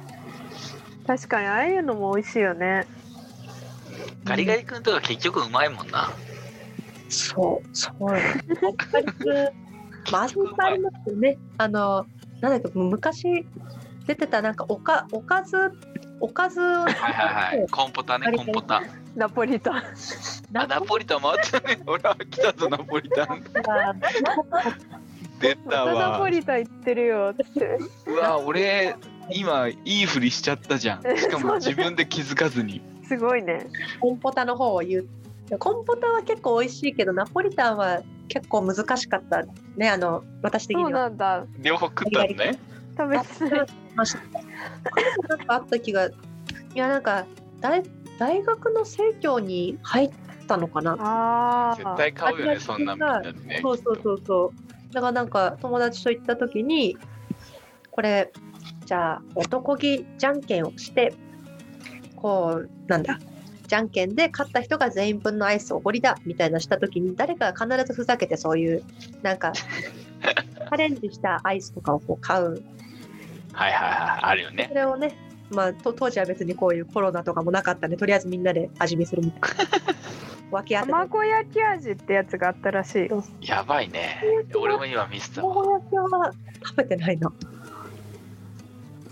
[SPEAKER 2] 確かにああいうのも美味しいよね
[SPEAKER 3] ガリガリ君とか結局うまいもんな
[SPEAKER 1] そう、 そう。ガリガリ君まあ、あそこありますよね。あの、なんだっけ、昔出てたなんかおか、おかず、おかず、
[SPEAKER 3] はいはいはいコンポタねコンポタ
[SPEAKER 2] ナポリタン
[SPEAKER 3] あ
[SPEAKER 1] なん
[SPEAKER 3] ナ
[SPEAKER 1] か
[SPEAKER 3] ポリタンもあったね俺は来たぞナポリタン出た
[SPEAKER 2] またナ
[SPEAKER 3] わ
[SPEAKER 2] ポリタン行ってるよって
[SPEAKER 3] うわ俺今いいふりしちゃったじゃ んしかも自分で気づかずに
[SPEAKER 2] すごいね
[SPEAKER 1] コンポタの方を言う。コンポタは結構美味しいけど、ナポリタンは結構難しかったね、あの、私的
[SPEAKER 2] そう
[SPEAKER 1] には。
[SPEAKER 2] なんだ
[SPEAKER 3] 両方食ったの
[SPEAKER 1] ガリガ
[SPEAKER 3] ね
[SPEAKER 2] 食べてない
[SPEAKER 1] ましたなんかあった気が、いや、なんか、大、大学の生協に入ったのかな。
[SPEAKER 2] あ
[SPEAKER 3] 絶
[SPEAKER 2] あ
[SPEAKER 3] 対買うよねそんなみんなでね
[SPEAKER 1] そうそうそうそう。だからなんか友達と行った時にこれじゃあ男気じゃんけんをしてこうなんだじゃんけんで勝った人が全員分のアイスおごりだみたいなした時に誰かが必ずふざけてそういうなんかチャレンジしたアイスとかをこう買う
[SPEAKER 3] はいはいはいあるよね
[SPEAKER 1] それをねまあ、と当時は別にこういうコロナとかもなかったんでとりあえずみんなで味見するみたいな分け合って
[SPEAKER 2] 卵焼き味ってやつがあったらしい
[SPEAKER 3] やばいね俺も今見せたわ
[SPEAKER 1] 卵焼きは食べてないの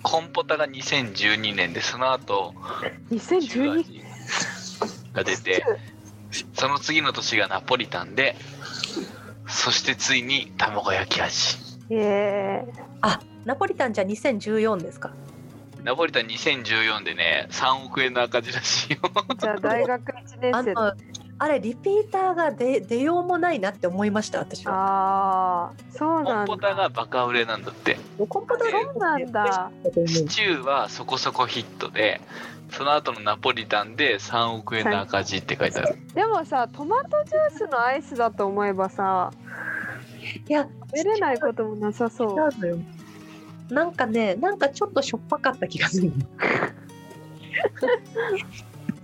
[SPEAKER 3] コンポタが2012年でその後中
[SPEAKER 2] 2012
[SPEAKER 3] 味が出てその次の年がナポリタンでそしてついに卵焼き味
[SPEAKER 2] えー
[SPEAKER 1] あナポリタンじゃ2014ですか。
[SPEAKER 3] ナポリタン2014でね3億円の赤字らしいよ
[SPEAKER 2] じゃあ大学1年
[SPEAKER 1] あ
[SPEAKER 2] 生
[SPEAKER 1] のあれリピーターが出出ようもないなって思いました私は。
[SPEAKER 2] ああそう
[SPEAKER 3] コ
[SPEAKER 2] な
[SPEAKER 3] ン
[SPEAKER 2] ん
[SPEAKER 3] ポタ
[SPEAKER 2] だ
[SPEAKER 3] がバカ売れなんだって
[SPEAKER 1] コンポタロ
[SPEAKER 2] そうなんだ
[SPEAKER 3] シチューはそこそこヒットでその後のナポリタンで3億円の赤字って書いてある
[SPEAKER 2] でもさトマトジュースのアイスだと思えばさ
[SPEAKER 1] いや
[SPEAKER 2] 食べれないこともなさそう
[SPEAKER 1] なのよ。なんかねなんかちょっとしょっぱかった気がす る。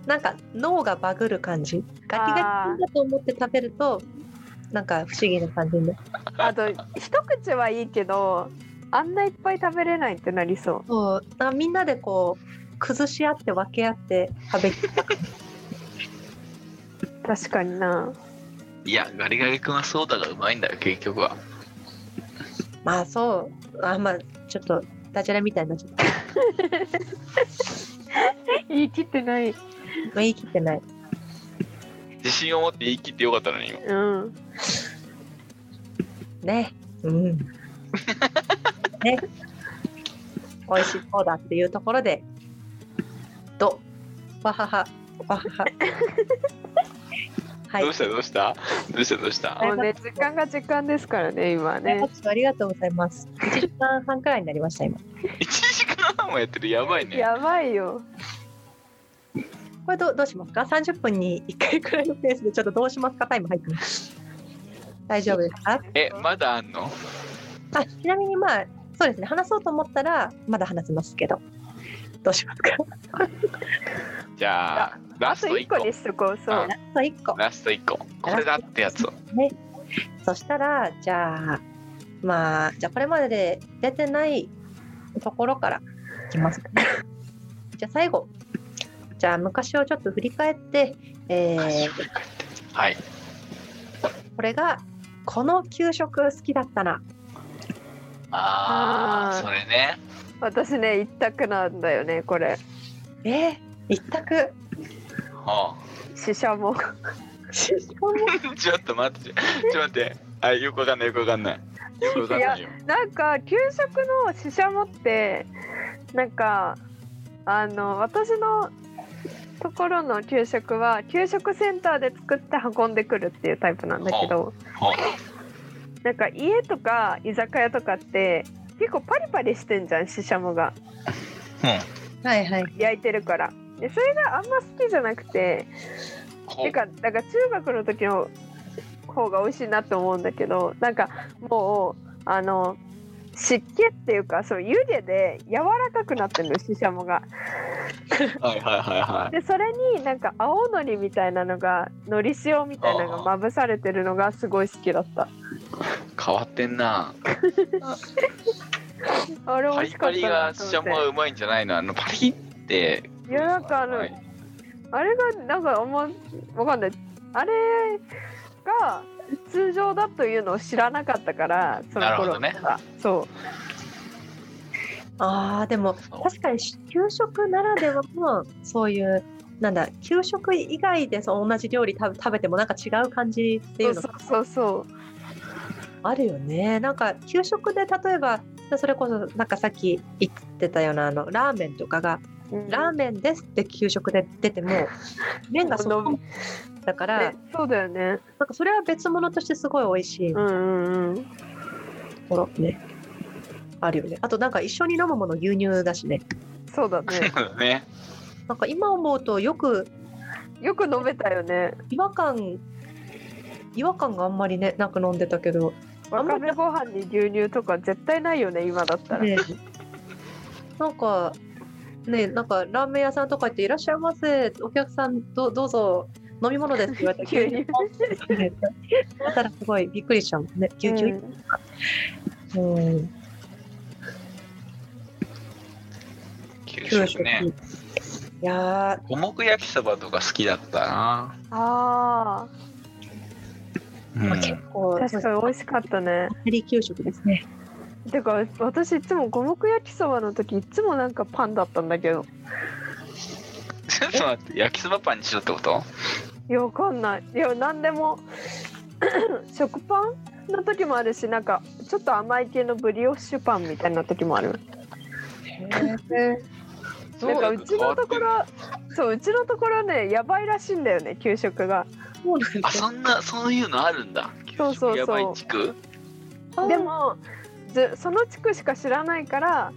[SPEAKER 1] なんか脳がバグる感じ。ガリガリだと思って食べるとなんか不思議な感じね。
[SPEAKER 2] あと一口はいいけどあんないっぱい食べれないってなりそう
[SPEAKER 1] そうあみんなでこう崩し合って分け合って食べきった感じ。
[SPEAKER 2] 確かにない
[SPEAKER 3] やガリガリ君はソーダがうまいんだよ結局は
[SPEAKER 1] まあそうあまあちょっとダジャレみたいになっちゃった。
[SPEAKER 2] 言い切ってない
[SPEAKER 1] 言い切ってない。
[SPEAKER 3] 自信を持って言い切ってよかったのに
[SPEAKER 2] うん
[SPEAKER 1] ね。うん。ね。美味しそうだっていうところで「ど」「わはは」「わはは」はい
[SPEAKER 3] どうしたどうしたどうしたどうした
[SPEAKER 2] もうね、時間が時間ですからね、今はね
[SPEAKER 1] ご。視聴ありがとうございます1時間半くらいになりました今
[SPEAKER 3] 1時間半もやってるやばいね
[SPEAKER 2] やばいよ。
[SPEAKER 1] これどうどうしますか30分に1回くらいのペースでちょっとどうしますかタイム入ってます大丈夫ですか
[SPEAKER 3] えまだあんの
[SPEAKER 1] あちなみにまあそうですね話そうと思ったらまだ話せますけどどうしますか
[SPEAKER 3] じゃあ
[SPEAKER 2] あ
[SPEAKER 3] ラス
[SPEAKER 2] と
[SPEAKER 3] ト
[SPEAKER 2] 1
[SPEAKER 3] 1個。
[SPEAKER 2] 個にしとこう、そううん
[SPEAKER 1] あと1個
[SPEAKER 3] ラスト1個これだってやつを
[SPEAKER 1] そしたらじゃあまあじゃあこれまでで出てないところからいき ますかねじゃあ最後じゃあ昔をちょっと振り返って、えー
[SPEAKER 3] はい
[SPEAKER 1] これがこの給食好きだったな
[SPEAKER 3] ああ
[SPEAKER 2] あー
[SPEAKER 3] それね
[SPEAKER 2] 私ね、一択なんだよね、これ。
[SPEAKER 1] えー、一択
[SPEAKER 3] ほ
[SPEAKER 2] 死者も。
[SPEAKER 3] うちょっと待ってちょっと待ってあよくわかんないよくわかんないよくわかんないよ
[SPEAKER 2] なんか給食のししゃもってなんかあの私のところの給食は給食センターで作って運んでくるっていうタイプなんだけど
[SPEAKER 3] ほう
[SPEAKER 2] なんか家とか居酒屋とかって結構パリパリしてんじゃんししゃもが
[SPEAKER 3] う
[SPEAKER 1] はいはい
[SPEAKER 2] 焼いてるからでそれがあんま好きじゃなくて
[SPEAKER 3] んほう
[SPEAKER 2] てかなんか中学の時の方が美味しいなと思うんだけどなんかもうあの湿気っていうかそう湯気で柔らかくなってるのししゃもが。
[SPEAKER 3] はいはいはいはい
[SPEAKER 2] でそれになんか青のりみたいなのがのり塩みたいなのがまぶされてるのがすごい好きだった。
[SPEAKER 3] 変わってんな
[SPEAKER 2] あれ美
[SPEAKER 3] パ
[SPEAKER 2] 味
[SPEAKER 3] リ
[SPEAKER 2] しか
[SPEAKER 3] パ
[SPEAKER 2] った
[SPEAKER 3] リ
[SPEAKER 2] な
[SPEAKER 3] が
[SPEAKER 2] と
[SPEAKER 3] し
[SPEAKER 2] 思
[SPEAKER 3] ゃ
[SPEAKER 2] って
[SPEAKER 3] もはうまいんじゃないのあのパリって
[SPEAKER 2] いやなんかあの
[SPEAKER 3] はい
[SPEAKER 2] あれがなんかあんまわかんないあれが通常だというのを知らなかったからその頃
[SPEAKER 3] なるほ
[SPEAKER 2] はそう
[SPEAKER 1] あーでも
[SPEAKER 3] そう
[SPEAKER 1] 確かに給食ならではのそういうなんだ給食以外でそう同じ料理食べ食べてもなんか違う感じっていうの
[SPEAKER 2] そうそうそうそう
[SPEAKER 1] あるよねなんか給食で例えばそれこそなんかさっき言ってたようなあのラーメンとかが
[SPEAKER 2] うん
[SPEAKER 1] ラーメンですって給食で出 ても麺がそ
[SPEAKER 2] もう
[SPEAKER 1] こ
[SPEAKER 2] 飲
[SPEAKER 1] だから
[SPEAKER 2] えそうだよね
[SPEAKER 1] なんかそれは別物としてすごい美味しいと
[SPEAKER 2] うんうんうん
[SPEAKER 1] ころね、あるよねあとなんか一緒に飲むもの牛乳だしね
[SPEAKER 2] そうだ ね
[SPEAKER 3] そうだね
[SPEAKER 1] なんか今思うとよく
[SPEAKER 2] よく飲めたよね
[SPEAKER 1] 違和感違和感があんまりねなく飲んでたけど、あ
[SPEAKER 2] わ
[SPEAKER 1] んま
[SPEAKER 2] か
[SPEAKER 1] り
[SPEAKER 2] めご飯に牛乳とか絶対ないよね今だったら、
[SPEAKER 1] ね、なんかねなんかラーメン屋さんとか行って「いらっしゃいませお客さんどどうぞ飲み物です」って言わ れて
[SPEAKER 2] 牛乳
[SPEAKER 1] ねだったらすごいびっくりしちゃうもんね牛乳、
[SPEAKER 2] うん
[SPEAKER 1] うん、
[SPEAKER 3] 給
[SPEAKER 1] 給
[SPEAKER 3] 食
[SPEAKER 1] 食
[SPEAKER 3] ね
[SPEAKER 1] いや
[SPEAKER 3] 五目焼きそばとか好きだったな、
[SPEAKER 2] あ
[SPEAKER 3] う
[SPEAKER 1] ー、まあ、
[SPEAKER 3] ん
[SPEAKER 1] 結構
[SPEAKER 2] あ確かに美味しかったね
[SPEAKER 1] ヘリ給食ですね
[SPEAKER 2] てか私いつも五目焼きそばの時いつもなんかパンだったんだけど
[SPEAKER 3] ちょっと待って焼きそばパンにしろってこと
[SPEAKER 2] いやわかんないいや何でも 食パンの時もあるしなんかちょっと甘い系のブリオッシュパンみたいな時もあるなんかうちのところそううちのところねやばいらしいんだよね給食が
[SPEAKER 1] そうなん
[SPEAKER 3] あ
[SPEAKER 1] だ
[SPEAKER 3] そんなそういうのあるんだ
[SPEAKER 2] そうそうそう
[SPEAKER 3] やばい地区
[SPEAKER 2] でもずその地区しか知らないから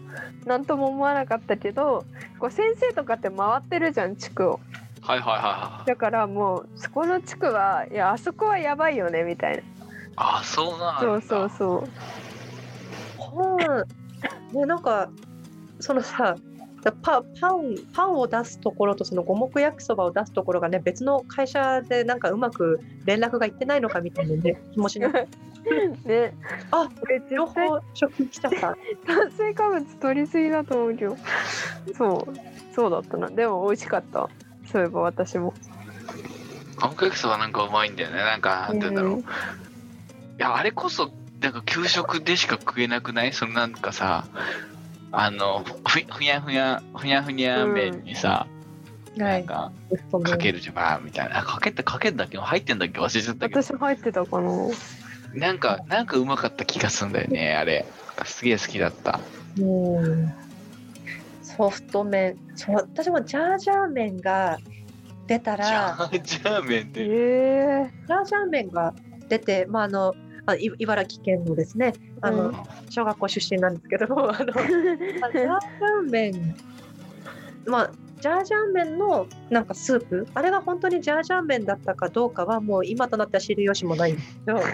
[SPEAKER 2] 何とも思わなかったけどこう先生とかって回ってるじゃん地区を
[SPEAKER 3] はいはいはいはい
[SPEAKER 2] だからもうそこの地区はいやあそこはやばいよねみたいな
[SPEAKER 3] あそうなんだ
[SPEAKER 2] そうそうそう
[SPEAKER 1] パンねなんかそのさパパンパンを出すところとその五目焼きそばを出すところがね別の会社でなんかうまく連絡がいってないのかみたいな ね気持ちになって
[SPEAKER 2] ね
[SPEAKER 1] あ
[SPEAKER 2] これ絶
[SPEAKER 1] 両
[SPEAKER 2] 対
[SPEAKER 1] 方食費来ちゃった
[SPEAKER 2] 炭水化物取りすぎだと思うけどそうそうだったなでも美味しかったそういえば私も
[SPEAKER 3] 韓国そばなんかうまいんだよねなんかなんて言うんだろう、いやあれこそなんか給食でしか食えなくないそのなんかさあのふふにゃふにゃふにゃふにゃ麺に
[SPEAKER 1] は
[SPEAKER 3] さ、ないんか
[SPEAKER 1] そうね
[SPEAKER 3] かけるじゃばーみたいなあかけってかけんだっけ入ってんだっけ忘れちゃったけど
[SPEAKER 2] 私入ってたかな
[SPEAKER 3] なんかなんかうまかった気がするんだよねあれすげえ好きだった
[SPEAKER 1] うんソフト麺そう私もジャージャー麺が出た
[SPEAKER 3] ジャ
[SPEAKER 1] ら
[SPEAKER 3] ージャー麺
[SPEAKER 2] え
[SPEAKER 3] で、
[SPEAKER 2] え
[SPEAKER 1] ジャージャー麺が出て、まあ、あのあい茨城県のですねあの、
[SPEAKER 2] うん
[SPEAKER 1] 小学校出身なんですけど あのまあジャージャー麺まあジャージャー麺のなんかスープあれが本当にジャージャー麺だったかどうかはもう今となっては知る由もないんですけど
[SPEAKER 3] ジ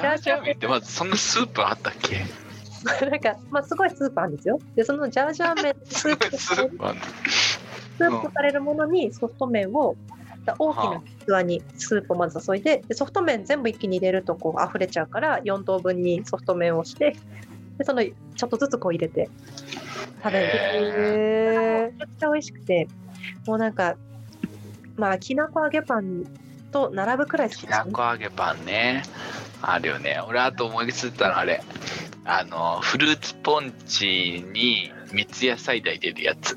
[SPEAKER 3] ャージャー麺ってまずそんなスープあったっけ
[SPEAKER 1] なんか、まあ、すごいスープあるんですよでそのジャージャー麺のス
[SPEAKER 3] ス
[SPEAKER 1] ープ
[SPEAKER 3] ープあんの
[SPEAKER 1] スープとされるものにソフト麺をだ大きな
[SPEAKER 3] は
[SPEAKER 1] 器にスープをまず注いででソフト麺全部一気に入れるとこう溢れちゃうから4等分にソフト麺をしてでそのちょっとずつこう入れて食べる め
[SPEAKER 2] え
[SPEAKER 3] へ
[SPEAKER 1] ちゃくちゃ美味しくてもうなんかまあきなこ揚げパンと並ぶくらい好き
[SPEAKER 3] き
[SPEAKER 1] です
[SPEAKER 3] なこ揚げパンねあるよね俺あと思いついたのあれあのフルーツポンチに三ツ矢サイダー入れるやつ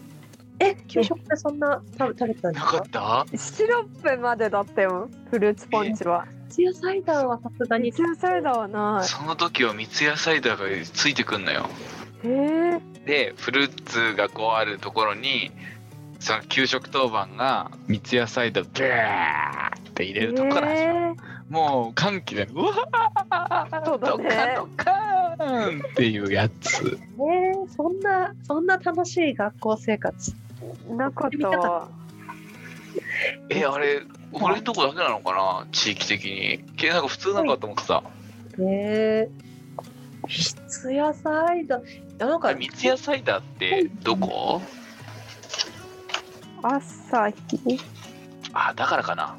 [SPEAKER 1] え給食でそんな食べ食べてたんで
[SPEAKER 3] な
[SPEAKER 1] す
[SPEAKER 3] か
[SPEAKER 1] か
[SPEAKER 3] った
[SPEAKER 2] シロップまでだったよフルーツポンチは
[SPEAKER 1] ツヤサイダーはさすがに
[SPEAKER 2] 二重サイダーはない
[SPEAKER 3] その時は三ツ矢サイダーがついてくんのよ
[SPEAKER 2] えー、
[SPEAKER 3] でフルーツがこうあるところにその給食当番が三ツ矢サイダーブワーって入れるとこから始まる、
[SPEAKER 2] え
[SPEAKER 3] もう歓喜でうわー
[SPEAKER 2] そうだね
[SPEAKER 3] ドカドカーンっていうやつ
[SPEAKER 1] ねそんなそんな楽しい学校生活
[SPEAKER 2] ーなかったわ
[SPEAKER 3] えあれ俺んとこだけなのかな地域的にけなんか普通なんかと思ってた
[SPEAKER 1] ねえ。質野菜だ。いやなんか
[SPEAKER 3] 三ツ矢サイダーってどこ
[SPEAKER 2] 朝日
[SPEAKER 3] あだからかな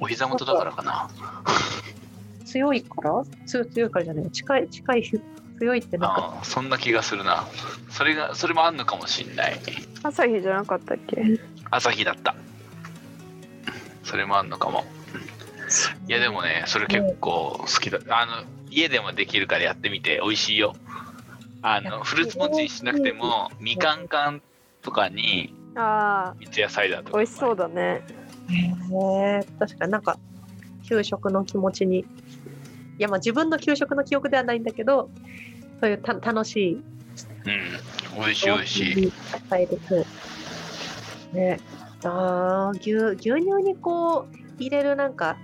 [SPEAKER 3] お膝元だからかな
[SPEAKER 1] 強いから強強いからじゃない近い近い強いってなんか
[SPEAKER 3] あーそんな気がするなそれがそれもあんのかもしんない
[SPEAKER 2] 朝日じゃなかったっけ
[SPEAKER 3] 朝日だったそれもあんのかもいやでもねそれ結構好きだあの家でもできるからやってみて美味しいよあのフルーツポンチにしなくてもみかん缶とかに
[SPEAKER 2] あ
[SPEAKER 3] 三ツ矢サイダー
[SPEAKER 2] ー
[SPEAKER 3] とか
[SPEAKER 2] 美味しそうだね
[SPEAKER 1] ねえ確かになんか給食の気持ちにいやまあ自分の給食の記憶ではないんだけどそういうた楽しい
[SPEAKER 3] うん美味しい美味しい
[SPEAKER 1] い菜です。ねあー牛牛乳にこう入れるなんか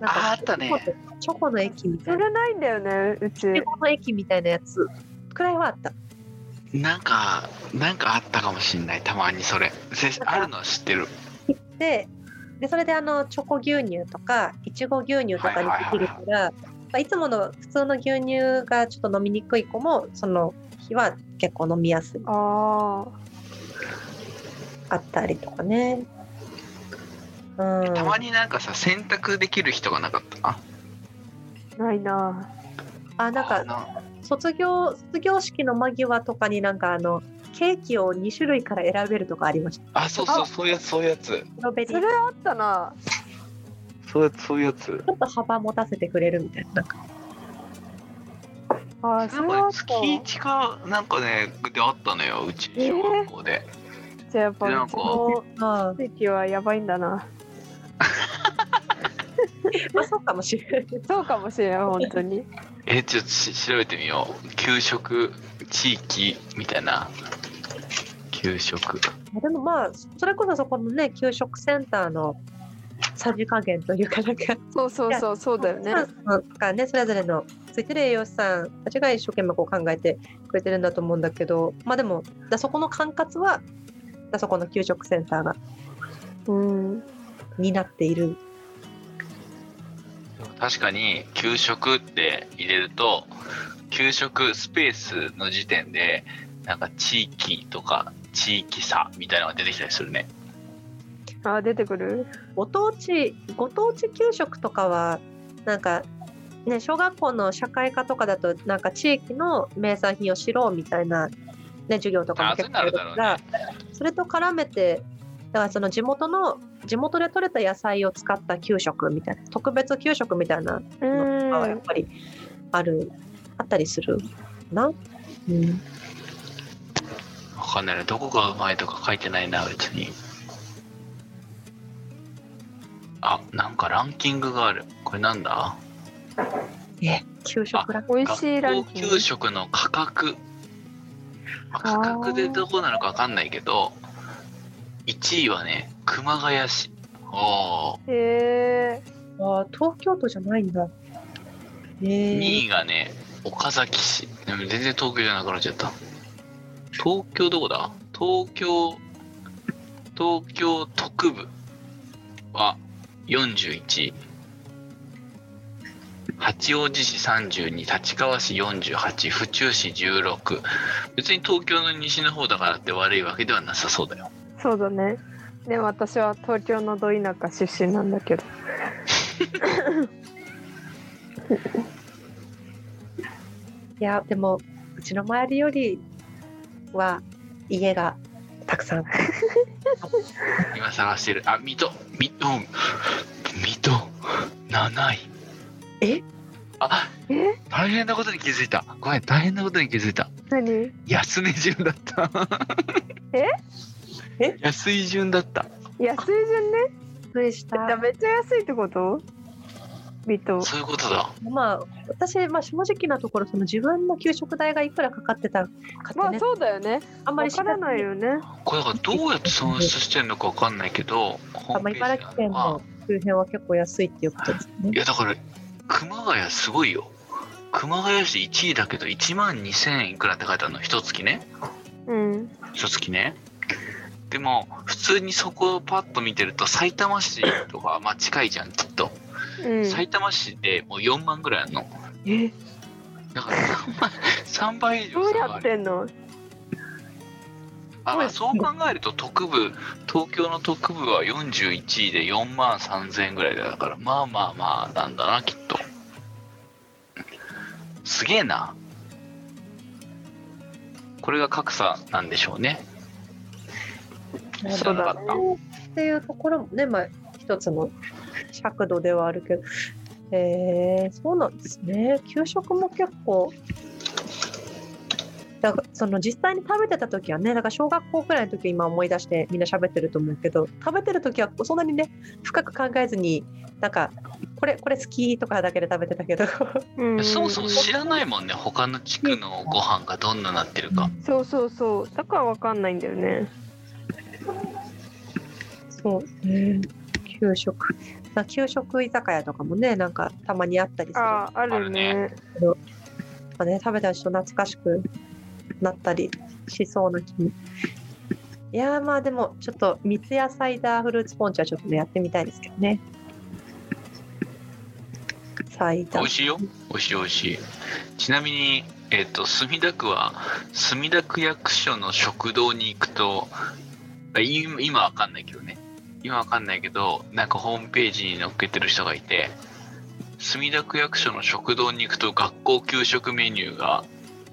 [SPEAKER 1] なん
[SPEAKER 3] あーあ
[SPEAKER 1] か
[SPEAKER 3] ったね
[SPEAKER 1] チョコの液みたい
[SPEAKER 2] そ
[SPEAKER 1] な
[SPEAKER 2] れないんだよねうち
[SPEAKER 1] チョコの液みたいなやつくらいはあった。
[SPEAKER 3] なんかなんかあったかもしんないたまにそれせあるのは知ってる
[SPEAKER 1] 行ってでそれであのチョコ牛乳とかいちご牛乳とかにできるから、まあいつもの普通の牛乳がちょっと飲みにくい子もその日は結構飲みやすい
[SPEAKER 2] あ
[SPEAKER 1] あったりとかね。うん、
[SPEAKER 3] たまになんかさ選択できる人がなかった
[SPEAKER 2] あないな
[SPEAKER 1] あなん
[SPEAKER 3] あ
[SPEAKER 1] か卒業卒業式の間際とかになんかあのケーキを2種類から選べるとかありました。
[SPEAKER 3] あそうそうそういうやつそういうやつ
[SPEAKER 1] ストロベリ
[SPEAKER 2] そ
[SPEAKER 1] ー
[SPEAKER 2] れ
[SPEAKER 1] ち
[SPEAKER 2] あったな
[SPEAKER 3] そういうやつそういうやつ
[SPEAKER 1] ょっと幅持たせてくれるみたいななんか
[SPEAKER 2] あーそれはあった
[SPEAKER 3] なんかね、月一かなんかねであったのようち
[SPEAKER 2] えー
[SPEAKER 3] 小学校で、
[SPEAKER 2] じゃあやっぱう
[SPEAKER 3] なん
[SPEAKER 2] ち
[SPEAKER 3] か
[SPEAKER 2] の
[SPEAKER 1] あ
[SPEAKER 2] 地域はやばいんだな
[SPEAKER 1] ー まあそうかもしれない。
[SPEAKER 2] そうかもしれない本当 に
[SPEAKER 3] えちょっとし調べてみよう給食地域みたいな給食
[SPEAKER 1] でもまあそれこそそこのね給食センターのさじ加減というかなんか
[SPEAKER 2] そうそうそうそうだよね
[SPEAKER 1] がねそれぞれのついてる栄養士さんたちが一生懸命こう考えてくれてるんだと思うんだけどまあでもだそこの管轄はだそこの給食センターが
[SPEAKER 2] うん
[SPEAKER 1] になっている
[SPEAKER 3] 確かに給食って入れると給食スペースの時点でなんか地域とか地域差みたいなのが出てきたりするね
[SPEAKER 2] あー出てくる
[SPEAKER 1] ご当地ご当地給食とかはなんかね小学校の社会科とかだとなんか地域の名産品を知ろうみたいな、ね、授業とかも
[SPEAKER 3] あ
[SPEAKER 1] 結構あるか
[SPEAKER 3] そうな
[SPEAKER 1] らそれと絡めてだからその地元の地元で採れた野菜を使った給食みたいな特別給食みたいな
[SPEAKER 2] う
[SPEAKER 1] のとかはやっ
[SPEAKER 2] ん
[SPEAKER 1] ぱりあるあったりするな。うん、
[SPEAKER 3] わかんないねどこがうまいとか書いてないな別にあなんかランキングがあるこれなんだ
[SPEAKER 1] え給食ラン
[SPEAKER 2] 美味しいラン
[SPEAKER 3] 学校
[SPEAKER 2] キング
[SPEAKER 3] 給食の価格まあ、価格でどこなのかわかんないけど1位はね熊谷市おー
[SPEAKER 2] へえ
[SPEAKER 1] あー東京都じゃないんだ。え
[SPEAKER 3] 2
[SPEAKER 1] ー、
[SPEAKER 3] 位がね岡崎市でも全然東京じゃなくなっちゃった東京どこだ東京東京特部は41位八王子市32立川市48府中市16別に東京の西の方だからって悪いわけではなさそうだよ
[SPEAKER 2] そうだねでも私は東京のど田舎出身なんだけど
[SPEAKER 1] いやでもうちの周りよりは家がたくさ ん。
[SPEAKER 3] 今探してるあ水戸水戸うん水戸7位
[SPEAKER 1] え
[SPEAKER 3] あ
[SPEAKER 2] え
[SPEAKER 3] 大変なことに気づいたごめん大変なことに気づいた
[SPEAKER 2] 何
[SPEAKER 3] 安値順だった
[SPEAKER 2] え
[SPEAKER 1] え
[SPEAKER 3] 安い順だった
[SPEAKER 2] 安い順ね
[SPEAKER 1] びっくりした。
[SPEAKER 2] めっちゃ安いってこと水戸
[SPEAKER 3] そういうことだ
[SPEAKER 1] まあ私、まあ、正直なところその自分の給食代がいくらかかってたか
[SPEAKER 2] ま
[SPEAKER 1] って
[SPEAKER 2] あ
[SPEAKER 1] ね、
[SPEAKER 2] そうだよね
[SPEAKER 1] あんま
[SPEAKER 2] わ
[SPEAKER 1] り知
[SPEAKER 2] からら
[SPEAKER 1] な
[SPEAKER 2] ないい
[SPEAKER 1] よ。
[SPEAKER 2] よね
[SPEAKER 3] これだからどうやって算出してんのかわかんないけど
[SPEAKER 1] あま
[SPEAKER 3] ホー
[SPEAKER 1] あ、
[SPEAKER 3] ムペー
[SPEAKER 1] 茨
[SPEAKER 3] ジ
[SPEAKER 1] 城
[SPEAKER 3] な
[SPEAKER 1] 県
[SPEAKER 3] のか
[SPEAKER 1] の周辺は結構安いっていうことですね
[SPEAKER 3] い。やだから熊谷すごいよ熊谷市1位だけど1万2000円いくらって書いてあるの一月ね
[SPEAKER 2] うん
[SPEAKER 3] 一月ねでも普通にそこをパッと見てると埼玉市とかまあ近いじゃんきっと、
[SPEAKER 2] うん
[SPEAKER 3] 埼玉市でもう4万ぐらいあるの
[SPEAKER 2] え
[SPEAKER 3] だから3倍3倍以
[SPEAKER 2] どう
[SPEAKER 3] 上差
[SPEAKER 2] や
[SPEAKER 3] があ
[SPEAKER 2] っ
[SPEAKER 3] る
[SPEAKER 2] てんの
[SPEAKER 3] あそう考えると特部東京の特部は41位で4万3000円ぐらいだからまあまあまあなんだなきっとすげえなこれが格差なんでしょうね
[SPEAKER 1] なる
[SPEAKER 3] 知
[SPEAKER 1] ほど
[SPEAKER 3] らなかった
[SPEAKER 1] っていうところもね、まあ、一つの尺度ではあるけど、えー、そうなんですね給食も結構だからその実際に食べてた時はねだから小学校くらいの時今思い出してみんな喋ってると思うけど食べてる時はそんなにね深く考えずになんかこれこれ好きとかだけで食べてたけど
[SPEAKER 2] うん
[SPEAKER 3] そもそも知らないもんね他の地区のご飯がどんななってるか
[SPEAKER 2] そうそうそうだからわかんないんだよね
[SPEAKER 1] そうね給食な給食居酒屋とかもねなんかたまにあったりする
[SPEAKER 2] あある
[SPEAKER 3] あ
[SPEAKER 2] ね
[SPEAKER 1] まあね、食べた人懐かしくなったりしそうな気も。いやーまあでもちょっと三ツ矢サイダーフルーツポンチはちょっとねやってみたいですけどね。サイダー
[SPEAKER 3] 美味。しいよ美味しい美味しいちなみにえっ、と墨田区は墨田区役所の食堂に行くとあい今わかんないけどね今わかんないけどなんかホームページに載っけてる人がいて墨田区役所の食堂に行くと学校給食メニューが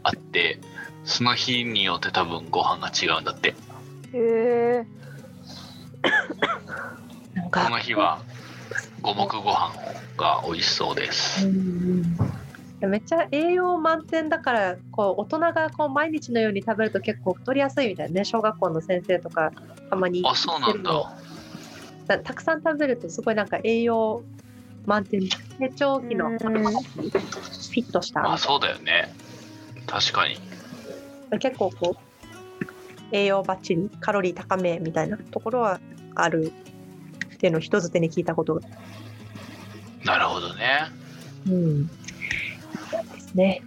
[SPEAKER 3] あってその日によって多分ご飯が違うんだって
[SPEAKER 2] へえ
[SPEAKER 1] なん
[SPEAKER 3] この
[SPEAKER 1] か
[SPEAKER 3] 日は五目ご飯が美味しそうです
[SPEAKER 1] うんめっちゃ栄養満点だからこう大人がこう毎日のように食べると結構太りやすいみたいなね小学校の先生とかたまに
[SPEAKER 3] あそうなんだ
[SPEAKER 1] たたくさん食べるとすごいなんか栄養満点成長期の
[SPEAKER 2] うん
[SPEAKER 1] フィットした
[SPEAKER 3] あそうだよね確かに
[SPEAKER 1] 結構こう栄養バッチリカロリー高めみたいなところはあるっていうのを人づてに聞いたことが、
[SPEAKER 3] なるほどね
[SPEAKER 1] うん、ですね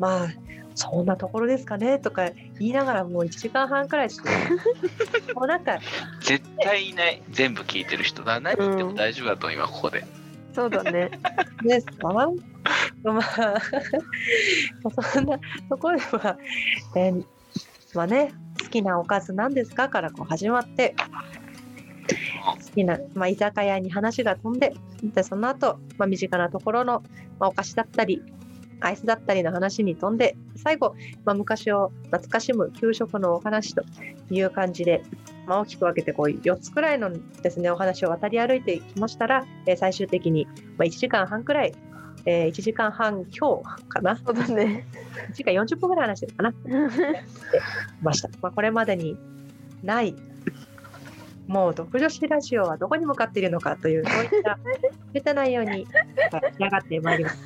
[SPEAKER 1] まあそんなところですかねとか言いながらもう1時間半くらいしてもうなんか
[SPEAKER 3] 絶対いない全部聞いてる人だ何言っても大丈夫だと思う今ここで
[SPEAKER 2] そうだね
[SPEAKER 1] ですか まあそんなところでは、えーまあね好きなおかずなんですかからこう始まって好きな、まあ、居酒屋に話が飛んででその後、まあ身近なところの、まあお菓子だったりアイスだったりの話に飛んで最後、まあ昔を懐かしむ給食のお話という感じで、まあ大きく分けてこう4つくらいのですねお話を渡り歩いてきましたら、えー最終的に、まあ1時間半くらい、え1時間半今日かな
[SPEAKER 2] そうだね
[SPEAKER 1] 1時間40分くらい話してるかなました。まあ、これまでにない、もう独女子ラジオはどこに向か っているのかという、そういった出てないようにやっぱり仕上がってまいります。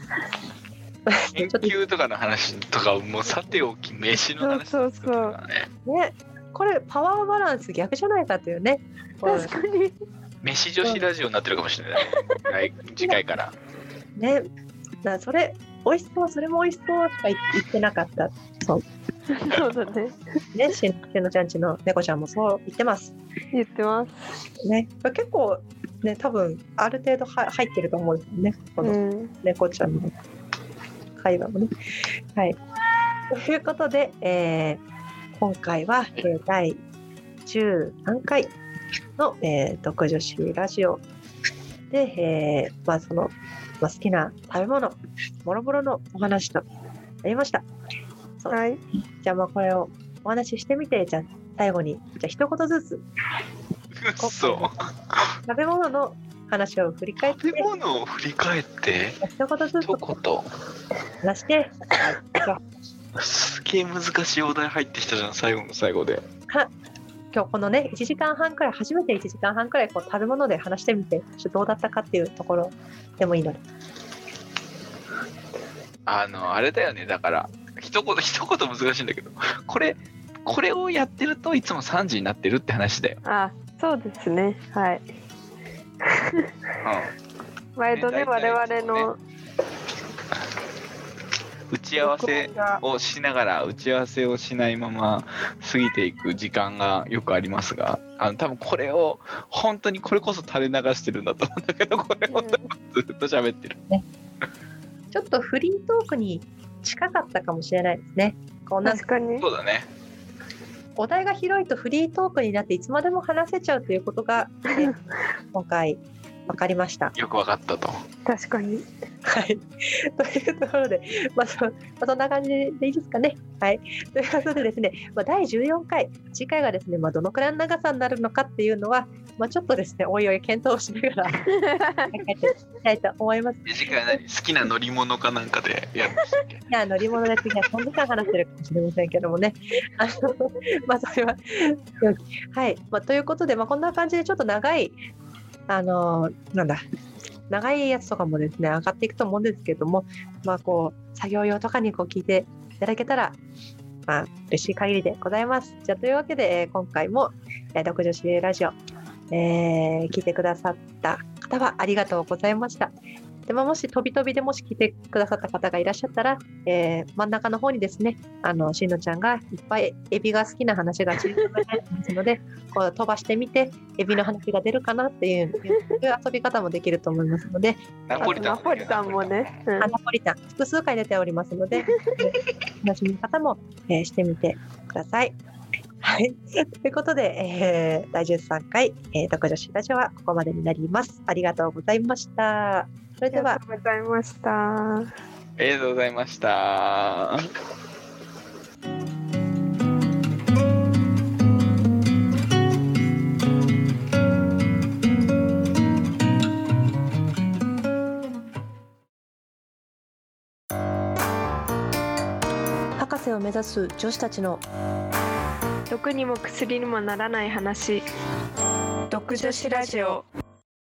[SPEAKER 3] 研究とかの話とかもうさておき飯の話
[SPEAKER 2] そうそうそう
[SPEAKER 3] とかね
[SPEAKER 1] ね、これパワーバランス逆じゃないかというね。
[SPEAKER 2] 確かに
[SPEAKER 3] 飯女子ラジオになってるかもしれない来次回から
[SPEAKER 1] ね、だからそれ美味しそうそれも美味しそうしか言ってなかった。
[SPEAKER 2] そうだね
[SPEAKER 1] ね、しのちゃんちの猫ちゃんもそう言ってます。
[SPEAKER 2] 言ってます、
[SPEAKER 1] ね、結構ね多分ある程度は入ってると思うんですよね。この
[SPEAKER 2] ん、
[SPEAKER 1] 猫ちゃんの会話もね。はい。ということで、えー今回は、えー第13回の、えー、独女子ラジオで、えーまあそのまあ、好きな食べ物、もろもろのお話となりました。
[SPEAKER 2] はい
[SPEAKER 1] じゃあまあこれをお話ししてみて、じゃあ最後に、じゃあ一言ずつ
[SPEAKER 3] そ
[SPEAKER 1] 食べ物の話を振り返っ
[SPEAKER 3] う
[SPEAKER 1] て、
[SPEAKER 3] 食べ物を振り返って
[SPEAKER 1] 一言ずつ
[SPEAKER 3] 一言
[SPEAKER 1] 話して、
[SPEAKER 3] すげえ難しいお題入ってきたじゃん最後の最後で
[SPEAKER 1] 今日このね1時間半くらい初めて1時間半くらいこう食べ物で話してみてちょっとどうだったかっていうところでもいいので
[SPEAKER 3] あのあれだよねだから一言一言難しいんだけどこれこれをやってるといつも3時になってるって話だよ、
[SPEAKER 2] あそうですねはい毎度ね
[SPEAKER 3] ね大体
[SPEAKER 2] 我々の
[SPEAKER 3] うん、打ち合わせ
[SPEAKER 2] 録音が
[SPEAKER 3] をしながら打ち合わせをしないまま過ぎていく時間がよくありますがあの多分これを本当にこれこそ垂れ流してるんだと思うんだけどこれをずっと喋ってる、
[SPEAKER 1] ちょっとフリートークに近かったかもしれないですねこう
[SPEAKER 2] うん
[SPEAKER 1] なんか
[SPEAKER 2] 確かに
[SPEAKER 3] そうだね
[SPEAKER 1] お題が広いとフリートークになっていつまでも話せちゃうということが、ね今回分かりました。
[SPEAKER 3] よくわかったと
[SPEAKER 2] 確かに
[SPEAKER 1] はい、 というところで、まあそまあそんな感じでいいですかね。はい、ということでですね、まあ、第14回次回がですね、まあ、どのくらいの長さになるのかっていうのは、まあ、ちょっとですねおいおい検討しながら考えていきたいと思います。
[SPEAKER 3] 次回何好きな乗り物かなんかでやるんでしたっけ
[SPEAKER 1] いや乗り物で次は3時間話してるかもしれませんけどもね。あの まあそれはよきはい、まあ、ということで、まあ、こんな感じでちょっと長いあのーなんだ長いやつとかもですね上がっていくと思うんですけども、まあ、こう作業用とかにこう聞いていただけたら、まあ嬉しい限りでございます。じゃあというわけで、えー今回も「えー独女子ラジオ」えー聞いてくださった方はありがとうございました。でまあもし飛び飛びでもし聞いてくださった方がいらっしゃったら、えー真ん中の方にですねあのしのちゃんがいっぱいエビが好きな話が中継されてますので こう飛ばしてみてエビの話が出るかなっていういう遊び方もできると思いますので
[SPEAKER 3] ナポリタン
[SPEAKER 2] あとナポリタンもね、うん
[SPEAKER 1] アナポリタン複数回出ておりますので お楽しみの方も、えーしてみてください。はい、ということで、えー、第13回、えー、独女子ラジオはここまでになります。ありがとうございました。それ
[SPEAKER 2] あり
[SPEAKER 1] で
[SPEAKER 2] が
[SPEAKER 1] は
[SPEAKER 2] とうございました。
[SPEAKER 3] ありがとうございました
[SPEAKER 1] 博士を目指す女子たちの
[SPEAKER 2] 毒にも薬にもならない話。毒女子ラジオ。